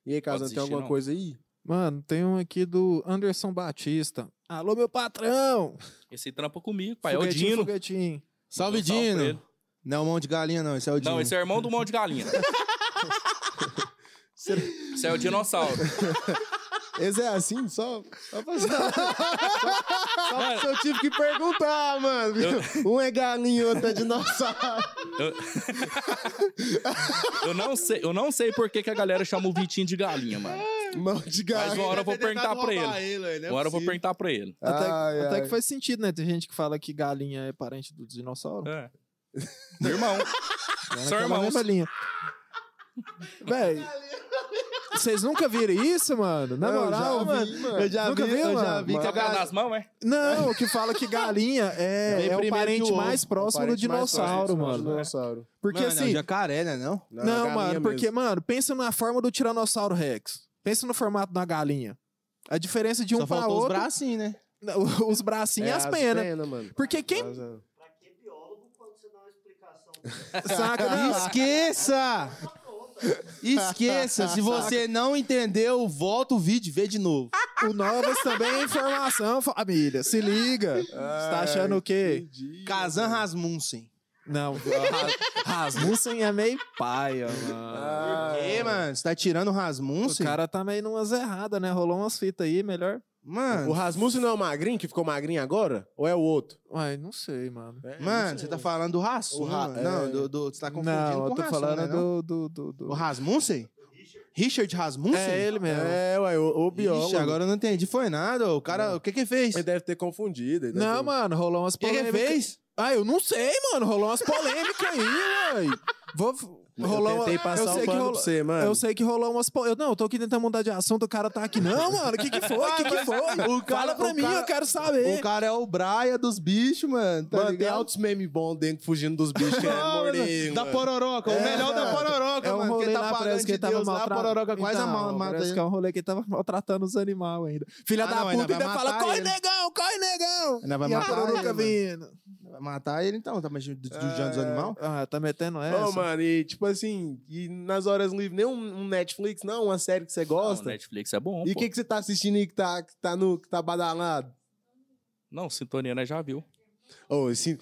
D: E aí, Casão, tem
C: desistir,
D: alguma
C: não.
D: coisa aí?
B: Mano, tem um aqui do Anderson Batista. Alô, meu patrão!
C: Esse trampa comigo, pai. É o
B: Foguetinho,
C: Dino.
B: Foguetinho.
A: Salve,
C: Deu salve pra
A: Dino!
C: ele.
A: Não é o mão de galinha, não. Esse é o Dino.
C: Não, esse é o irmão do mão de galinha. Esse é o dinossauro.
D: Esse é assim, só. Só pra, só, só porque eu tive que perguntar, mano. Um é galinha, outro é dinossauro.
C: Eu... eu não sei, eu não sei por que, que a galera chama o Vitinho de galinha, mano.
D: Mão de
C: Mas
D: gato.
C: uma hora eu vou perguntar pra ele.
E: ele.
B: É
A: é
C: Uma hora eu vou perguntar pra ele.
B: Até,
D: Ai,
B: até
D: ai.
B: que faz sentido, né? Tem gente que fala que galinha é parente do dinossauro.
C: É. Meu irmão.
B: É
C: São
B: naquela
C: irmãos.
B: mesma linha. Véi, vocês nunca viram isso, mano? Na
D: Eu
B: moral,
D: já vi,
B: mano.
D: mano.
B: Eu já
A: Nunca
B: vi,
A: viu,
B: eu já
A: mano?
B: vi
C: Tá
A: Mas-
C: com a das mãos, é?
B: Não, que fala que galinha é,
A: Vem
B: é o
A: primeiro
B: parente
A: que o ovo.
B: mais próximo do
D: Parente mais
B: dinossauro,
D: próximo do
B: mano.
D: Dinossauro.
B: Porque
A: Mano, é um
B: assim.
A: jacaré, né, não?
B: Não, mano, porque, mano, pensa na forma do Tiranossauro Rex. Pensa no formato da galinha. A diferença de um
A: Só
B: pra
A: faltou os É,
B: outro.
A: bracinhos, né?
B: Os,
A: assim
B: bracinhos e as penas.
D: É mano.
B: Porque quem
D: As- é.
F: Pra que biólogo quando você dá uma explicação? pra ele?
B: saca. Não,
A: Esqueça! Esqueça! Se você não entendeu, volta o vídeo e vê de novo.
B: O Novas também é informação, família. Se liga. Você tá achando o quê?
D: Ah, Entendi.
A: Kazan Rasmussen.
B: Não, Ra- Rasmussen é meio paia, mano.
D: Ah,
A: Ê, mano, você tá tirando o
B: é. O
A: Rasmussen?
B: cara tá meio numas erradas, né? Rolou umas fitas aí, melhor.
D: O
A: Mano,
D: Rasmussen não é o magrinho que ficou magrinho agora? Ou é o outro?
B: Uai, não sei, mano.
D: É,
A: mano, você tá falando do Rassum,
D: O Ra-
A: mano. Não,
D: é.
A: do, do- você tá confundindo
B: não,
A: com
B: eu
A: o
B: tô
A: Rassum,
B: falando
A: né, não?
B: do, do, do, do-
A: O Rasmussen? Richard Rasmussen?
B: É ele mesmo.
D: É, ué, o, o biólogo.
A: Ixi, agora eu não entendi. Foi nada, o cara... O que que fez?
D: Ele
A: O
D: deve ter confundido. ele deve
B: Não,
D: ter-
B: mano, rolou umas
A: que que
B: polêmicas.
A: fez?
B: Ah, eu não sei, mano. Rolou umas polêmicas aí, velho. Vou. Rolou
D: eu tentei
B: uma-
D: passar
B: eu sei
D: o
B: que
D: pano
B: rolou...
D: pra você, mano.
B: Eu sei que rolou umas. po- Eu, não, eu tô aqui tentando mudar de assunto, o cara tá aqui. Não, mano, o que, que foi? O que, que foi? Fala pra
A: o
B: mim,
A: cara-
B: eu quero saber.
A: O cara é o Braia dos bichos, mano. Tá
D: mano, tem
A: ligado?
D: altos memes bons dentro, fugindo dos bichos. que é morninho,
A: da
D: mano.
A: Pororoca, o
B: É,
A: melhor da
B: mano.
A: Pororoca,
B: É um
A: mano. Quem
B: rolê
A: tá
B: lá,
A: falando
B: parece que
A: de
B: ele tava
A: Deus lá, a
B: maltratando.
A: Pororoca quase a ma- mata
B: Parece
A: ele.
B: que é um rolê que ele tava maltratando os animais ainda. Filha
A: Ah,
B: da
A: não, ainda
B: puta
A: vai
B: ainda fala,
A: matar
B: corre
A: ele.
B: negão, corre negão.
A: Ainda vai
B: um- e a
A: matar
B: Pororoca
A: ele,
B: vindo.
A: Vai matar ele então, tá mexendo do dos
D: É.
A: animal?
B: Ah, tá metendo essa?
D: Ô, mano, e tipo assim, e nas horas livres, nem um, um Netflix, não, uma série que você
C: Não,
D: gosta.
C: Netflix é bom,
D: e o
C: pô.
D: que, que você tá assistindo aí que tá, que tá, no, que tá badalado?
C: Não, Sintonia, né? Já viu.
D: Ô, assim,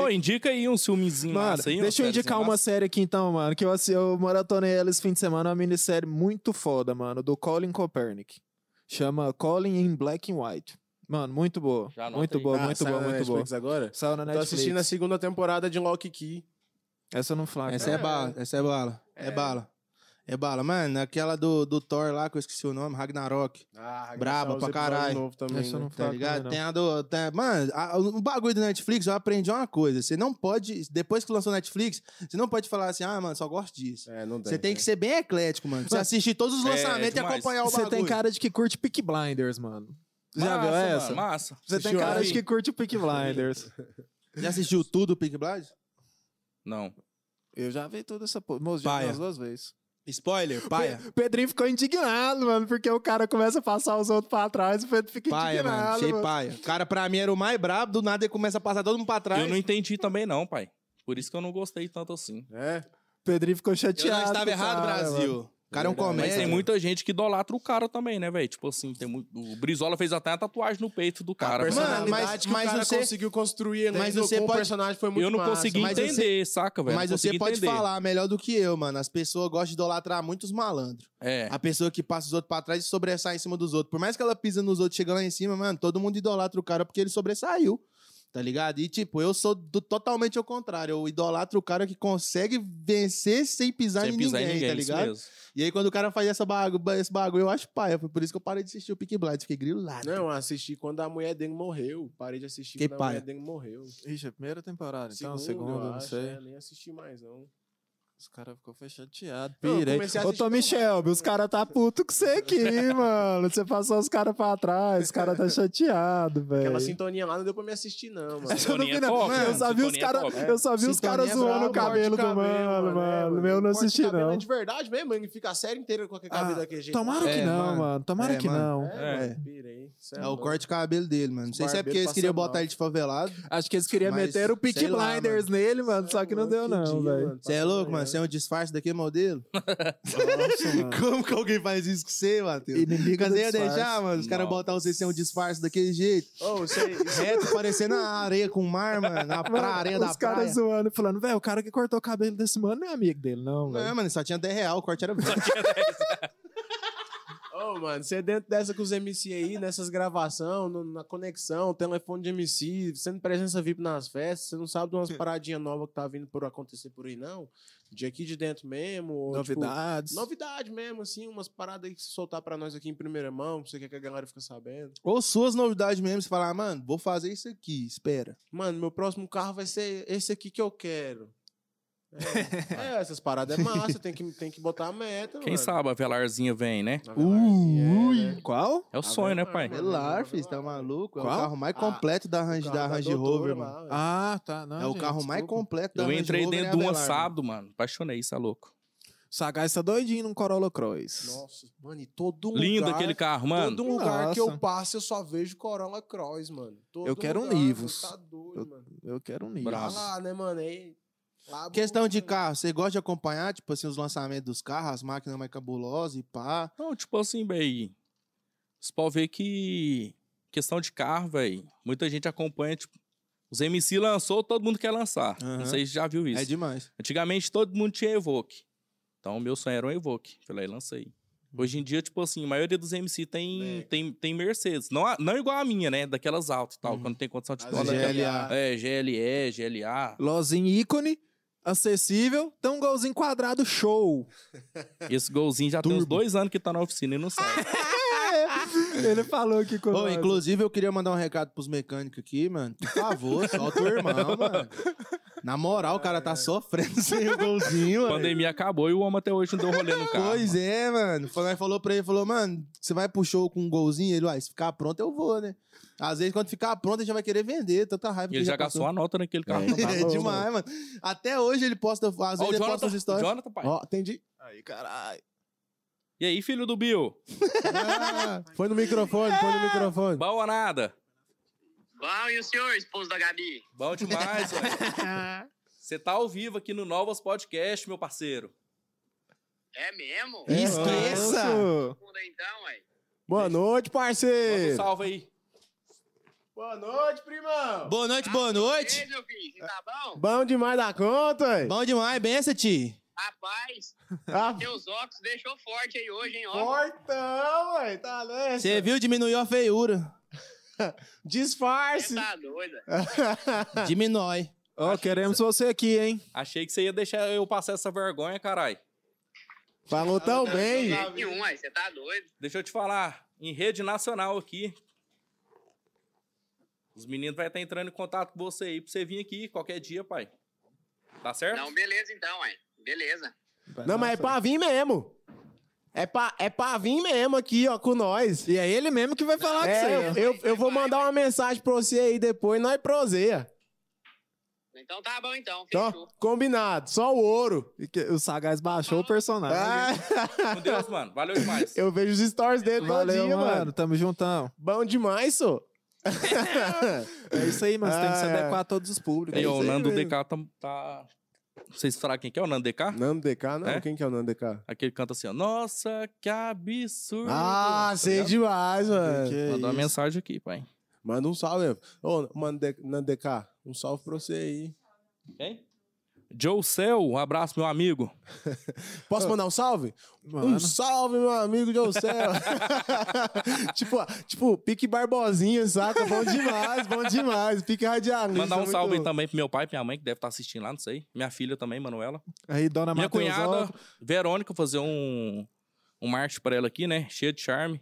C: Ô, indica aí um filmezinho
B: Mano,
C: é massa aí,
B: deixa eu
C: uma
B: indicar
C: sériezinha
B: uma série aqui então, mano, que eu, assi- eu maratonei ela esse fim de semana, é uma minissérie muito foda, mano, do Colin Copernic. Chama Colin in Black and White. Mano, muito boa.
C: Já anota
B: Muito
C: aí.
B: boa,
D: ah,
B: muito
D: saiu
B: boa,
D: na
B: muito boa.
D: Netflix agora?
B: Saiu na
D: Tô
B: Netflix.
D: assistindo a segunda temporada de Lock Key.
B: Essa eu não flaco.
A: Essa é, bala, essa é bala. É, bala. É bala. Mano, aquela do, do Thor lá, que eu esqueci o nome, Ragnarok.
D: Ah,
A: Braba
D: graças a Deus,
A: pra
D: episódio
A: caralho.
D: Novo também,
B: Essa eu
D: né?
B: não
A: Tá
B: flaco
A: ligado?
B: também,
A: Tem
B: não.
A: a do. tem- mano, a- o bagulho do Netflix, eu aprendi uma coisa. Você não pode. Depois que lançou o Netflix, você não pode falar assim, ah, mano, só gosto disso.
D: É, não tem.
A: Você tem que ser bem eclético, mano. Você
B: Mano,
A: assistir todos os
C: é, é
A: lançamentos e
C: demais.
A: acompanhar é o
B: Você
A: bagulho.
B: tem cara de que curte Peak Blinders, mano. Já viu
C: massa,
B: essa?
C: Mano, massa.
B: Você tem
D: Assistiu
B: cara
D: aí?
B: de que curte Peak Blinders.
A: Já assistiu tudo, Pink Blind?
C: Não.
B: eu já vi toda essa porra. Moço, já vi
A: Paia.
B: umas duas vezes.
A: Spoiler, paia.
B: O Pedrinho ficou indignado, mano, porque o cara começa a passar os outros pra trás e o Pedro fica
A: Paia,
B: indignado.
A: mano. Achei
B: mano.
A: paia. O cara, pra mim, era o mais brabo. Do nada, ele começa a passar todo mundo pra trás.
C: Eu não entendi também, não, pai. Por isso que eu não gostei tanto assim.
D: É?
B: O Pedrinho ficou
A: Eu
B: chateado.
A: não estava
B: com o
A: errado,
B: cara,
A: Brasil.
B: mano.
A: O cara é um
D: Verdade.
A: comédia.
C: Mas tem muita gente que idolatra o cara também, né, velho? Tipo assim, tem muito... o Brizola fez até uma tatuagem no peito do
A: Mano,
C: cara.
D: personalidade
A: mas-
D: que o
A: mas
D: cara
A: você-
D: conseguiu construir ali
A: mas
D: no-
A: você
D: com o
A: pode-
D: personagem foi é muito
C: eu não
D: massa,
C: consegui
A: mas você-
C: entender, saca, velho?
A: Mas
C: Não
A: você
C: consegui
A: pode
C: entender.
A: falar melhor do que eu, mano. As pessoas gostam de idolatrar muitos malandros.
C: É.
A: A pessoa que passa os outros pra trás e sobressai em cima dos outros. Por mais que ela pisa nos outros, chega lá em cima, mano, todo mundo idolatra o cara porque ele sobressaiu. Tá ligado? E, tipo, eu sou do- totalmente ao contrário. Eu idolatro o cara que consegue vencer sem pisar,
C: Sem
A: em,
C: pisar
A: ninguém,
C: em
A: tá
C: ninguém, isso
A: ligado?
C: mesmo.
A: E aí, quando o cara faz essa bagu esse bagulho, eu acho paia. Foi por isso que eu parei de assistir o Peaky Blinders. Fiquei grilado.
D: Não, eu assisti quando a mulher dengue morreu. Parei de assistir
A: Que
D: quando
A: paia.
D: a mulher dengue morreu.
B: Ixi, é a primeira temporada, então,
D: Segundo,
B: segunda,
D: eu
B: não
D: acho,
B: sei.
D: é, nem assisti mais, não.
B: Os caras ficou foi chateado.
D: Não, eu
B: Pirei.
D: comecei a
B: Ô,
D: assistir
B: Tommy Shelby, os caras tá puto com você aqui, mano. Você passou os caras pra trás, os caras tá chateado, velho.
D: Aquela sintonia lá não deu pra me assistir, não, mano.
B: Eu não vi,
C: Sintonia
B: não.
C: top,
B: eu só vi
C: mano.
B: os
C: é né? Sintonia
B: caras,
C: top.
B: eu só vi os
A: Sintonia
B: caras
A: é
B: zoando
A: brabo,
B: o
A: corte de
B: cabelo do mano,
D: né,
B: mano. Meu eu não assisti não.
D: É de verdade mesmo, mano. Fica a série inteira com aquele
B: Ah,
D: cabelo daquele jeito.
B: Tomara que
A: É,
B: não, mano.
A: mano.
B: Tomara
A: É,
B: que
A: mano.
B: não. Ah,
D: É,
A: É.
D: mano, pirei. Cê
A: É o
D: louco.
A: corte de cabelo dele, mano. Não sei se é
D: Barbeiro
A: porque eles queriam
D: passa mal.
A: botar ele de favelado.
B: Acho que eles queriam
A: Mas,
B: meter o Peak
A: sei lá,
B: Blinders nele, mano. Só que não deu, não,
D: dia,
B: velho.
D: mano, tá
A: Você é
D: passa
A: louco, mano?
D: amanhã.
A: Você é um disfarce daquele modelo?
B: Nossa, mano.
A: Como que alguém faz isso com você, Matheus?
B: Inimigo
A: Nunca
B: do
A: ia
B: disfarce.
A: deixar, mano. Os caras
C: Nossa.
A: botar você ser um disfarce daquele jeito.
D: Ô, você-
A: Reto, parecendo a areia com o mar, mano. Na pra areia da
B: Os
A: praia.
B: caras zoando, falando, velho, o cara que cortou o cabelo desse mano não é amigo dele, não,
A: Não,
B: velho.
A: mano, só tinha 10 real, o corte era 20.
D: Ô, Ô, mano, você é dentro dessa com os MC aí, nessas gravações, na conexão, telefone de MC, sendo presença VIP nas festas, você não sabe de umas paradinhas novas que tá vindo por acontecer por aí, não? De aqui de dentro mesmo. ou, tipo,
B: Novidades.
D: novidade mesmo, assim, umas paradas aí que você soltar pra nós aqui em primeira mão, que você quer que a galera fique sabendo.
A: Ou suas novidades mesmo, você falar, mano, vou fazer isso aqui, espera.
D: Mano, meu próximo carro vai ser esse aqui que eu quero. É, é, essas paradas é massa, tem que, tem que botar a meta.
C: Quem
D: mano.
C: sabe a velarzinha vem, né?
D: Na verdade, é, né?
B: Ui, qual?
C: É o sonho, né, pai?
D: Mano,
A: Velar,
D: mano,
A: filho, tá
D: mano.
A: maluco? É
B: Qual?
A: o carro mais
D: Ah,
A: completo da
D: O
A: Range,
D: carro
A: da Range
D: doutora
A: Rover,
D: lá,
A: mano.
D: velho.
B: Ah, tá. Não,
A: é o
B: gente,
A: carro mais
B: desculpa.
A: completo da
C: Eu
A: Range
C: entrei
A: Rover, é
C: dentro de um
A: Velar, mano.
C: assado, mano. Apaixonei, isso é louco.
B: Sagaz tá doidinho num Corolla Cross.
D: Nossa, mano, e todo lugar... é
C: Lindo aquele carro, mano.
D: Todo lugar que eu
B: Nossa.
D: passo, eu só vejo Corolla Cross, mano. Todo
B: Eu quero um
D: lugar,
B: Nivus.
D: Tá doido, mano.
B: Eu quero um nível.
D: Tá
C: Bravo.
D: lá, né, mano? Aí, lá
A: Questão de
D: mano.
A: carro, você gosta de acompanhar, tipo assim, os lançamentos dos carros, as máquinas mais cabulosas e pá.
C: Não, tipo assim, véi. Você pode ver que. Questão de carro, véi. Muita gente acompanha, tipo. Os MC lançou, todo mundo quer lançar.
A: Aham.
C: Não sei se já viu isso.
A: É demais.
C: Antigamente todo mundo tinha Evoque. Então o meu sonho era um Evoque. Falei, lancei.
A: Uhum.
C: Hoje em dia, tipo assim, a maioria dos MC tem,
D: Mega.
C: tem, tem Mercedes. Não, a- não igual a minha, né? Daquelas altas e tal,
A: Uhum.
C: quando tem condição de
D: As
C: dólar.
A: GLA.
C: É, GLE, GLA.
B: Lozinho ícone, acessível, tem um golzinho quadrado show.
C: Esse golzinho já tem uns
A: Turbo.
C: dois anos que tá na oficina e não sai.
B: Ele falou aqui com
A: Ô,
B: nós.
A: inclusive, eu queria mandar um recado pros mecânicos aqui, mano. Por favor, solta o irmão, mano. Na moral, o cara tá sofrendo sem o golzinho,
C: a
A: mano.
C: pandemia acabou e o homem até hoje não deu rolê no carro.
A: Pois é, mano. Falou- aí Falou pra ele, falou, mano, você vai pro show com um golzinho? Ele, uai, se ficar pronto, eu vou, né? Às vezes, quando ficar pronto, ele já vai querer vender, tanta raiva
C: E
A: que
C: ele já
A: passou.
C: gastou a nota naquele carro. não dá,
A: É
C: não.
A: demais, mano. Até hoje ele posta, às
C: Ó,
A: vezes
C: o
A: ele posta
C: Jonathan,
A: as histórias.
C: Jonathan, pai.
D: Ó, entendi.
B: Aí, caralho.
C: E aí, filho do Bill?
D: Ah, foi no microfone, foi no
A: É.
D: microfone.
C: Bom ou nada?
E: Bom, e o senhor, esposo da Gabi?
C: Bom demais, velho. Você tá ao vivo aqui no Novas Podcast, meu parceiro.
E: É mesmo?
A: É, Esqueça!
B: Nossa.
E: Funda então, ué.
D: Boa noite,
C: Manda um
D: parceiro.
C: salve aí.
D: Boa noite, primão.
A: Boa noite, boa
E: E aí,
A: noite.
E: meu filho, você tá bom?
D: Bom demais da conta, hein?
A: Bom demais, benção, ti.
E: Rapaz,
D: Ah,
E: teus óculos deixou forte aí hoje, hein, ó.
D: Fortão, ué, tá nessa.
A: Você viu? Diminuiu a feiura.
D: Disfarce.
E: Você tá doida. tá-
A: Diminui.
B: Ó, queremos você aqui, hein?
C: Achei que você ia deixar eu passar essa vergonha, carai.
D: Falou tão bem.
E: Jeito Nenhum, ué, você tá doido.
C: Deixa eu te falar, em rede nacional aqui. Os meninos vão estar entrando em contato com você aí pra você vir aqui qualquer dia, pai. Tá certo?
E: Não, beleza então, ué. Beleza.
D: Não, mas é pra vir mesmo. É pra, é pra vir mesmo aqui, ó, com nós.
B: E é ele mesmo que vai falar
D: É,
B: com
D: eu,
B: você.
D: eu, eu vou mandar uma mensagem pra você aí depois, nós é proseia.
E: Então tá bom então, fechou.
D: Então, combinado, só o ouro.
B: E que- O Sagaz baixou o personagem.
A: Ah,
C: Com Deus, mano. Valeu demais.
D: eu vejo os stories dele todo
B: Valeu,
D: dia,
B: mano.
D: mano.
B: Tamo juntão.
D: Bom demais, só.
B: É isso aí, mano. Você tem que se
D: Ah, é.
B: adequar a todos os públicos.
C: E
B: É
C: o
B: isso aí
C: Nando
B: mesmo.
C: DK tá. tá... Não sei se falar quem que é o Nando DK.
D: Nando DK, não?
C: É?
D: Quem que é o Nando DK?
C: Aquele que canta assim, ó. Nossa, que absurdo.
D: Ah,
C: Tá
D: sei
C: ligado?
D: demais, mano.
B: Que
C: Mandou uma
B: isso.
C: mensagem aqui, pai.
D: Manda um salve. meu. Ô, mano, De- Nando DK, um salve pra você aí.
C: Quem? Joe Cell, um abraço, meu amigo.
D: Posso mandar um salve? Um
B: Mano.
D: salve, meu amigo de Ocel. tipo, tipo, pique Barbosinha, saca? Bom demais, bom demais. Pique radialista.
C: Mandar
B: é
C: um
D: muito
C: salve aí
D: bom.
C: também pro meu pai, e minha mãe, que deve estar assistindo lá, não sei. Minha filha também, Manuela.
B: Aí, dona
C: então. Minha
B: Matheus,
C: cunhada,
B: ó,
C: Verônica, fazer um, um marketing pra ela aqui, né? Cheia de charme.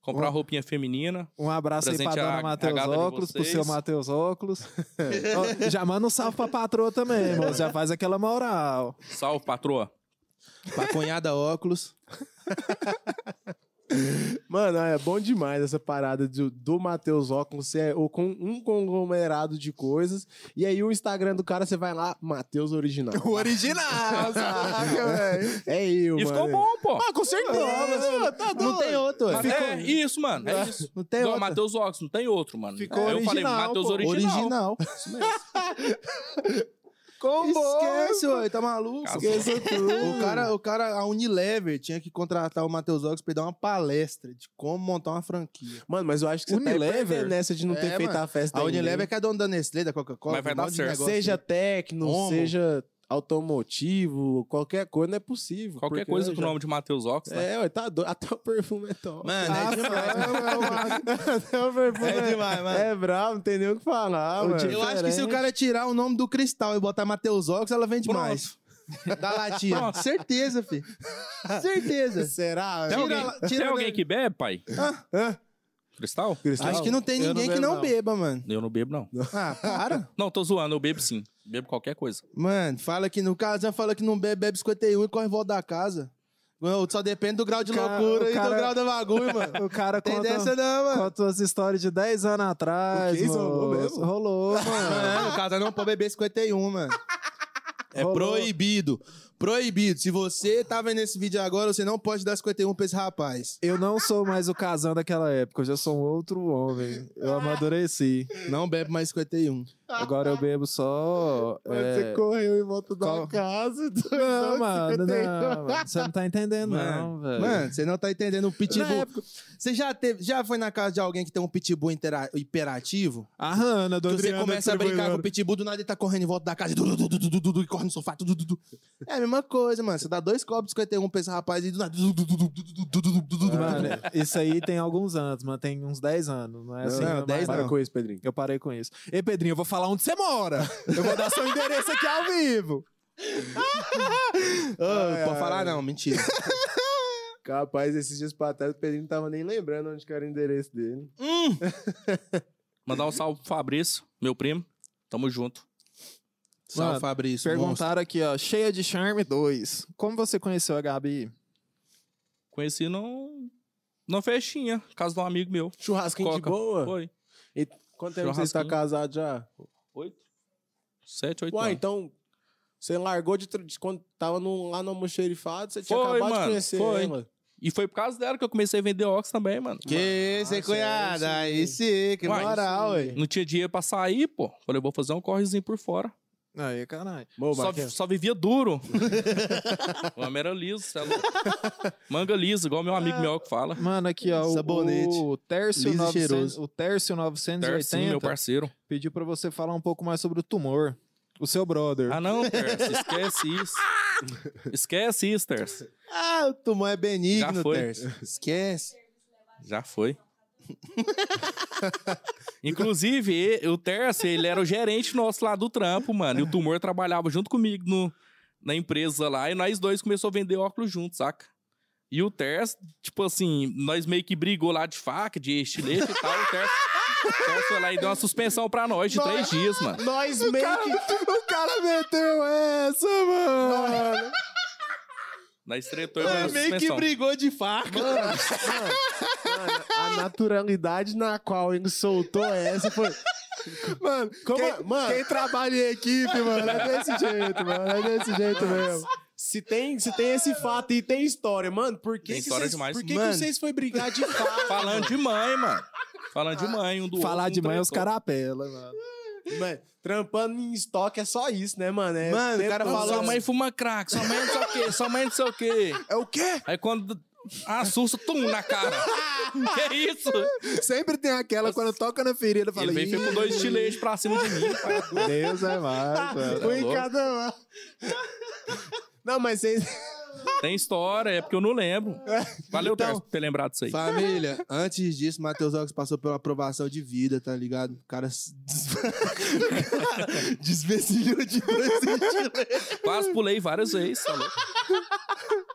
C: Comprar
B: Ó.
C: roupinha feminina.
B: Um abraço aí pra
C: Presente a-
B: dona
C: a
B: Matheus
C: gata de
B: Óculos, pro seu
C: vocês.
B: Matheus Óculos. Ó, já manda um salve pra patroa também, moço. Já faz aquela moral.
C: Salve, patroa.
A: Pra cunhada óculos.
D: Mano, é bom demais essa parada do, do Matheus Óculos, você é, ou com um conglomerado de coisas. E aí o Instagram do cara, você vai lá, Matheus Original.
B: original,
D: é eu,
C: E
D: mano.
C: ficou bom, pô.
D: Ah, com certeza.
A: Não tem outro,
C: Mas
A: ué.
C: É isso, mano. É isso.
A: Não tem
C: Igual
A: outro.
C: Matheus Ox, não tem outro, mano.
B: Ficou
C: eu falei,
B: original,
C: Matheus
B: pô.
C: original.
A: Original.
D: Combo!
A: Esquece, ué. Tá maluco?
C: Casou.
A: Esquece tudo. O cara, o cara, a Unilever tinha que contratar o Matheus Óculos pra ele dar uma palestra de como montar uma franquia.
D: Mano, mas eu acho que você
B: Unilever?
D: tá perdendo nessa de não ter
A: É,
D: feito
A: mano.
D: a festa
A: A
D: ainda, hein?
A: Unilever que é dona da é Nestlé, da Coca-Cola.
C: Mas vai
A: tem um
C: dar
A: monte de
C: certo.
A: negócio
D: Seja
A: aí.
D: técnico,
A: Como?
D: seja automotivo, qualquer coisa, não é possível.
C: Qualquer
D: porque
C: coisa
D: eu
C: com o
D: já-
C: nome de Matheus Ox, né?
D: É, ué, tá doido. Até o perfume é top.
A: Mano, é demais.
D: Até o perfume
A: É
D: é,
A: demais, mano.
D: é bravo, não tem nem o que falar, O mano.
A: Eu acho que se o cara tirar o nome do cristal e botar Matheus Ox, ela vende
C: Pronto.
A: mais. Da latinha.
C: Pronto.
A: Certeza, filho. Certeza.
C: Tem
D: Será?
A: Tira
C: alguém,
A: lá-
C: tem
A: tira
C: alguém
A: lá.
C: que bebe, pai?
D: Hã?
C: Cristal?
D: Cristal?
A: Acho que não tem
D: Eu
A: ninguém que
D: bebo,
A: não, beba, mano.
C: Eu não bebo, não.
A: Ah, para.
C: Não, tô zoando, eu bebo sim. Bebo qualquer coisa.
A: Mano, fala que no caso, fala que não bebe, bebe 51 e corre volta da casa. Mano, Só depende do grau de
B: O cara-
A: loucura
B: o
A: e do
B: cara-
A: grau da bagulho, mano.
B: O cara
A: Tem
B: conta,
A: dessa não, mano.
B: conta umas histórias de 10 anos atrás.
D: O que? Isso
B: moço.
D: rolou mesmo?
B: Rolou, mano.
A: Mano, o cara não pode beber 51, mano. É
B: Rolou.
A: proibido. Proibido. Se você tá vendo esse vídeo agora, você não pode dar 51 pra esse rapaz.
B: Eu não sou mais o casão daquela época, eu já sou um outro homem. Eu amadureci.
A: Não bebe mais 51.
B: Agora eu bebo só.
D: Mas
B: é,
D: Você correu em volta da
B: qual-
D: casa.
B: Não, mano, não, mano, Você não tá entendendo, não, velho.
A: Mano, você não tá entendendo o
B: Na
A: pitbull.
B: época-
A: Você já, teve, já foi na casa de alguém que tem um pitbull intera- hiperativo?
B: a Hanna, do
A: Que Então você
B: Adriano
A: começa a brincar com o
B: Tribunaro.
A: pitbull, do nada ele tá correndo em volta da casa e, du- du- du- du- du- du- du- e corre no sofá. du- du- du- du. É a mesma coisa, mano. Você dá dois copos de 51 pra esse rapaz e do nada. du- du- du- du- du- du- du- du- du- du-
B: Mano, isso aí tem alguns anos, mano. Tem uns 10 anos, não é assim?
A: não,
B: mas-
A: 10
D: Para
A: não.
D: com isso, Pedrinho.
B: Eu parei com isso. Ei, Pedrinho, eu vou falar onde você mora. Eu vou dar seu endereço aqui ao vivo.
A: Ô, Pode falar não, mentira.
D: Capaz, esses dias pra trás, o Pedrinho não tava nem lembrando onde que era o endereço dele.
C: Mandar um salve pro Fabrício, meu primo. Tamo junto.
A: Salve,
B: Mano,
A: Fabrício.
B: um
A: monstro.
B: Perguntaram aqui, ó. Cheia de Charme 2. Como você conheceu a Gabi?
C: Conheci num. numa festinha, casa de um amigo meu.
D: Churrasquinho
C: Coca.
D: de boa?
C: Foi.
D: E quanto tempo você está
C: Churrasquinho.
D: casado já?
C: Oito? Sete, oito
D: Uai,
C: anos.
D: então você largou de, tr- de quando tava no- lá no almoxerifado, você tinha
C: Foi,
D: acabado de
C: mano,
D: conhecer
C: foi.
D: ela.
C: E foi por causa dela que eu comecei a vender óculos também, mano.
A: Que
D: Nossa,
A: isso, cunhada?
D: é
A: Aí
D: isso
A: sim, que
C: Uai,
A: moral, ué.
C: Não tinha dinheiro pra sair, pô. Falei, vou fazer um correzinho por fora.
B: Aí, caralho.
D: Mô,
C: só,
D: Marquinhos,
C: só vivia duro. o homem era liso, cê é louco. Manga lisa, igual meu amigo meu que fala.
B: Mano, aqui, ó. o-
A: Sabonete.
B: O Tércio,
A: Liso e
B: 900,
A: cheiroso.
B: o Tércio
C: Tercinho, meu
B: 980
C: parceiro.
B: pediu pra você falar um pouco mais sobre o tumor. O seu brother.
C: Ah, não, Terce, esquece isso. Esquece isso, Terce.
A: Ah, o tumor é benigno,
C: Já foi.
A: Terce. Esquece.
C: Já foi. Inclusive, e- o Terce, ele era o gerente nosso lá do trampo, mano. E o Tumor trabalhava junto comigo no, na empresa lá. E nós dois começou a vender óculos juntos, saca? E o Terce, tipo assim, nós meio que brigou lá de faca, de estilete e tal. O Terce, o Terce foi lá e deu uma suspensão pra nós de três dias, mano.
D: Nós meio que...
B: o cara meteu essa, mano!
C: Nós tretou e deu uma
A: meio que
C: suspensão.
A: brigou de faca.
D: Mano, a naturalidade na qual ele soltou essa foi... Mano,
B: quem-
D: quem trabalha em equipe, mano, é desse jeito, mano, é desse jeito mesmo. Se tem, se tem esse fato e tem história, mano, por que,
C: Tem
D: que
C: história
D: vocês,
C: demais.
D: por que, que
A: Mano.
D: vocês foi brigar de fato?
C: Falando de mãe, mano. Falando de mãe, um do outro.
B: Falar
C: um
B: de mãe, os
C: tretou.
B: caras apelam, mano.
D: Mano, trampando em estoque é só isso, né, mano? É
A: Mano, o
D: tempo
A: cara
D: todo
A: falou,
C: Sua
D: só-
C: mãe fuma crack, sua mãe não sei o quê, sua mãe não sei o quê.
D: É o quê?
C: Aí quando assusta, tum, na cara. que isso?
B: Sempre tem aquela, quando toca na ferida, fala...
C: Ele veio e foi com dois estiletes pra cima de mim. pai.
B: Deus
D: Tá
B: é mais, mano.
D: Um em
C: louco?
D: cada mão. Não, mas vocês.
C: Tem história, é porque eu não lembro. Valeu,
D: Então-
C: Tarso, por ter lembrado disso aí.
A: Família, antes disso, Matheus Ox passou pela aprovação de vida, tá ligado? O cara s- des... desvencilhou de dois centímetros.
C: Quase pulei várias vezes. tá louco?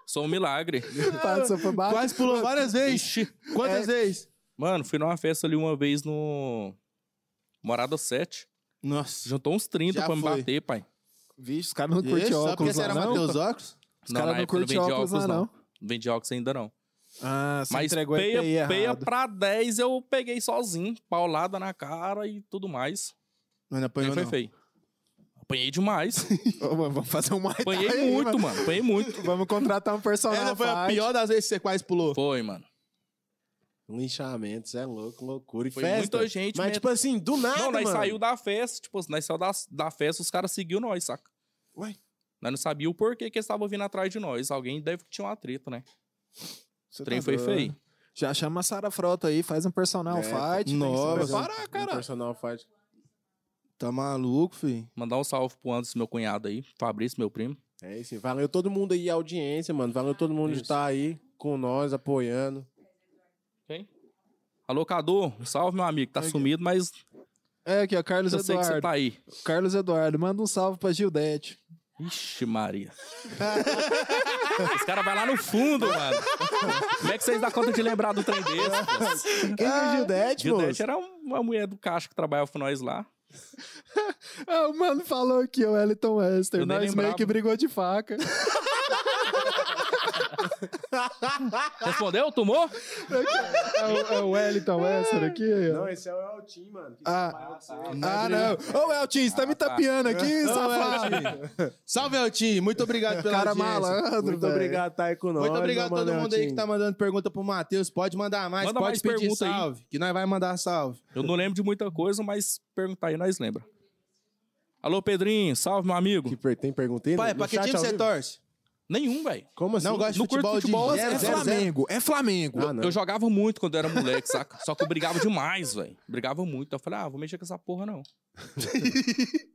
C: Sou um milagre.
B: Passa por baixo.
A: Quase pulou várias vezes.
C: Ixi.
A: Quantas vezes?
C: Mano, fui numa festa ali uma vez no... Morada 7.
A: Nossa.
C: Juntou uns 30
A: Já
C: pra me
A: foi.
C: bater, pai.
B: Vixe, os caras não
A: Ixi,
B: curtem
A: Sabe porque
B: óculos
A: você
B: lá,
A: era
B: não?
A: Matheus Ox?
B: Os caras não curtem óculos lá, não.
C: Não vendi óculos ainda, não.
B: Ah, você
C: Mas
B: entregou a EPI
C: peia, peia
B: errado.
C: pra 10 eu peguei sozinho, paulada na cara e tudo mais.
A: Não, não
C: Aí
A: apanhou,
C: foi
A: não.
C: feio. Apanhei demais.
B: um Ô, mano, Vamos fazer um mais
C: Apanhei muito, mano. Apanhei muito.
B: Vamos contratar um personal
A: Essa foi a
B: fight.
A: pior das vezes que você quase pulou.
C: Foi, mano.
D: Linchamento, isso é louco, loucura. E
C: Foi
D: festa.
C: muita gente.
D: Mas,
C: mesmo.
D: tipo assim, do nada.
C: não, nós
D: mano.
C: saiu da festa. Tipo, nós saiu da, da festa, os caras seguiu nós, saca?
D: Ué?
C: Nós não sabia o porquê que eles estavam vindo atrás de nós. Alguém deve que tinha uma treta, né?
B: Você
C: o trem
B: tá
C: foi
B: doido.
C: feio.
B: Já chama a Sara Frota aí, faz um personal
D: É,
B: fight.
A: nossa.
B: Parar,
D: Um
B: cara.
D: personal fight.
A: Tá maluco, filho?
C: Mandar um salve pro Anderson, meu cunhado aí, Fabrício, meu primo.
D: É isso. aí. Valeu todo mundo aí, a audiência, mano. Valeu todo mundo de
C: Isso.
D: estar aí com nós, apoiando.
C: Quem? Alô, Cadu, salve, meu amigo. Tá sumido, mas
B: É aqui, ó, Carlos
C: eu sei que você
B: Eduardo.
C: tá aí.
B: Carlos Eduardo, manda um salve pra Gildete.
C: Ixi, Maria. Os caras vão lá no fundo, mano. Como é que vocês dão conta de lembrar do trem desse? pô?
B: Ah,
D: Quem é Gildete,
C: Gildete
D: moço?
C: era um, uma mulher do caixa que trabalhava com nós lá.
B: Ah, o mano falou aqui, o Elton Wester.
C: Eu nem
B: Nós meio
C: lembrava.
B: que brigou de faca.
C: Respondeu? Tomou?
B: é, o, é o Wellington Wester aqui. ó.
D: Não, esse é o Eltim, mano. Que
B: Ah.
D: safado.
B: Ah, não. Ô, Elton, você tá me
C: tá.
B: tapeando aqui, safado.
A: Salve, Eltim. Muito obrigado pela
B: É, Cara né?
A: audiência.
B: malandro,
D: Muito
B: velho.
D: obrigado por estar aí com nós.
A: Muito obrigado a
D: meu
A: todo
D: mano
A: mundo aí que
D: Eltim.
A: tá mandando pergunta pro Matheus. Pode mandar mais,
C: Manda
A: pode
C: mais
A: pedir
C: pergunta aí.
A: salve, que nós vai mandar salve.
C: Eu não lembro de muita coisa, mas perguntar aí nós lembra. Alô, Pedrinho, salve, meu amigo.
D: Que per- tem pergunta aí? no-
A: Pai, é
D: no
A: pra que
D: chat
A: time
D: ao
A: você
D: vivo?
A: torce?
C: Nenhum, velho.
D: Como assim?
A: Não gosta de
C: não curto
A: futebol,
C: futebol,
A: de zero,
B: É
A: zero, zero.
B: Flamengo, é Flamengo.
D: Ah, não.
C: Eu jogava muito quando eu era moleque, saca? Só que eu brigava demais, velho. Brigava muito. Eu falei, ah, vou mexer com essa porra, não.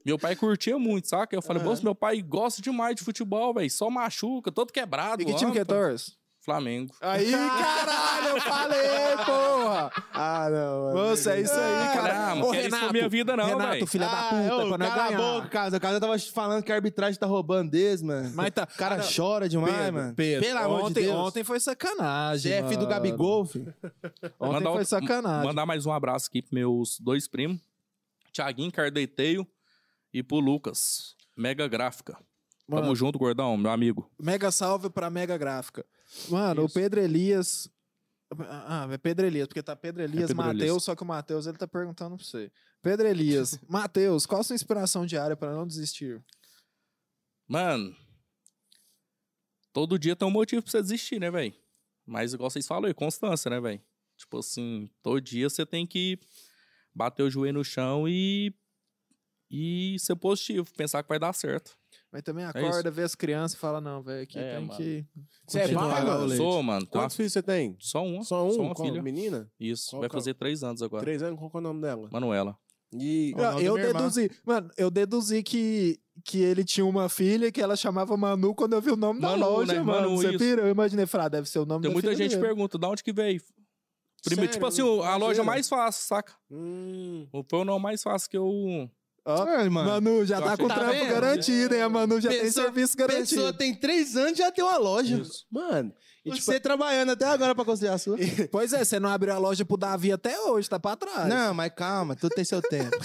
C: meu pai curtia muito, saca? Eu falei, moço, meu pai gosta demais de futebol, velho. Só machuca, todo quebrado.
B: E que time que é
C: âmbito."
B: torce?
C: Flamengo.
B: Aí, caralho, eu falei, porra.
D: Ah, não. mano.
B: Moça, é isso aí,
C: Falei,
B: cara.
C: ah, não
B: Ô,
C: quero isso pra minha vida, não,
B: Renato, Ah,
C: velho.
B: filha da puta,
A: Ah, ô,
B: pra nós
A: cala
B: ganhar.
A: a boca, Casa. O Casa tava falando que a arbitragem tá roubando deles, mano.
B: Mas tá-
A: O cara
B: Cara,
A: chora demais, mano. Pelo amor
B: ontem,
A: de Deus.
B: Ontem foi sacanagem.
A: Chefe do
B: mano.
A: Gabigol, filho.
B: Ontem
C: Mandar
B: foi
C: outro-
B: sacanagem.
C: Mandar mais um abraço aqui pros meus dois primos, Thiaguinho Cardeiteio e pro Lucas, Mega Gráfica.
B: Mano.
C: Tamo junto, gordão, meu amigo.
B: Mega salve pra Mega Gráfica. Mano, o Pedro Elias. Ah, é Pedro Elias, porque tá Pedro Elias,
C: Pedro
B: Matheus,
C: Elias.
B: só que o Matheus ele tá perguntando pra você. Pedro Elias, Matheus, qual a sua inspiração diária pra não desistir?
C: Mano, todo dia tem um motivo pra você desistir, né, velho? Mas igual vocês falam aí, constância, né, velho? Tipo assim, todo dia você tem que bater o joelho no chão e e ser positivo, pensar que vai dar certo.
B: Mas também
C: É isso.
B: acorda, vê as crianças e fala: não, velho, aqui
C: É,
B: tem
C: mano.
B: que.
D: Você é
B: continuar."
D: pai, mano?
C: Eu sou, mano, tá?
D: Quantos filhos você tem?
C: Só uma.
D: Só um?
C: uma
D: Qual-
C: filha.
D: Menina?
C: Isso,
D: Qual
C: vai
D: que é o-
C: fazer três anos agora.
D: Três anos? Qual que é o nome dela?
C: Manuela.
D: E...
A: Ó, o nome
B: eu
A: da minha irmã.
B: deduzi, mano, eu deduzi que, que ele tinha uma filha que ela chamava Manu quando eu vi o nome da
C: Manu,
B: loja,
C: né?
B: mano.
C: Manu,
B: você
C: isso.
B: pira? Eu imaginei, falar, ah, deve ser o nome
C: Tem
B: da
C: muita
B: filha
C: gente que
B: dele.
C: pergunta de onde que veio. Primeiro, tipo assim,
D: Sério?
C: a loja
D: Imagina.
C: mais fácil, saca?
D: Hum.
C: Foi o nome mais fácil que eu.
B: Ó,
A: É,
B: Manu, já
C: Eu
B: tá
C: achei-
B: com
A: Tá
B: trampo
A: vendo?
B: garantido, hein? A Manu já tem
A: Pensou-
B: serviço
A: Pessoa
B: garantido.
A: tem três anos e já tem uma loja.
D: Mano,
A: E
D: e tipo...
A: você trabalhando até agora pra conseguir a sua.
B: Pois é, você não abriu a loja pro Davi até hoje, tá pra trás.
D: é
A: Não, mas calma, tudo tem seu tempo.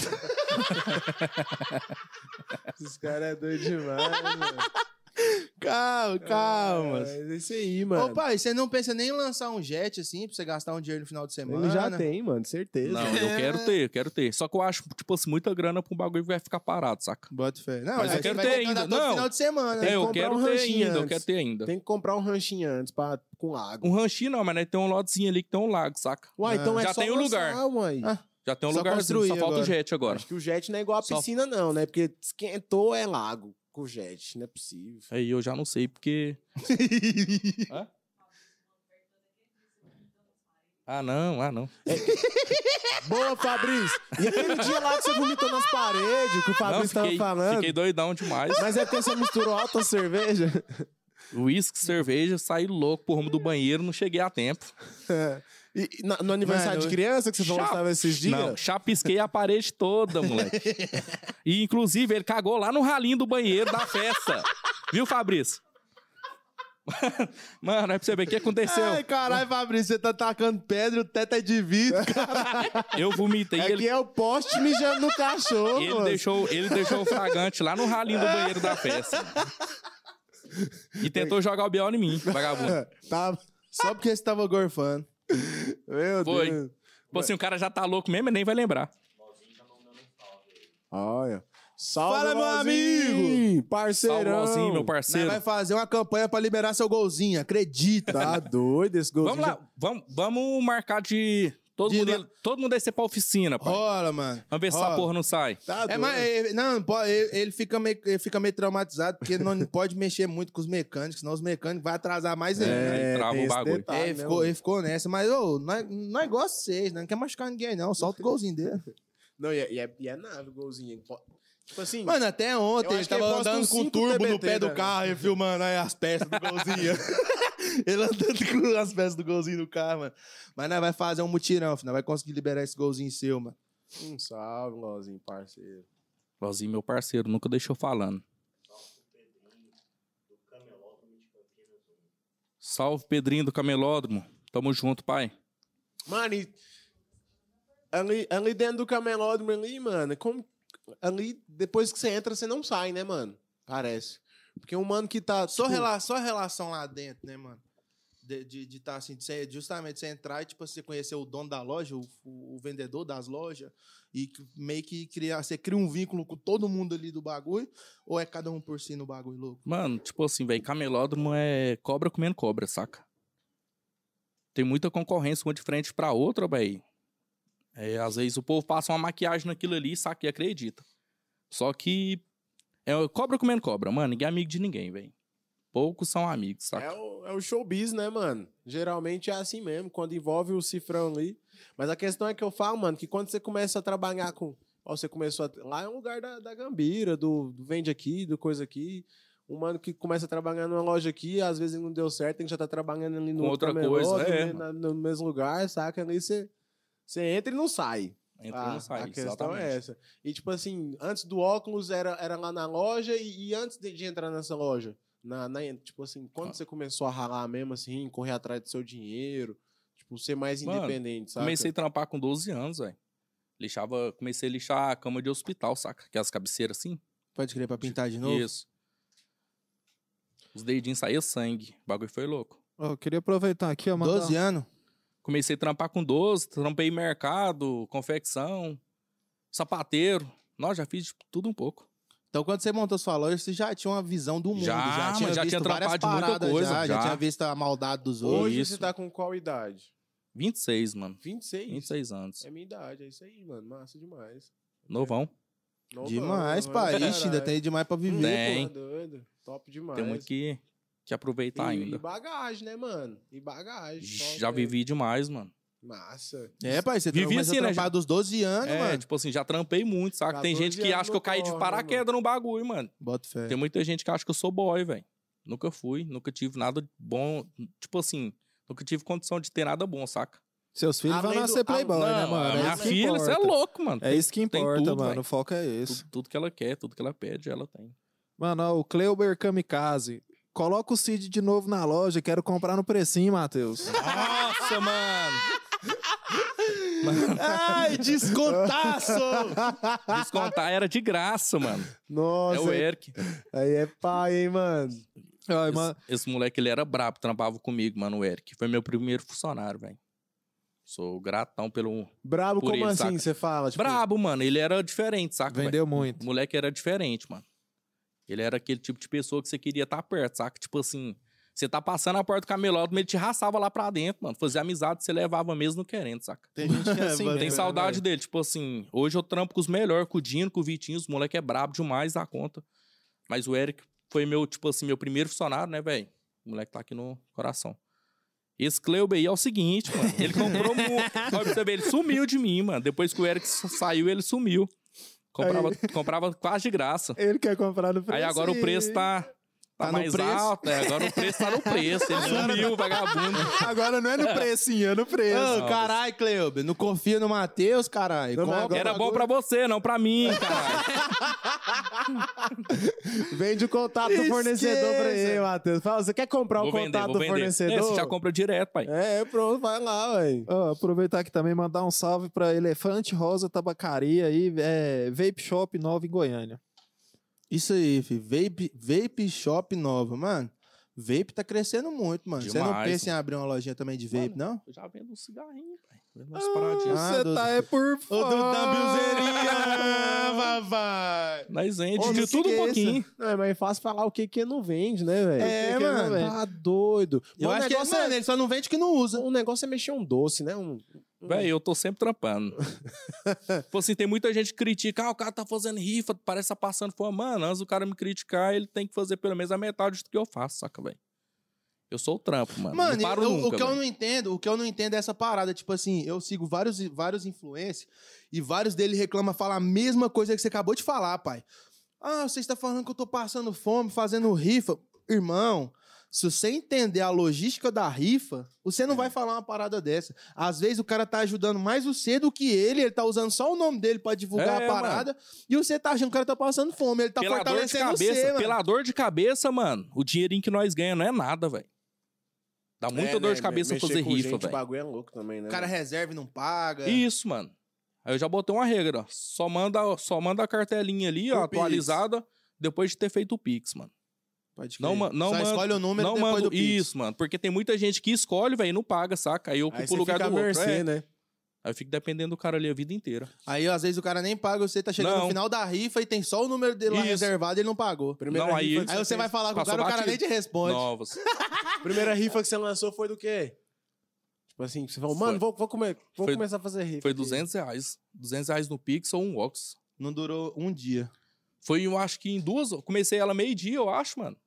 D: Esses caras é doido demais, mano.
A: calma, calma.
D: É, é isso aí,
A: Ô,
D: mano.
A: pai, você não pensa nem em lançar um jet assim, pra você gastar um dinheiro no final de semana?
D: Ele já tem, mano, certeza.
C: Não, eu quero ter, né? eu quero ter. Só que eu acho, tipo assim, muita grana pra um bagulho que vai ficar parado, saca?
A: Bota fé. Não,
C: Mas
A: aí
C: eu
A: você
C: quero
A: vai
C: ter
A: comprar
C: ainda.
A: todo
C: Não.
A: final de semana, né?
C: É, eu
D: comprar
C: quero
D: um
C: ter
D: ranchinho
C: ainda, eu
D: antes.
C: quero ter ainda.
D: Tem que comprar um ranchinho antes pra... com água.
C: Um ranchinho não, mas né, tem um lotezinho ali que tem um lago, saca?
D: Uai, então é
C: Já
D: só
C: tem o
D: lançar,
C: lugar.
D: uai.
A: Ah,
C: Já tem um
A: Só
C: lugar,
A: construir
C: só falta
A: agora.
C: o jet agora.
D: Acho que o jet não é igual a
C: Só-
D: piscina, não, né? Porque esquentou é lago com o jet. Não é possível.
C: Aí eu já não sei, porque... Hã? Ah, não, ah, não.
D: Boa, Fabrício! E aquele dia lá que você vomitou nas paredes, que o
C: não,
D: Fabrício
C: fiquei,
D: tava falando.
C: fiquei doidão demais.
D: Mas é porque você misturou alta cerveja?
C: Whisky, cerveja, saí louco por rumo do banheiro, não cheguei a tempo.
D: E, e na- no aniversário
A: Mano,
D: de criança que você falou que
C: Chá-
D: tava esses dias?
C: Não, chapisquei a parede toda, moleque. E, inclusive, ele cagou lá no ralinho do banheiro da festa. Viu, Fabrício? Mano, é pra você ver o que um. aconteceu.
A: Ai, caralho, Fabrício, você tá atacando pedra, o teto é de vidro.
C: Eu vomitei
D: É
C: ele.
D: que é o poste mijando no cachorro,
C: Ele
D: mano.
C: deixou, ele deixou o fragante lá no ralinho do banheiro da festa. E tentou jogar o B.O. em mim, vagabundo.
D: Tá,
A: Só porque você tava gorfando.
D: meu
C: Foi.
D: Deus.
C: Tipo assim, o cara já tá louco mesmo, nem vai lembrar.
D: Olha. Salve,
A: Fala, meu
D: Valzinho, Parceirão.
C: Salve, Alzinho, meu
A: Nós
C: parceiro.
A: vai fazer uma campanha pra liberar seu golzinho, acredita.
D: Tá doido esse golzinho.
C: Vamos lá, vamos, vamos marcar de... Todo,
A: De
C: mundo,
A: lá-
C: ir- todo mundo descer pra oficina, pai.
A: Rola, mano.
C: Vamos ver se essa
A: rola.
C: porra não sai.
D: Tá
A: É,
D: doido.
A: mas ele- não, não pode- ele, ele fica meio, ele fica meio traumatizado, porque ele não pode mexer muito com os mecânicos, senão os mecânicos vão atrasar mais ainda.
C: É, Aí trava
D: tem
C: o
D: esse
C: bagulho.
D: detalhe,
A: ele,
D: né,
A: é, ficou, ele ficou nessa, mas ô, nós, nós gosta de vocês, né? não quer machucar ninguém, não. Solta o golzinho dele.
D: Não, e é, e é, e é nave, golzinho. Tipo assim.
A: Mano, até
D: Eu
A: ontem ele
D: acho que ele
A: tava
D: posta
A: andando
D: uns
A: com o
D: cinco
A: turbo no
D: TBT,
A: pé do
D: né?
A: carro e filmando aí as peças do golzinho. ele andando com as peças do golzinho no carro, mano. Mas nós vai fazer um mutirão, filho. Nós vai conseguir liberar esse golzinho seu, mano.
D: Um salve, golzinho, parceiro.
C: Lozinho, meu parceiro, nunca deixou falando. Salve, Pedrinho do Camelódromo. Tamo junto, pai.
D: Mano, e. Ali, ali dentro do camelódromo ali, mano, como. Ali, depois que você entra, você não sai, né, mano? Parece. Porque um mano que tá.
A: Só,
D: tipo,
A: rela só a relação lá dentro, né, mano? De estar de, de tá assim, de você- justamente você entrar e, tipo, você conhecer o dono da loja, o, o- o vendedor das lojas, e que- meio que criar, você cria um vínculo com todo mundo ali do bagulho, ou é cada um por si no bagulho louco?
C: Mano, tipo assim, velho, camelódromo é cobra comendo cobra, saca? Tem muita concorrência uma de frente pra outra, velho. É, às vezes o povo passa uma maquiagem naquilo ali, saca? E acredita. Só que é cobra comendo cobra, mano. Ninguém é amigo de ninguém, velho. Poucos são amigos, saca?
D: É o, é o showbiz, né, mano? Geralmente é assim mesmo, quando envolve o cifrão ali. Mas a questão é que eu falo, mano, que quando você começa a trabalhar com. Ó, você começou a. Lá é um lugar da, da gambira, do, do vende aqui, do coisa aqui. Um mano que começa a trabalhar numa loja aqui, às vezes não deu certo, ele já tá trabalhando ali no
C: Com
D: outro
C: outra
D: camelô,
C: coisa, é,
D: né, na- no mesmo lugar, saca? Ali você, você entra e não sai.
C: Entra e
D: Ah,
C: não sai,
D: A questão
C: exatamente.
D: é essa. E, tipo assim, antes do óculos era, era lá na loja e, e antes de, de entrar nessa loja? Na, na- tipo assim, quando
C: Ah.
D: você começou a ralar mesmo, assim, correr atrás do seu dinheiro, tipo, ser mais
C: Mano,
D: independente, sabe?
C: Comecei a trampar com 12 anos, velho. Lixava, comecei a lixar a cama de hospital, saca? Que as cabeceiras assim.
A: Pode crer, pra pintar de novo?
C: Isso. Os dedinhos saíam sangue. O bagulho foi louco.
B: Ó, eu queria aproveitar aqui, ó, mandar...
A: 12 anos?
C: Comecei a trampar com 12, trampei em mercado, confecção, sapateiro. Nossa, já fiz de tudo um pouco.
A: Então, quando você montou sua loja, você já tinha uma visão do mundo.
C: Já,
A: Já, tinha
C: mas já
A: visto
C: tinha
A: várias
C: atrapalhado muita
A: paradas,
C: coisa,
A: já, já
C: já.
A: tinha visto a maldade dos outros.
D: Hoje
C: Isso.
D: você tá com qual idade?
C: 26, mano.
D: 26?
C: 26 anos.
D: É minha idade, é isso aí, mano. Massa demais.
C: Novão.
D: Novão,
A: Demais,
D: novão,
A: pai. Ixi,
D: caralho.
A: ainda tem demais pra viver.
C: Tem.
D: Pô, doido. Top demais.
C: Tem muito que, que
D: E-
C: aproveitar
D: E
C: ainda.
D: bagagem, né, mano? E bagagem. top,
C: Já
D: né?
C: vivi demais, mano.
D: Massa.
A: É, pai, você
C: Vivi
A: Vivi
C: assim,
A: assim,
C: né,
A: a trampar dos 12 anos,
C: é,
A: mano.
C: tipo assim, já trampei muito, saca? Tem
D: 14
C: gente que
D: anos
C: acho que eu
D: no
C: caí de
D: corre, né,
C: paraquedas no bagulho, mano.
A: Bota fé.
C: Tem muita gente que acha que eu sou boy, velho. Nunca fui, nunca tive nada bom. Tipo assim, nunca tive condição de ter nada bom, saca?
B: Seus filhos vão
D: Além do-
B: nascer playboy,
D: além-
B: né,
C: Não,
B: mano?
C: a
B: É
C: minha
B: isso que
C: filha, você é
B: importa.
C: louco, mano.
B: É isso que
C: tem
B: importa,
C: tudo,
B: mano.
C: velho.
B: O foco é
C: Tudo-
B: esse.
C: Tudo, que ela quer, tudo que ela pede, ela tem.
B: Mano, ó, o Cleuber Kamikaze. Coloca o Cid de novo na loja. Quero comprar no precinho, Matheus.
C: Nossa, mano!
A: Ai, descontaço!
C: Descontar era de graça, mano. é
D: Nossa, é
C: o Eric.
D: aí é pai, hein, mano?
B: Ai,
C: Esse,
B: mano,
C: esse moleque, ele era brabo, trampava comigo, mano, o Eric. Foi meu primeiro funcionário, velho. Sou gratão pelo...
D: Brabo,
C: Por
D: como
C: ele,
D: assim
C: saca?
D: você fala? Tipo,
C: Brabo, mano. Ele era diferente, saca? velho?
B: vendeu muito.
C: O moleque era diferente, mano. Ele era aquele tipo de pessoa que você queria estar perto, saca? Tipo assim, você tá passando a porta do camelódromo, ele te raçava lá pra dentro, mano. Fazia amizade, você levava mesmo não querendo, saca?
A: Tem gente que é assim,
C: Eu
A: mesmo,
C: tenho
A: né,
C: saudade dele. Tipo assim, hoje eu trampo com os melhores, com o Dino, com o Vitinho. Os moleque é brabo demais da conta. Mas o Eric foi meu, tipo assim, meu primeiro funcionário, né, velho? O moleque tá aqui no coração. Esse Cleube aí é o seguinte, mano. Ele comprou muito. Olha pra você ver, ele sumiu de mim, mano. Depois que o Eric sa- saiu, ele sumiu. Comprava, comprava quase de graça.
B: Ele quer comprar no preço.
C: Aí agora o preço tá, tá,
A: Tá no
C: mais
A: preço.
C: alto. é, agora o preço tá no preço. Ele sumiu, vagabundo.
B: Agora não é no precinho, é no
A: Ô,
B: preço.
A: caralho, Cleube, não confia no Matheus, caralho.
D: Não, mas
A: Compra.
D: agora-
C: Era bom pra você, não pra mim, cara.
D: Vende o contato do fornecedor pra ele, Matheus. Fala, você quer comprar o
C: Vou vender,
D: contato
C: vou
D: do
C: vender. É,
D: fornecedor?
C: você já compra direto, pai.
D: É, pronto, vai lá, velho.
B: Ó, aproveitar aqui também mandar um salve pra Elefante Rosa Tabacaria aí, é, Vape Shop Nova em Goiânia.
A: Isso aí, fi. Vape, vape Shop Nova, mano. Vape tá crescendo muito, mano. Você não
C: Demais,
A: pensa em abrir uma lojinha também de vape, não?
C: Eu já vendo um cigarrinho, pai. Vendo umas paradinhas.
A: Ah, Deus
D: tá
A: do-
B: é por
A: vai.
C: Nós vende
D: Ô,
C: de
D: mas
C: tudo
D: que
C: um
D: que é
C: pouquinho.
D: isso? Não, é mais fácil falar o que que não vende, né, velho?
A: É,
D: O que que
A: mano.
D: não vende? Tá doido.
A: Eu
D: Mas
A: acho
D: o
A: que é
D: negócio
A: isso,
C: né?
A: ele só não vende que não usa.
D: Um negócio é mexer um doce, né? Um...
C: Véi, eu tô sempre trampando. tipo assim, tem muita gente que critica. Ah, o cara tá fazendo rifa, parece tá passando fome. Mano, antes do cara me criticar, ele tem que fazer pelo menos a metade do que eu faço, saca, velho? Eu sou o trampo, mano.
A: Mano,
C: não paro
A: eu-
C: nunca,
A: o que eu
C: mano.
A: não entendo, o que eu não entendo é essa parada. Tipo assim, eu sigo vários, vários influencers e vários deles reclamam, falam a mesma coisa que você acabou de falar, pai. Ah, você está falando que eu tô passando fome, fazendo rifa. Irmão, se você entender a logística da rifa, você
C: É.
A: não vai falar uma parada dessa. Às vezes o cara tá ajudando mais você do que ele, ele tá usando só o nome dele pra divulgar
C: É,
A: a parada, e você tá achando que o cara tá passando fome, ele tá
C: pela dor de
A: fortalecendo
C: cabeça,
A: você, mano.
C: pela dor de cabeça, mano, o dinheirinho que nós ganhamos não é nada, velho. Dá muita
D: É,
C: dor
D: né,
C: de cabeça
D: me- mexer
C: fazer
D: com
C: rifa,
D: gente, O
C: velho.
D: bagulho é louco também, né?
A: O cara
D: mano?
A: reserva e não paga.
C: Isso, mano. Aí eu já botei uma regra, ó. Só manda, só manda a cartelinha ali, ó,
A: O Pix.
C: atualizada, depois de ter feito o Pix, mano.
A: Pode
C: Não,
A: crer.
C: ma- não
A: Só
C: manda-
A: escolhe o número
C: não
A: depois
C: mando
A: do Pix.
C: isso, mano. Porque tem muita gente que escolhe, velho, e não paga, saca? Aí eu
D: Aí
C: ocupo
D: você
C: o lugar
D: fica
C: do
D: à
C: outro.
D: mercê,
C: é.
D: né?
C: Aí eu fico dependendo do cara ali a vida inteira.
A: Aí, às vezes, o cara nem paga, você tá chegando
C: Não.
A: no final da rifa e tem só o número dele lá
C: Isso.
A: reservado e ele não pagou.
D: Primeira
C: Não, aí-
D: rifa que
A: Aí você vai
D: fez-
A: falar com o
C: Passou
A: cara, o cara nem
C: batido.
A: te responde.
C: Novas.
D: Primeira rifa que você lançou foi do quê? Tipo assim, você falou, mano,
C: Foi.
D: vou, vou, comer, vou
C: Foi-
D: começar a fazer rifa.
C: Foi
D: aqui.
C: 200 reais. 200 reais no Pix ou um Ox.
A: Não durou um dia.
C: Foi, eu acho que em duas. eu Comecei ela meio-dia, eu acho, mano.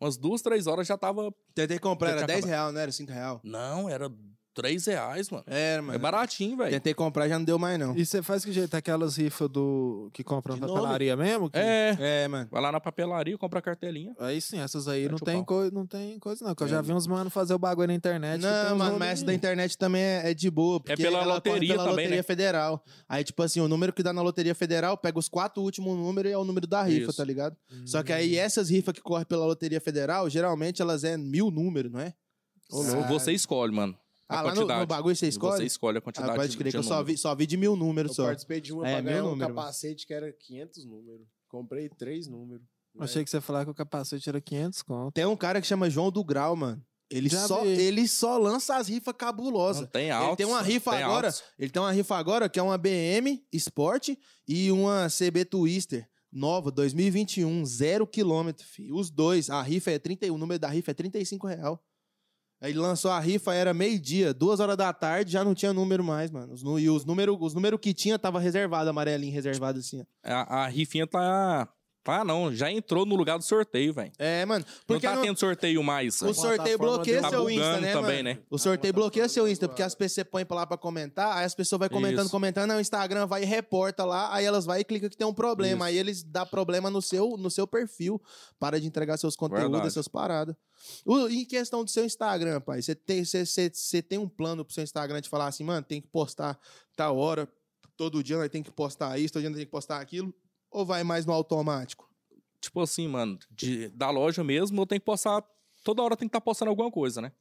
C: Umas duas, três horas já tava.
A: Tentei comprar,
C: Já
A: era
C: tinha
A: 10 real, não era 5 real.
C: Não, era três reais, mano.
A: Era,
C: É
A: mano.
C: baratinho, velho.
A: Tentei comprar, já não deu mais, não.
B: E você faz que jeito? Aquelas rifas do... que compram
D: De
B: na
D: nome?
B: papelaria mesmo? Que-
C: É.
A: É, mano.
C: Vai lá na papelaria, compra a cartelinha.
B: Aí sim, essas aí
C: Mete
B: não
C: o
B: tem,
C: pau.
B: coi- não tem coisa não. Que eu
C: É.
B: já vi uns mano fazer o bagulho na internet. que tem
A: não,
B: uns
A: mano,
B: rolinhos.
A: mas essa da internet também é, é de boa. Porque
C: pela
A: ela corre
C: loteria
A: pela
C: também,
A: Loteria
C: né?
A: Federal. Aí, tipo assim, o número que dá na Loteria Federal pega os quatro últimos números e é o número da rifa,
C: Isso.
A: tá ligado?
B: Hum.
A: Só que aí essas rifas que correm pela Loteria Federal, geralmente elas é mil números, não é?
C: Ou
A: louco.
C: Você escolhe, mano. A
A: Ah, lá no,
C: quantidade.
A: no bagulho você escolhe?
C: Você escolhe a quantidade
A: Ah, pode crer
C: de
A: que eu só
C: número.
A: vi, só vi de mil números
D: Eu
A: só.
D: participei de uma
A: É,
D: pra
A: meu
D: ganhar um
A: número, mano.
D: capacete que era 500 números. Comprei três né? números.
B: Eu Achei que você ia falar que o capacete era 500 conto.
A: Tem um cara que chama João do Grau, mano. Ele,
B: Já
A: só,
B: vi.
A: ele só lança as rifas
C: Não,
A: cabulosas.
C: tem alto.
A: tem uma rifa agora. Ele tem uma rifa agora que é uma BM Sport e uma CB Twister. Nova, 2021, zero quilômetro, fi. Os dois. A rifa é 30, o número da rifa é 35 real. Aí lançou a rifa, era meio-dia, duas horas da tarde, já não tinha número mais, mano. Os nu- e os números os número que tinha tava reservado, amarelinho, reservado assim. ó.
C: A, a rifinha tá. Tá, não. Já entrou no lugar do sorteio, velho.
A: É, mano.
C: Não
A: Porque
C: tá
A: não-
C: tendo sorteio mais.
A: o
C: velho.
A: sorteio
D: plataforma
A: bloqueia
D: dele
C: Tá
A: seu
C: bugando
A: Insta, né,
C: também,
A: mano?
C: né?
A: O sorteio
D: Ah, mas tá
A: bloqueia seu
D: falando
A: Insta,
D: agora.
A: porque as pessoas você põe pra lá pra comentar, aí as pessoas vai comentando,
C: Isso.
A: comentando, aí o Instagram vai e reporta lá, aí elas vai e clica que tem um problema,
C: Isso.
A: aí eles dá problema no seu, no seu perfil, para de entregar seus conteúdos,
C: Verdade.
A: suas paradas. O- em questão do seu Instagram, pai, você tem, você, você, você tem um plano pro seu Instagram de falar assim, mano, tem que postar tal hora, todo dia nós tem que postar isso, todo dia nós tem que postar aquilo, ou vai mais no automático?
C: Tipo assim, mano, de- da loja mesmo, eu tenho que postar. Toda hora tem que estar postando alguma coisa, né?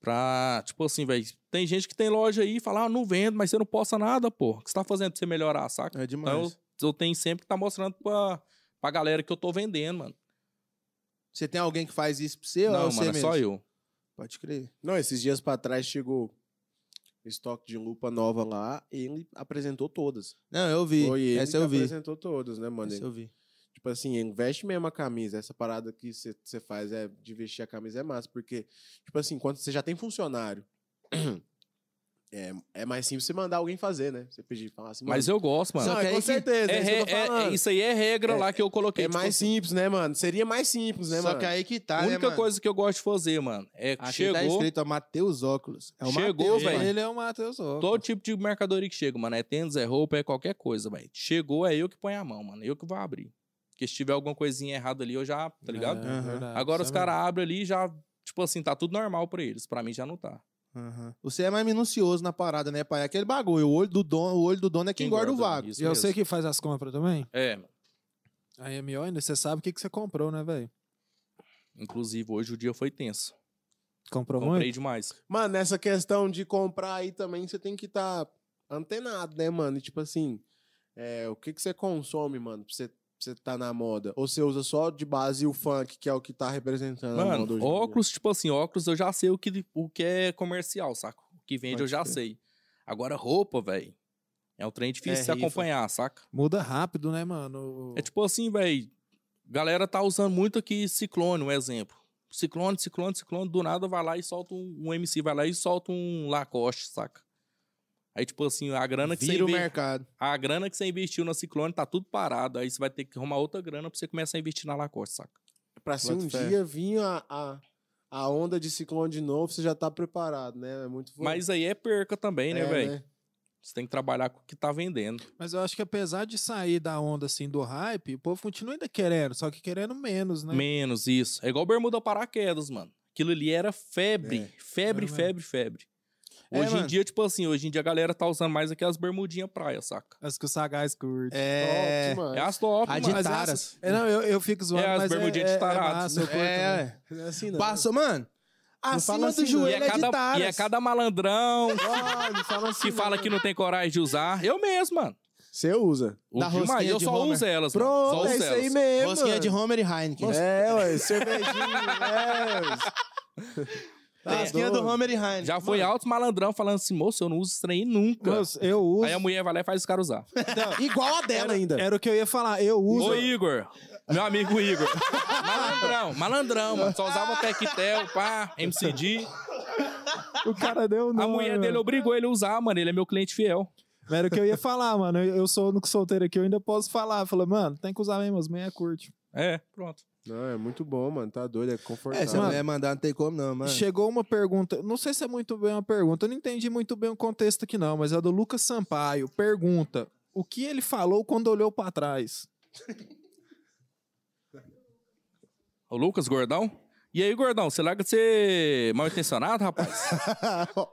C: Pra. Tipo assim, velho. Tem gente que tem loja aí e fala, ah, não vendo, mas você não posta nada, pô. O que você tá fazendo pra você melhorar, saca?
A: É demais.
C: Então eu, eu tenho sempre que tá mostrando pra, pra galera que eu tô vendendo, mano.
A: Você tem alguém que faz isso pra você ou é
C: não,
A: você
C: mano, é
A: mesmo?
C: só eu.
A: Pode crer.
D: Não, esses dias pra trás chegou estoque de lupa nova lá e ele apresentou todas.
A: Não, eu vi.
D: Foi ele
A: Essa
D: que
A: eu vi.
D: apresentou todas, né, mano?
A: Essa eu vi.
D: Tipo assim, investe mesmo a camisa. Essa parada que você faz é de vestir a camisa é massa, porque, tipo assim, quando você já tem funcionário, é, é mais simples você mandar alguém fazer, né? Você pedir, falar assim,
C: Mas
D: mano,
C: eu gosto, mano.
A: Só
D: Não,
A: que
D: é,
A: aí
D: com
A: que-
D: certeza,
C: É
D: é, isso que eu
C: re-
D: tô
C: é-
D: falando.
C: isso aí é regra
D: É-
C: lá que eu coloquei.
D: É
C: tipo
D: mais
C: assim,
D: simples, né, mano? Seria mais simples, né,
A: Só
D: mano?
A: que aí que tá,
C: A
A: né,
C: única
A: mano?
C: coisa que eu gosto de fazer, mano, é que
A: Aqui tá
C: chegou
A: escrito, ó, Mateus Óculos. É o
C: Chegou,
A: Mateus,
C: velho.
A: mano.
B: Ele é o Matheus Oco.
C: todo tipo de mercadoria que chega, mano. É tênis, é roupa, é qualquer coisa, velho. Chegou, é eu que ponho a mão, mano. Eu que vou abrir. Porque se tiver alguma coisinha errada ali, eu já,
B: É,
C: tá ligado?
A: Aham.
C: Agora os caras abrem ali e já, tipo assim, tá tudo normal pra eles. Pra mim já não tá.
A: Aham. Você é mais minucioso na parada, né, pai? Aquele bagulho, o olho do dono, o olho do dono é que engorda, o vago.
C: isso
B: E eu
C: mesmo.
B: sei que faz as compras também.
C: É, mano.
B: A MO ainda, você sabe o que, que você comprou, né, velho?
C: inclusive hoje o dia foi tenso.
B: Comprou
C: Comprei
B: muito?
C: demais.
D: Mano, nessa questão de comprar aí também, você tem que estar antenado, né, mano? E, tipo assim, é, o que, que você consome, mano, pra você, pra você tá na moda? Ou você usa só de base o funk, que é o que tá representando a moda hoje
C: Mano,
D: em dia?
C: óculos, tipo assim, óculos eu já sei o que, o que é comercial, saca? O que vende
A: Pode
C: eu já
A: crer.
C: sei. Agora roupa, velho. É um trem difícil
A: É
C: de se
A: rifa.
C: acompanhar, saca?
B: Muda rápido, né, mano?
C: É tipo assim, velho. Galera tá usando muito aqui ciclone, um exemplo. Ciclone, ciclone, ciclone, do nada vai lá e solta um, um MC, vai lá e solta um Lacoste, saca? Aí, tipo assim, a grana que, você
A: Vira o
C: inve-
A: mercado.
C: a grana que você investiu na Ciclone tá tudo parado. Aí você vai ter que arrumar outra grana pra você começar a investir na Lacoste, saca?
D: Pra se
A: Bota
D: um
A: fé.
D: dia vir a, a, a onda de ciclone de novo, você já tá preparado, né? É muito
C: Mas aí é perca também, né,
D: É,
C: velho? Você tem que trabalhar com o que tá vendendo.
B: Mas eu acho que apesar de sair da onda assim do hype, o povo continua ainda querendo, só que querendo menos, né?
C: Menos isso. É igual bermuda paraquedas, mano. Aquilo ali era febre. Febre,
B: Era mesmo.
C: febre, febre.
A: É,
C: Hoje em
A: mano.
C: dia, tipo assim, hoje em dia a galera tá usando mais aquelas bermudinhas praia, saca?
B: As que o Sagaz curte.
A: É.
D: Top,
C: É assim, as top,
A: A
C: mano.
A: de
B: mas
A: taras.
B: É, não, eu, eu fico zoando,
C: É, as
B: mas é, é,
C: bermudinhas de
B: é
C: tarado,
B: massa, eu curto também.
A: assim, É.
D: Não é assim, não.
A: Passa, mano.
D: fala
A: Acima
D: assim,
A: do
D: não.
C: E
A: joelho
C: é,
A: é de
C: cada, e é
A: taras.
C: cada malandrão
D: Ah, não fala assim,
C: que fala
D: não.
C: que não tem coragem de usar. Eu mesmo, mano.
D: Você usa.
A: Da
C: Uso demais.
A: rosquinha
C: Eu
A: de
C: só
A: Homer.
C: uso elas, mano.
D: Pronto,
C: Só
D: é
C: uso
D: isso aí
C: elas.
D: mesmo.
A: Rosquinha de
D: mano.
A: Homer e Heineken. né?
D: É, ué, cervejinha, é. ué. Tá
A: Rosquinha do
D: doido.
A: Homer e Heineken.
C: Já foi altos malandrão falando assim, moço, eu não uso esse trem nunca.
B: Moço, eu uso.
C: Aí a mulher vai lá e faz os caras usar.
A: Igual a dela
D: Era
A: ainda. É.
D: ainda.
B: Era o que eu ia falar, eu uso.
C: Ô, Igor. Meu amigo Igor. malandrão, malandrão, mano. Só usava Tectel, pá, MCD.
B: O cara deu o
C: A
B: nome,
C: mulher
B: mano.
C: dele obrigou ele a usar, mano. Ele é meu cliente fiel.
B: Mas Era o que eu ia falar, mano. Eu, eu sou o único solteiro aqui, eu ainda posso falar. Falou, mano, tem que usar mesmo, as meias curte.
C: É, pronto.
D: Não, é muito bom, mano. Tá doido, é
A: É, se a
D: confortável.
A: mulher mandar, não tem como não, mano.
B: Chegou uma pergunta, não sei se é muito bem uma pergunta, eu não entendi muito bem o contexto aqui não, mas é do Lucas Sampaio. Pergunta, o que ele falou quando olhou pra trás?
C: O Lucas, gordão. E aí, gordão, você larga de ser mal intencionado, rapaz?
B: Ó,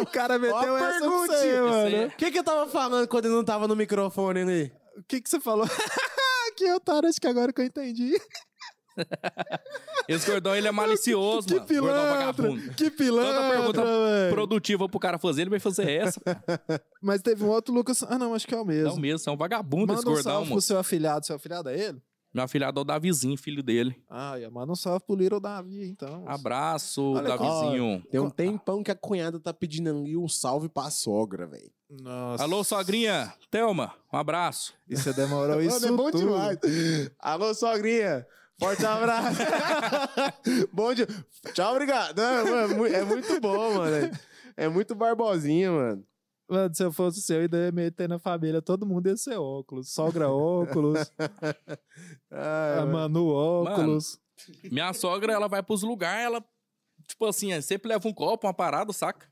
B: o cara meteu essa pra
D: perguntinha.
B: você, mano.
C: Você-
D: O que que eu tava falando quando eu não tava no microfone ali?
B: O que que você falou? que otário, acho que agora que eu entendi.
C: Esse gordão, ele é malicioso,
B: que
C: mano. Gordão vagabundo.
B: pilantra, É. que pilantra,
C: pergunta
B: velho.
C: Produtiva pro cara fazer, ele vai fazer essa.
B: É. Mas teve um outro Lucas, ah não, acho que é o
C: Não
B: mesmo.
C: mesmo, você é um vagabundo esse
B: Manda um
C: gordão,
B: salve
C: mano.
B: pro seu afilhado, seu afilhado é ele?
C: Meu afilhado é o Davizinho, filho dele.
B: Ah, ia, manda um salve pro Little Davi, então.
C: Abraço,
B: Olha,
C: Davizinho.
D: Tem um tempão que a cunhada tá pedindo ali um salve pra sogra, velho.
B: Nossa.
C: Alô, sogrinha. Thelma, um abraço.
B: E você demorou isso
D: Mano, é bom
B: tudo.
D: demais. Alô, sogrinha. Forte abraço. bom dia. Tchau, obrigado. Não, mano, é mu- é muito bom, mano. É muito barbosinha, mano.
B: Mano, se eu fosse o seu, ainda ia meter na família. Todo mundo ia ser óculos. Sogra óculos,
D: Ai,
B: a
D: Ah, mano.
B: Manu óculos.
C: Minha sogra, ela vai pros lugares, ela, tipo assim, é, sempre leva um copo, uma parada, saca?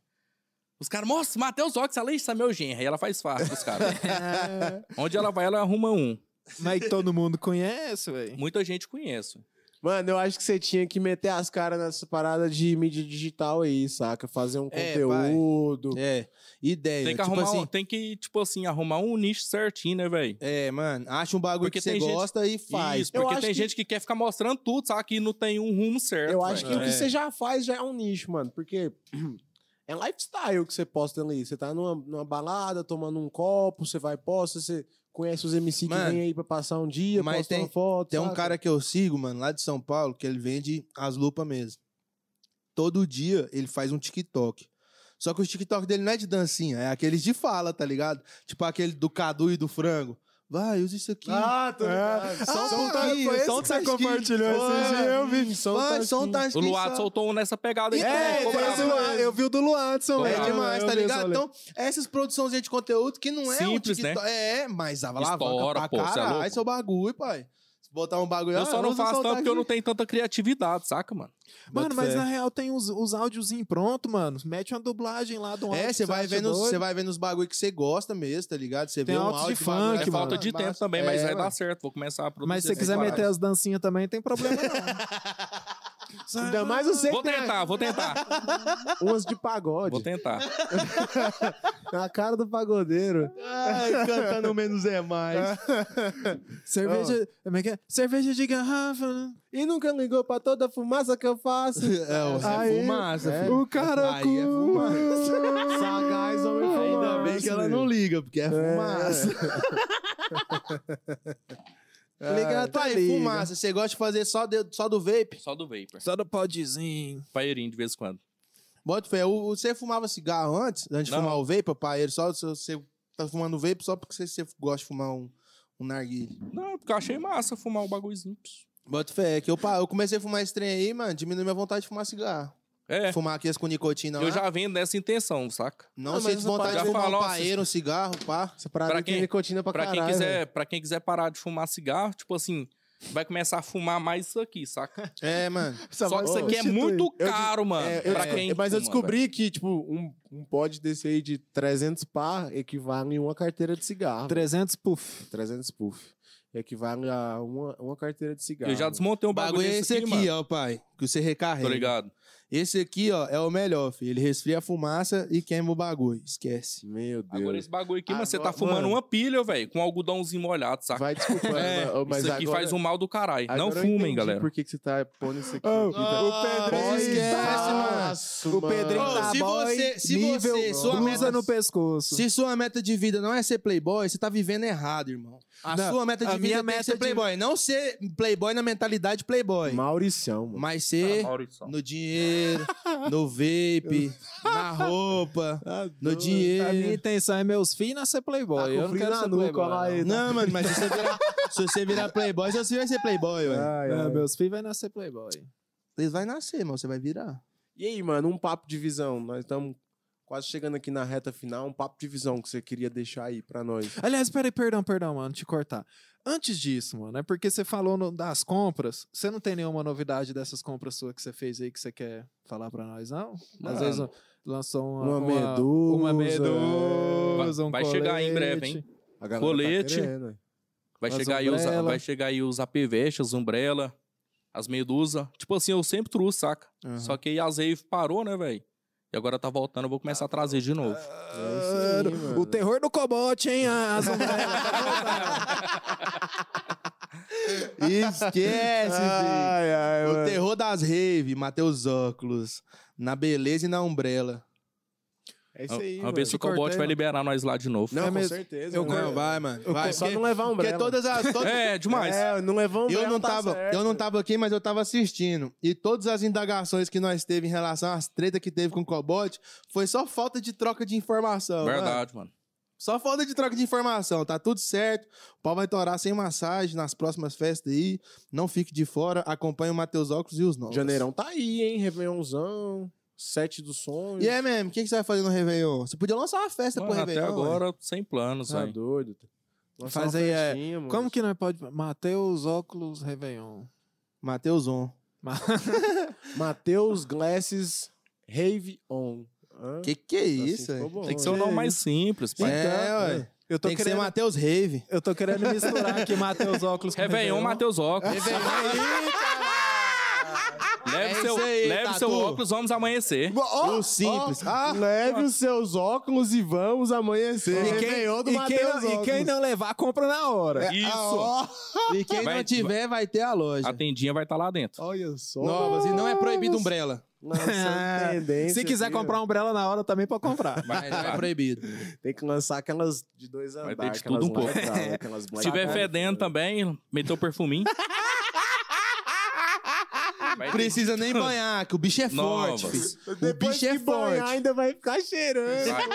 C: Os caras, nossa, Matheus Ox, ela isso é meu genro. Aí ela faz fácil os caras.
B: É,
C: Onde ela vai, ela arruma um.
B: Mas que todo mundo conhece, velho.
C: Muita gente conhece.
D: Mano, eu acho que você tinha que meter as caras nessa parada de mídia digital aí, saca? Fazer um
A: É,
D: conteúdo.
A: É, ideia.
C: Tem que,
A: tipo
C: arrumar
A: assim,
C: um- tem que, tipo assim, arrumar um nicho certinho, né, velho?
A: É, mano, acha um bagulho
C: Porque
A: que você
C: tem gente-
A: gosta e faz.
C: Isso,
D: Eu
C: porque
D: acho
C: tem
D: que-
C: gente que quer ficar mostrando tudo, saca? E não tem um rumo certo.
D: Eu acho que
C: velho.
D: o que você já faz já é um nicho, mano, porque é lifestyle que você posta ali. Você tá numa, numa balada, tomando um copo, você vai e posta, você conhece os MC
A: Mano,
D: que vem aí pra passar um dia,
A: mas
D: posta
A: tem-
D: uma foto.
A: Tem um
D: saca?
A: cara que eu sigo, mano, lá de São Paulo, que ele vende as lupas mesmo. Todo dia ele faz um TikTok. Só que o TikTok dele não é de dancinha, é aqueles de fala, tá ligado? Tipo aquele do Cadu e do Frango. Vai, usa isso aqui.
D: Ah, tô ligado. Só
A: Ah,
D: um
A: tá-
D: pouquinho,
A: foi esse
D: só um
A: que você
D: tasquinho.
A: compartilhou
D: Foi,
A: esses dias, eu
D: vi. Só um
A: Vai, só um
D: tasquinho.
A: tasquinho.
C: O Luado
A: só.
C: soltou um nessa pegada aí.
A: É,
C: também, ficou
A: esse
C: bravo.
A: é o- bravo.
B: eu vi o do Luadson,
A: É
C: Ah,
A: demais, tá ligado? Então, essas produções de conteúdo que não é
C: Simples, né?
A: um TikTok. É, mas alavanca
C: Estoura,
A: pra
C: pô, cê é
A: caralho,
C: louco.
A: seu bagulho, pai. Se botar um bagulho...
C: Eu só não faço tanto porque eu
A: não
C: não tenho tanta criatividade, saca, mano?
B: Mano,
A: Bota
B: mas
A: fé.
B: na real tem os, os áudios em pronto, mano. Mete uma dublagem lá do
A: É,
B: áudio
A: você
B: que
A: vai,
B: acha
A: vendo, os-
B: doido.
A: você vai vendo os bagulho que você gosta mesmo, tá ligado? Você
B: Tem
A: vê um
B: altos de
A: áudio
B: funk,
A: bagulho,
B: É
C: É
A: você
C: falta
A: fala,
C: de
A: "Massa".
C: tempo também, mas
A: É,
C: vai dar
A: mano.
C: certo. Vou começar a produzir.
B: Mas se você
C: essas
B: quiser
C: paradas.
B: meter as dancinhas também, não tem problema não.
D: Ainda mais você
C: Vou
D: que tem
C: tentar, vou tentar,
D: umas de pagode.
C: vou tentar.
D: Na cara do pagodeiro.
A: Ai, tá cantando menos é mais. Ah.
B: Cerveja, como é que é? Cerveja de garrafa.
D: E nunca ligou pra toda a fumaça que eu faço.
A: É, o Zé
B: Aí,
A: fumaça,
D: é.
A: filho.
B: O cara
A: Aí é fumaça.
D: Sagaz, homem
A: Ainda bem que ela não liga, porque é fumaça.
B: Liga, tá
A: Pai,
B: liga.
A: é. fumaça, você gosta de fazer só, de- só do vape?
C: Só do vapor.
B: Só do podzinho.
C: Paeirinho de vez em quando.
A: Bota fé, o- o- você fumava cigarro antes, antes de
C: Não.
A: fumar o vape, pai? Ele só, só- você tá fumando vape só porque você, você gosta de fumar um, um narguilho.
C: Não, porque eu achei massa fumar o bagulhozinho. Pss.
A: Bota fé, que eu, pa- eu comecei a fumar esse trem aí, mano, diminuiu minha vontade de fumar cigarro.
C: É,
A: Fumar aqueles com nicotina
D: é?
A: lá.
C: eu já vendo nessa intenção, saca?
A: Não,
D: Ah,
A: sei
D: mas
A: se
D: essa
A: vontade
C: parada-
A: de
C: Já
A: fumar um
C: falou,
A: paeiro, um cigarro, pá.
D: Essa parada
C: Pra
D: tem
C: quem-
D: nicotina pra,
C: Pra
D: caralho.
C: quem,
D: velho.
C: quiser, pra quem quiser parar de fumar cigarro, tipo assim, vai começar a fumar mais isso aqui, saca?
A: É, mano.
D: Tá,
C: Só que isso aqui é muito caro, mano.
D: É, eu
C: pra
D: desco-
C: quem
D: mas eu
C: fuma,
D: descobri que, tipo, um, um pod desse aí de 300 par equivale a uma carteira de cigarro.
B: 300 puff.
D: 300 puff. Equivale a uma, uma carteira de cigarro.
C: velho. Eu já desmontei um
A: O bagulho é esse
C: desse
A: aqui,
C: mano.
A: ó, pai. Que você recarrega.
C: Tá ligado?
A: Esse aqui, ó, é o melhor, filho. Ele resfria a fumaça e queima o bagulho. Esquece.
D: Meu Deus.
C: Agora esse bagulho aqui, mano, você tá
D: Agora-
C: fumando
D: mano.
C: uma pilha, velho, com algodãozinho molhado, saca?
D: Vai desculpar,
A: É,
D: mas- mas
C: isso aqui
D: agora-
C: faz um mal do caralho. Não
D: agora eu
C: fumem,
D: entendi
C: galera. Ah,
D: Por que, que você tá pondo isso aqui?
B: Oh,
D: Então, aqui, velho.
A: Ah, o Pedrinho tá
C: é
A: esquece,
C: né?
A: mano.
D: Nossa,
B: O Pedrinho
A: Ô,
B: tá
A: se
B: boy,
A: você- se
B: nível
A: você- sua
B: blusa
A: meta-
B: no pescoço.
A: Se sua meta de vida não é ser playboy, você tá vivendo errado, irmão. A
B: Não,
A: sua meta de
B: a
A: vida
B: minha
A: é
B: meta
A: ser
B: de-
A: playboy. Não ser playboy na mentalidade playboy.
D: Maurição, mano.
A: Mas ser no dinheiro, no vape, na roupa, no
B: Tá A minha
A: dinheiro.
B: intenção é meus filhos nascer playboy.
D: Tá com
B: eu não
D: frio
B: quero
D: na
B: ser
D: nuca,
B: playboy.
D: olha lá
B: não.
D: ele.
A: Não, mano, mas se você virar, se você virar playboy, você vai ser playboy, ué.
D: Ai,
B: Não,
D: ai.
B: É, meus filhos vai nascer playboy.
A: Você vai nascer, mano, você vai virar.
D: E aí, mano, um papo de visão. Nós estamos quase chegando aqui na reta final. Um papo de visão que você queria deixar aí pra nós.
B: Aliás, peraí, perdão, perdão, mano, te cortar. Antes disso, mano, é porque você falou no- das compras. Você não tem nenhuma novidade dessas compras suas que você fez aí que você quer falar pra nós, não? Às
C: Mano.
B: vezes um- lançou
D: Uma
B: uma,
D: medusa.
B: Uma medusa, um
C: Vai- vai chegar aí em breve,
B: colete.
D: A galera
C: Colete.
D: Tá querendo.
C: Vai
B: As
C: chegar, aí os,
B: umbrella.
C: vai chegar aí os APVs, as umbrella, as medusa. Tipo assim, eu sempre trouxe, saca?
A: Aham.
C: Só que aí a Zave parou, né, velho? E agora tá voltando, eu vou começar a trazer de novo.
D: É isso aí, mano.
B: o terror do cobote, hein? Ah, As umbrellas.
A: Esquece, filho.
D: Ai, ai,
A: O
D: mano.
A: terror das rave, Mateus óculos. Na beleza e na umbrella.
D: É isso aí,
C: Vamos
D: mano.
C: ver se o
B: Te cortei,
C: Cobot vai
B: mano.
C: liberar nós lá de novo.
D: Não,
B: É
D: com
B: mesmo.
D: certeza.
B: Eu
D: mano.
B: corto-
A: Não, vai, mano. Vai,
D: É só
A: porque-
D: não levar um
A: Porque
D: umbrella.
A: todas as. todas-
C: É, demais.
D: É, não levar um umbrella,
A: Eu não,
D: tá
A: tava,
D: certo.
A: eu não tava aqui, mas eu tava assistindo. E todas as indagações que nós teve em relação às tretas que teve com o Cobot foi só falta de troca de informação. mano.
C: Verdade, mano.
A: Só falta de troca de informação. Tá tudo certo. O pau vai torar sem massagem nas próximas festas aí. Não fique de fora. Acompanhe o Matheus Óculos e os novos.
D: Janeirão tá aí, hein? Réveillonzão. Sete do sonho.
A: E é mesmo, o que, que você vai fazer no Réveillon? Você podia lançar uma festa
C: Mano,
A: pro
C: até
A: Réveillon.
C: agora, sem planos,
D: Tá
C: velho.
D: doido. Lançar
B: Faz
D: uma
B: aí, é,
D: festinha, mano.
B: Como que nós pode. Mateus, óculos, Réveillon.
A: Matheus On.
B: Ma-
D: Matheus Glasses Rave On. Hã? Tá assim,
A: Que que é
B: Assim
A: isso,
D: ficou
A: velho?
D: bom,
C: Tem que ser um o
D: hein?
C: nome mais simples, Então,
A: É,
C: pai.
B: tá.
A: ué.
B: Eu tô
A: Tem que ser
B: querendo.
A: Matheus Rave.
B: Eu tô querendo misturar aqui Mateus óculos com
C: Réveillon, Matheus um Óculos.
A: É
C: Leve
A: isso
C: seu,
A: aí,
C: leve
A: Tatu.
C: seu óculos, vamos amanhecer.
A: o simples.
D: Ah,
A: Ah,
D: leve os seus óculos e vamos amanhecer.
B: E quem, é
D: Réveillon do
B: e quem não-
D: Matheus
B: e quem não levar, compra na É hora.
C: Isso.
A: E quem
B: tá
C: Vai-
A: não tiver, vai ter a loja.
C: A tendinha vai estar lá dentro.
D: Olha só.
A: Novas. E não é proibido umbrella.
D: Lançando tendência.
B: Se quiser
D: viu?
B: comprar umbrella na hora, também pode comprar.
A: Mas não é proibido.
D: Tem que lançar aquelas de dois andares.
C: ter de tudo um pouco. Se tiver fedendo também, meteu perfuminho. Vai ter-
A: Precisa nem banhar, que o bicho é
C: Novas.
A: forte. filho.
D: também.
A: O bicho é forte.
D: ainda vai ficar cheirando.
C: Vai.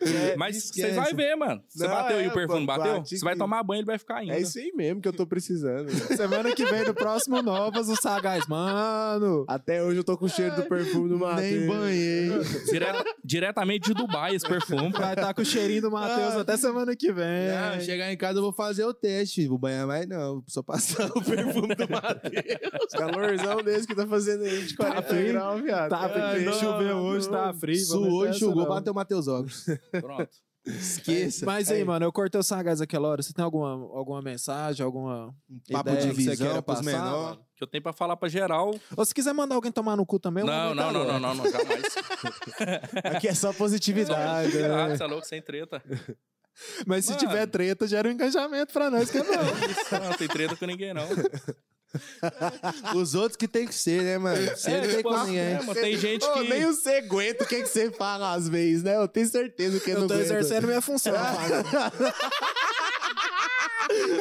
C: É, Mas
A: esquece.
C: vocês vão ver, mano. Você
D: Não,
C: bateu e
D: é,
C: o perfume
D: bate
C: bateu?
D: que-
C: Você vai tomar banho e ele vai ficar ainda.
D: É isso aí mesmo que eu tô precisando.
B: Semana que vem, no próximo Novas, o Sagaz. Mano,
D: Até hoje eu tô com o cheiro do perfume do Matheus.
A: Nem banhei.
C: Dire- diretamente de Dubai esse perfume.
B: vai estar com o cheirinho do Matheus até semana que vem.
A: Não, chegar em casa É, eu vou fazer o teste. filho. Vou banhar mais não. Só passar o perfume do Matheus.
B: é
D: Calorzão desse que tá fazendo aí de 40
B: frio.
D: graus, viado.
B: Tá, porque
D: Ai, não,
B: choveu
D: não.
B: hoje, tá frio. vamos
A: Suou
B: ver
A: e
B: essa
A: chugou,
B: não.
A: bateu o Matheus Óculos.
C: Pronto.
A: Esqueça.
B: Mas aí, mano, eu cortei o Sagaz aquela hora. Você tem alguma, alguma mensagem, alguma
A: Papo
B: ideia
A: de
B: que você
A: visão
B: queira
A: pros
B: passar?
A: menores.
B: mano?
C: O que eu tenho pra falar pra geral.
B: Ou se quiser mandar alguém tomar no cu também,
D: É um
B: eu
C: Não,
B: mando
C: não, não,
B: agora.
C: não, não, não, jamais.
D: Aqui é só positividade. né?
C: Ah, você é louco, sem treta.
B: Mas se
C: Mano.
B: tiver treta, gera um engajamento pra nós, que é bom.
C: Não tem treta com ninguém, não.
A: Os outros que tem que ser, né, mano?
B: É,
A: Você não tem
C: tipo
A: com
C: assim,
A: ninguém.
C: né, mano? Tem gente
D: Ô,
C: que.
D: nem você aguenta o que, que você fala às vezes, né? Eu tenho certeza que eu, não
B: Eu tô
D: aguento.
B: exercendo minha função.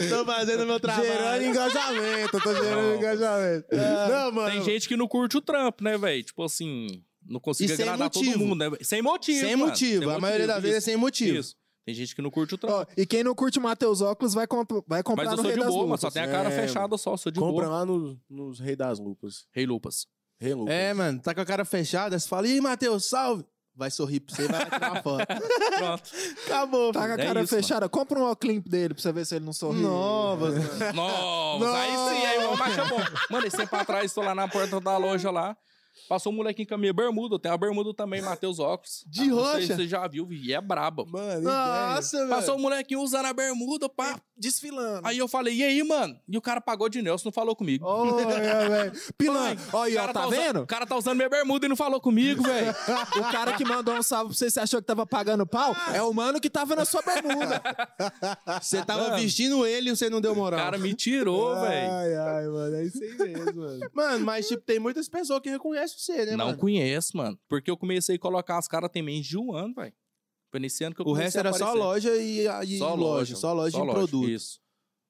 A: Tô fazendo meu
D: Gerando engajamento, eu tô gerando
C: Não.
D: engajamento.
A: É.
D: Não, mano.
C: Tem gente que não curte o trampo, né, velho? Tipo assim, não consigo
A: E sem
C: agradar todo
A: motivo.
C: mundo, né? véi? Sem motivo.
A: Sem
C: mano.
A: motivo. A maioria das vezes é
C: Isso,
A: sem motivo.
C: Isso. Tem gente que não curte o trampo.
B: Ó, e quem não curte o Matheus Óculos vai, comp- vai comprar
C: Mas eu
B: no
C: sou
B: Rei
C: de
B: das
C: boa, mano.
B: Lutas.
C: Só tem a cara
D: É,
C: fechada só, sou de
D: Compra
C: boa.
D: lá no- nos Rei das Lupas.
C: Rei Lupas.
D: Rei Lupas.
A: É, mano, tá com a cara fechada, você fala, ih, Matheus, salve! Vai sorrir pra você e vai tirar uma foto.
C: Pronto.
A: Acabou.
B: Tá com a
C: É
B: cara
C: isso,
B: fechada. Compra um óculos dele pra você ver se ele não sorri.
A: Novas.
C: Nossa, aí sim, aí o macho é bom. Mano, esse tempo atrás, tô lá na porta da loja lá. Passou um molequinho com a minha bermuda. Tem a bermuda também, Matheus Óculos. Ah,
A: De
C: Não sei se
A: roxa?
C: Você já viu, e é braba.
D: Mano,
A: Nossa, velho.
C: Passou um molequinho usando a bermuda, pá.
B: Desfilando.
C: Aí eu falei, e aí, mano? E o cara pagou de Nelson, não falou comigo.
B: Ô, é, velho. Pilan,
C: Mãe,
B: olha,
C: o
B: aí, ó,
C: cara
B: tá
C: usa-
B: vendo?
C: O cara tá usando minha bermuda e não falou comigo, velho.
B: O cara que mandou um salve pra você, você achou que tava pagando pau? É o mano que tava na sua bermuda.
A: Você tava
C: Mano.
A: vestindo ele e você não deu
C: O
A: moral.
C: cara me tirou,
A: É,
C: velho.
D: Ai, ai, mano, é isso aí mesmo, mano.
A: Mano, mas tipo, tem muitas pessoas que reconhecem você, né,
C: Não
A: mano?
C: conheço, mano. Porque eu comecei a colocar as caras também de um ano, velho. Foi nesse ano que eu
A: O resto
C: comecei a
A: era só
C: aparecer.
A: loja e, e loja, é Só loja e produto.
C: Isso.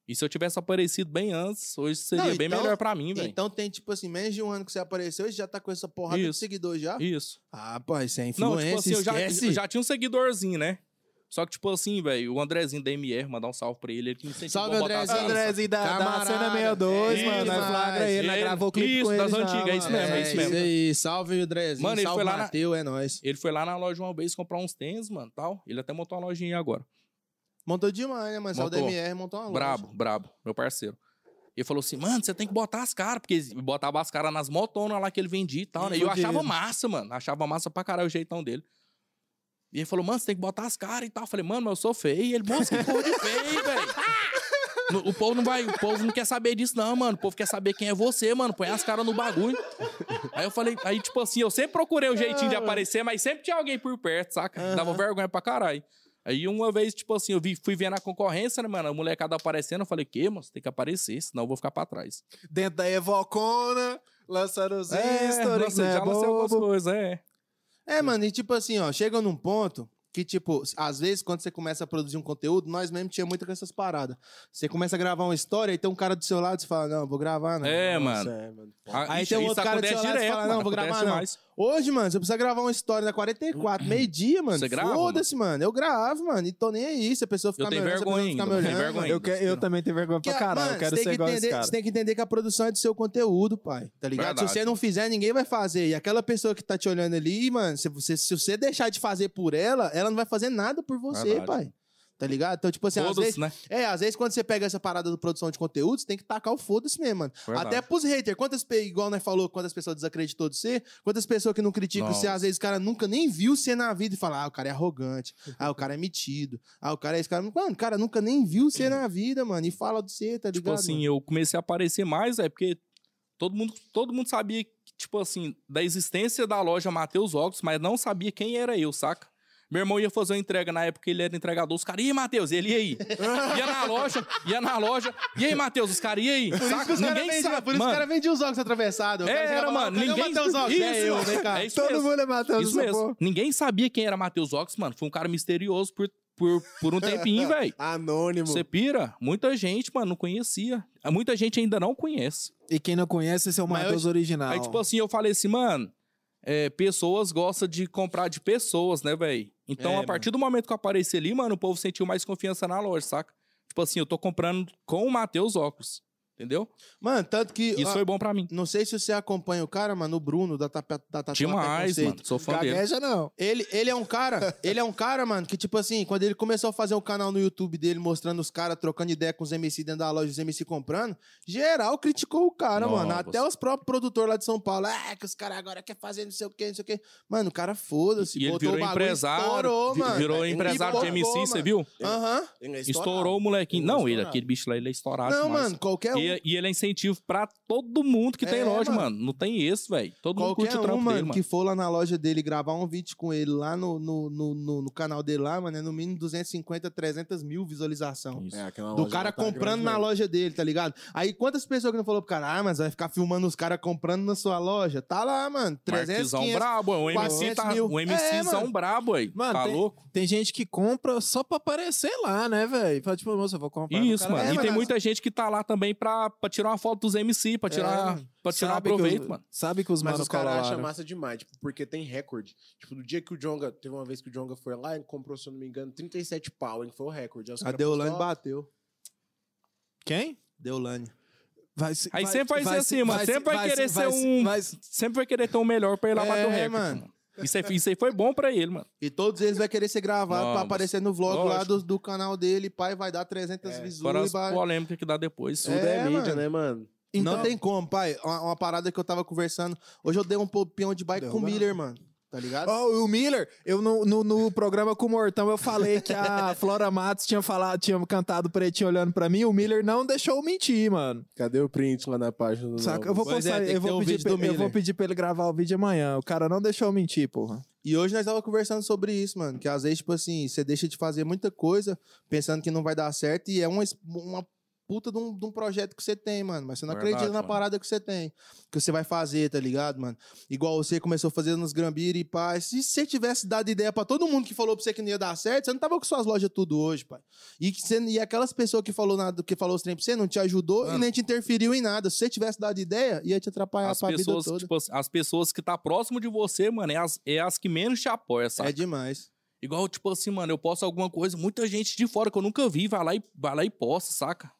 C: E se eu tivesse aparecido bem antes, hoje seria
A: Não,
C: bem
A: então-
C: melhor pra mim, velho.
A: Então tem, tipo assim, menos de um ano que você apareceu e já tá com essa porrada de
C: Isso.
A: seguidor já?
C: Isso.
A: Ah, pô, isso é
C: Não,
A: influência,
C: tipo assim, eu já,
A: esquece.
C: eu já tinha um seguidorzinho, né? Só que, tipo assim, velho, o Andrezinho da MR, mandar um salve pra ele, ele que me incentivou
A: Salve,
C: a botar
A: Andrezinho.
C: as danças.
B: Andrezinho da, da
A: Camarada.
B: cena 62,
C: É
B: mano.
C: isso,
B: Nós flagra
A: mas-
B: ele, nós
C: ele-
B: gravou o clipe
C: isso,
B: com ele.
C: das
B: já,
C: antigas, é isso
B: mano.
C: mesmo,
A: é,
C: é
A: isso
C: isso mesmo.
A: aí, salve o Drezinho,
C: Mano, ele
A: salve
C: foi lá na-
A: Mateu, é nóis.
C: Ele foi lá na loja uma vez comprar uns tênis, mano, tal. Ele até montou uma lojinha aí agora.
A: Montou demais, né, mano? Salve da
C: Montou.
A: MR, montou uma loja.
C: Brabo, brabo, meu parceiro. Ele falou assim, mano, você tem que botar as caras, porque ele botava as caras nas motonas lá que ele vendia e tal, né? E eu
B: Fudido.
C: achava massa, mano. Achava massa pra caralho o jeitão dele. E ele falou, mano, você tem que botar as caras e tal. Eu falei, mano, mas eu sou feio. E ele, moço, que porra de feio, velho. No- O povo não vai, o povo não quer saber disso, não, mano. O povo quer saber quem é você, mano. Põe as caras no bagulho. Aí eu falei, aí, tipo assim, eu sempre procurei o jeitinho de aparecer, mas sempre tinha alguém por perto, saca? Dava vergonha pra caralho. Aí uma vez, tipo assim, eu vi, fui vendo a concorrência, né, mano? A molecada aparecendo, eu falei, que, mano, você tem que aparecer, senão eu vou ficar pra trás.
B: Dentro da Evocona, lançando os stories,
C: É, nossa,
B: né?
C: já lancei algumas
B: bobo.
C: coisas, é.
A: É, mano, e tipo assim, ó, chega num ponto que, tipo, às vezes quando você começa a produzir um conteúdo, nós mesmo tinha muito com essas paradas. Você começa a gravar uma história e tem um cara do seu lado, você fala, não, vou gravar, não.
C: É, mano. Ah,
D: É, mano.
A: Aí tem um outro cara do seu lado que fala, não, vou gravar, não. Hoje, mano, você precisa gravar uma história da 44, meio-dia, mano.
C: Você grava,
A: Foda-se, mano. Eu gravo, mano. E tô nem aí. Se a pessoa ficar
C: tenho
A: me olhando, se a pessoa não
C: vergonha
A: ficar me
C: ainda, eu tenho
A: olhando.
C: vergonha
A: mano.
C: ainda.
B: Eu, que- eu também tenho vergonha
A: Porque,
B: pra caralho.
A: mano,
B: eu quero
A: você tem
B: ser
A: que
B: igual esse
A: entender-
B: cara.
A: Você tem que entender que a produção é do seu conteúdo, pai. Tá ligado?
C: Verdade.
A: Se você não fizer, ninguém vai fazer. E aquela pessoa que tá te olhando ali, mano, se você, se você deixar de fazer por ela, ela não vai fazer nada por você,
C: Verdade.
A: pai. Tá ligado? Então, tipo assim, às
C: Todos,
A: vezes,
C: né?
A: é, às vezes quando você pega essa parada do produção de conteúdo, você tem que tacar o foda-se mesmo, mano. Até pros haters, quantas, pe- igual nós falou, quantas pessoas desacreditou de você, quantas pessoas que não criticam
C: Nossa.
A: você, às vezes o cara nunca nem viu você na vida e fala, ah, o cara é arrogante, ah, o cara é metido, ah, o cara é esse cara. Mano, o cara nunca nem viu você na vida, mano, e fala do você, tá ligado?
C: Tipo assim,
A: mano?
C: eu comecei a aparecer mais, é porque todo mundo, todo mundo sabia, que, tipo assim, da existência da loja Matheus Óculos, mas não sabia quem era eu, saca? Meu irmão ia fazer uma entrega na época, ele era entregador, os caras, e aí, Matheus? Ele, e aí? ia na loja, ia na loja, e aí, Matheus? Os caras, e aí? Saca? Ninguém sabe,
A: por isso que
C: mano.
A: o cara vendia os óculos atravessados. O cara
C: É,
A: chegava
C: era,
A: lá,
C: mano,
A: "Cadê o
C: ninguém...
A: Matheus Óculos?"
C: Isso,
A: é eu, vem cá.
C: é isso
B: Todo
C: mesmo.
B: mundo é Matheus
C: Isso mesmo. Ninguém sabia quem era Matheus Ox, mano. Foi um cara misterioso por, por, por um tempinho, velho.
D: Anônimo.
A: Tipo,
C: Você pira? Muita gente, mano, não conhecia. Muita gente ainda não conhece.
B: E quem não conhece, esse é o
A: Mas eu-
B: Matheus original.
C: Aí, tipo assim, eu falei assim, mano, é, pessoas gostam de comprar de pessoas, né, velho? Então,
A: É,
C: a partir do momento que eu apareci ali, mano, o povo sentiu mais confiança na loja, saca? Tipo assim, eu tô comprando com o Matheus óculos, entendeu?
A: Mano, tanto que...
C: Isso
A: ó,
C: foi bom pra mim.
A: Não sei se você acompanha o cara, mano, o Bruno, da Tapa- da Tatuagem
C: Demais,
A: Preconceito.
C: mano. Sou fã dele.
B: Gagueja não.
A: Ele, ele é um cara, ele é um cara, mano, que tipo assim, quando ele começou a fazer um canal no YouTube dele mostrando os caras trocando ideia com os MC dentro da loja, os MC comprando, geral criticou o cara,
C: Nossa.
A: mano. Até os próprios produtores lá de São Paulo, ah, que os caras agora querem fazer não sei o quê, não sei o quê. Mano, o cara foda-se,
C: E ele
A: botou
C: virou
A: o bagulho,
C: empresário.
A: estourou,
C: vi-
A: mano.
C: virou
A: E
C: empresário de MC,
A: bombou,
C: você
A: mano.
C: viu?
A: Aham.
D: Ele é estourado.
C: Estourou o molequinho.
D: Ele é
C: Não, ele,
D: estourado.
C: aquele bicho lá, ele é estourado
A: Não,
C: demais.
A: mano, qualquer um.
C: E, e ele é incentivo pra todo mundo que tem
A: É,
C: loja,
A: mano.
C: mano. Não tem esse, velho. Todo mundo
A: Qualquer
C: curte o
A: um,
C: trampo
A: mano,
C: dele, mano.
A: que for lá na loja dele gravar um vídeo com ele lá no, no, no, no- no canal dele lá, mano, é no mínimo 250, 300 mil visualização.
C: Isso.
D: É, aquela
A: Do
D: loja
A: cara
D: lá tá
A: comprando
D: grande,
A: na
D: velho.
A: loja dele, tá ligado? Aí quantas pessoas que não falou pro cara, ah, mas vai ficar filmando os caras comprando na sua loja? Tá lá, mano. 300,
C: Marquezão
A: 500.
C: brabo, é um MC
A: 400
C: tá,
A: mil.
C: um MCzão
A: É, mano.
C: brabo aí.
B: Mano,
C: tá
B: tem-
C: louco?
B: Tem gente que compra só pra aparecer lá, né, velho? Fala, tipo, moça, eu vou comprar.
C: Isso, mano.
A: É,
C: e
A: mas
C: tem
A: nós-
C: muita gente que tá lá também pra, pra tirar uma foto dos MC,
A: É,
C: pra tirar, pra tirar um proveito,
B: que, os-
C: mano.
B: Sabe que os
D: Mas
B: manos
D: os caras acham
B: colaram.
A: né?
D: massa demais, tipo, porque tem recorde. Tipo, do dia que o Jonga, teve uma vez que o Jonga foi lá e comprou, se eu não me engano, 37 pau, hein, que foi o recorde. Aí os
A: A
D: cara
A: Deolane
D: postou,
A: bateu.
B: Quem?
A: Deolane.
B: Vai, se-
C: Aí sempre vai ser
B: se-
C: assim, mano.
B: se-
C: Sempre vai
B: se-
C: querer ser
B: se-
C: um-
B: vai se-
C: Sempre vai querer ter o melhor pra ir lá
A: É,
C: bater o recorde.
A: mano.
C: mano. Isso aí, isso aí foi bom pra ele, mano.
A: E todos eles vai querer ser gravado pra
C: Vamos.
A: aparecer no vlog lá
C: Lógico.
A: do, do canal dele. Pai, vai dar 300
C: Fora
A: visualizações.
C: as polêmicas que dá depois.
D: Tudo é,
A: É,
D: mídia,
A: mano.
D: né, mano?
A: Não
B: Então-
A: tem como, pai. Uma, uma parada que eu tava conversando. Hoje eu dei um popinho de bike com
B: Derruba
A: o Miller, mano. Tá ligado?
B: Oh, o Miller, eu no, no, no programa com o Mortão eu falei que a Flora Matos tinha falado, tinha cantado pretinho olhando pra mim, o Miller não deixou eu mentir, mano.
D: Cadê o print lá na página do
B: Saca?
D: Saca,
B: Eu vou,
A: Pois é,
B: postar-
A: tem que
B: eu,
A: ter
B: vou
A: o
B: pedir
A: vídeo
B: pra,
A: do
B: eu vou
A: Miller.
B: pedir pra ele gravar o vídeo amanhã. O cara não deixou eu mentir, porra.
A: E hoje nós tava conversando sobre isso, mano. Que às vezes, tipo assim, você deixa de fazer muita coisa pensando que não vai dar certo e é uma, es- uma puta de um, de um projeto que você tem, mano. Mas você não
C: Verdade,
A: acredita na
C: mano.
A: parada que você tem, que você vai fazer, tá ligado, mano? Igual você começou fazendo nos Grambira e pá. Se você tivesse dado ideia pra todo mundo que falou pra você que não ia dar certo, você não tava com suas lojas tudo hoje, pai. E, que você- e aquelas pessoas que falou nada, que falou os trem pra você não te ajudou e
C: Mano.
A: nem te interferiu em nada. Se você tivesse dado ideia, ia te atrapalhar
C: As
A: pra vida
C: pessoas,
A: toda.
C: tipo, assim, as pessoas que tá próximo de você, mano, é as, é as que menos te apoiam, sabe?
A: é demais.
C: Igual, tipo assim, mano, eu posto alguma coisa, muita gente de fora que eu nunca vi, vai lá e, vai lá e posta, saca?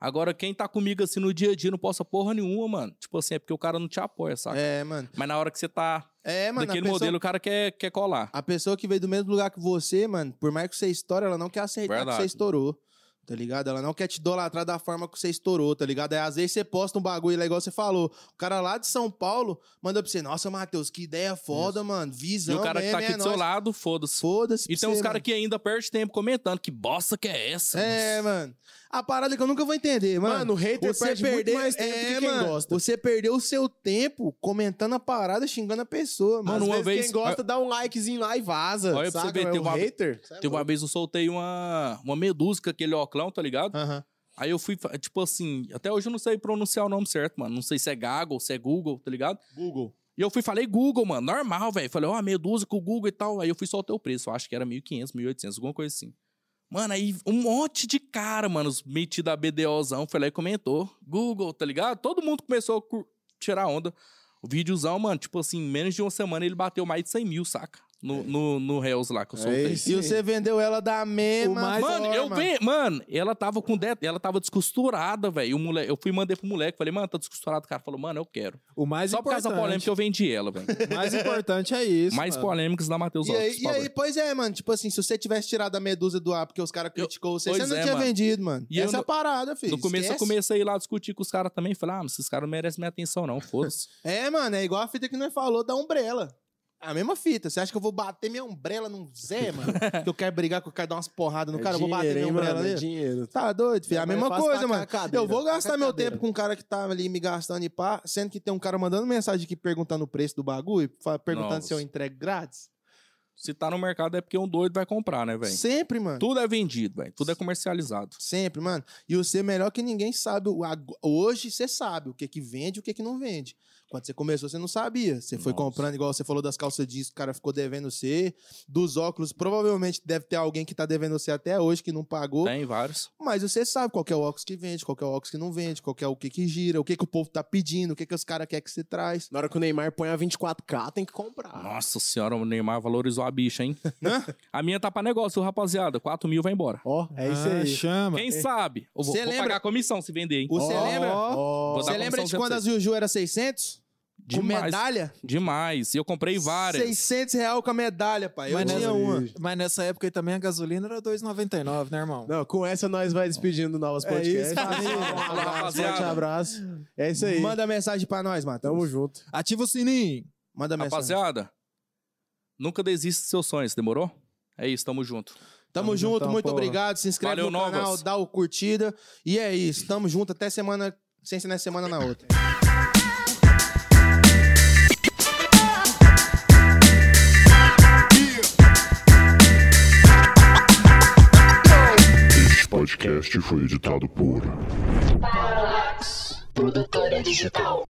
C: Agora, quem tá comigo assim no dia a dia não posta porra nenhuma, mano. Tipo assim, é porque o cara não te apoia, saca?
A: É, mano.
C: Mas na hora que você tá
A: É, mano. a
C: daquele
A: pessoa-
C: modelo, o cara quer, quer colar.
A: A pessoa que veio do mesmo lugar que você, mano, por mais que você estoure, ela não quer aceitar que
C: Verdade.
A: você estourou. Tá ligado? Ela não quer te idolatrar da forma que você estourou, tá ligado? Aí às vezes você posta um bagulho lá, igual você falou. O cara lá de São Paulo manda pra você, nossa, Matheus, que ideia foda, mano. Visão,
C: e o cara que
A: mesmo,
C: tá aqui
A: é
C: do seu
A: nóis."
C: lado, foda-se.
A: Foda-se.
C: E
A: pra
C: tem
A: você,
C: uns caras
A: mano.
C: que ainda perde tempo comentando que bosta que é essa.
A: É,
C: mano.
A: mano. A parada que eu nunca vou entender, mano.
D: Mano, o hater
A: você
D: perde
A: perdeu
D: muito mais tempo
A: é,
D: do que quem
A: mano,
D: gosta.
A: Você perdeu o seu tempo comentando a parada, xingando a pessoa, mano.
C: Mano,
D: Às
C: uma
D: vezes
C: vez-
D: quem gosta dá um likezinho lá e vaza,
C: Olha pra você
D: saca?
C: ver,
D: Mas
C: tem
D: o
C: uma-
D: hater... é
C: Teve uma vez eu soltei uma, uma medusa com aquele oclão, tá ligado?
A: Aham.
C: Aí eu fui, fa- tipo assim, até hoje eu não sei pronunciar o nome certo, mano. Não sei se é Gago, se é Google, tá ligado?
D: Google.
C: E eu fui, falei Google, mano, normal, velho. Falei, ó, medusa com o Google e tal. Aí eu fui soltar o preço, eu acho que era 1.500, 1.800, alguma coisa assim. Mano, aí um monte de cara, mano, os metido a BDOzão, foi lá e comentou. Google, tá ligado? Todo mundo começou a cur- tirar onda. O videozão, mano, tipo assim, em menos de uma semana ele bateu mais de 100 mil, saca? No, no, no Reels lá que eu soltei.
D: isso.
A: E você vendeu ela da mesma
B: O mais-
A: forma.
C: Mano, eu vi, mano, ela tava com det... ela tava descosturada, velho. O mole- Eu fui e mandei pro moleque, falei, mano, tá descosturado, o cara. Falou, mano, eu quero.
B: O mais
C: Só por
B: importante,
C: causa da polêmica eu vendi ela, velho.
B: o mais importante é isso.
C: Mais
B: mano.
C: polêmicas da Matheus
A: E aí,
C: Alves,
A: e
C: por
A: aí,
C: favor.
A: pois é, mano. Tipo assim, se você tivesse tirado a medusa do ar porque os caras
C: Eu-
A: criticou você, você
C: pois
A: não
C: é,
A: tinha
C: mano.
A: vendido, mano.
C: E eu
A: Essa é a
C: no-
A: parada, filho.
C: No começo eu
A: Esquece.
C: comecei a ir lá discutir com os caras também. Falei, ah, mas esses caras não merecem minha atenção, não. Foda-se.
A: É, mano, é igual a fita que nós falou da Umbrella. A mesma fita. Você acha que eu vou bater minha Umbrella num Zé, mano? que eu quero brigar, que eu quero dar umas porradas
C: É
A: no cara, eu vou bater minha Umbrella
C: né?
D: mano, é
A: nele?
D: dinheiro.
A: Tá doido, filho. É a
D: É mais
A: mesma
D: fácil
A: coisa,
D: tacar
A: mano.
D: a cadeira,
A: eu vou
D: tacar a
A: gastar meu
D: cadeira.
A: tempo com um cara que tá ali me gastando e pá, sendo que tem um cara mandando mensagem aqui perguntando o preço do bagulho, fa- perguntando se eu
C: Nossa.
A: entrego grátis.
C: Se tá no mercado é porque um doido vai comprar, né, velho?
A: Sempre, mano.
C: Tudo é vendido, velho. Tudo é comercializado.
A: Sempre, mano. E você melhor que ninguém sabe. o ago- Hoje você sabe o que que vende e o que que não vende. Quando você começou, você não sabia. Você foi
C: Nossa.
A: comprando, igual você falou das calças jeans, que o cara ficou devendo você. Dos óculos, provavelmente deve ter alguém que tá devendo você até hoje, que não pagou.
C: Tem né, vários.
A: Mas você sabe qual que é o óculos que vende, qual que é o óculos que não vende, qual que é o que que gira, o que que o povo tá pedindo, o que que os caras querem que você traz.
D: Na hora que o Neymar põe a 24K, tem que comprar.
C: Nossa senhora, o Neymar valorizou a bicha, hein? a minha tá pra negócio, rapaziada. 4 mil vai embora.
D: Ó, é isso
B: Ah,
D: aí.
B: chama.
C: Quem sabe? Eu vou,
A: Cê
C: vou
A: lembra- é
C: pagar a comissão se vender, hein?
A: Você
D: Ó,
A: lembra?
D: ó.
C: Vou dar
A: Você lembra
C: comissão
A: de
C: pra
A: quando as
C: vocês.
A: Juju era 600? Com
C: Demais.
A: medalha?
C: Demais. E eu comprei várias.
A: 600 real com a medalha, pai. Eu
B: Mas
A: tinha
B: nessa-
A: uma.
B: Mas nessa época aí também a gasolina era 2,99, né, irmão?
D: Não, com essa nós vai despedindo novas podcasts.
B: isso, família.
D: Um abraço,
C: Rapaziada.
D: forte abraço. É isso aí.
A: um. Manda mensagem pra nós, Matheus.
D: Tamo junto.
B: Ativa o sininho.
A: Manda mensagem.
C: Rapaziada, nunca desista dos seus sonhos, demorou? É isso, tamo junto.
A: tamo,
D: tamo
A: junto,
D: juntão,
A: muito
D: porra.
A: obrigado. Se inscreve
C: Valeu,
A: no canal,
C: novas.
A: dá o curtida. E é isso, tamo junto. Até semana, sem ser nessa semana, na outra.
G: Este podcast foi editado por
H: Produtora Digital.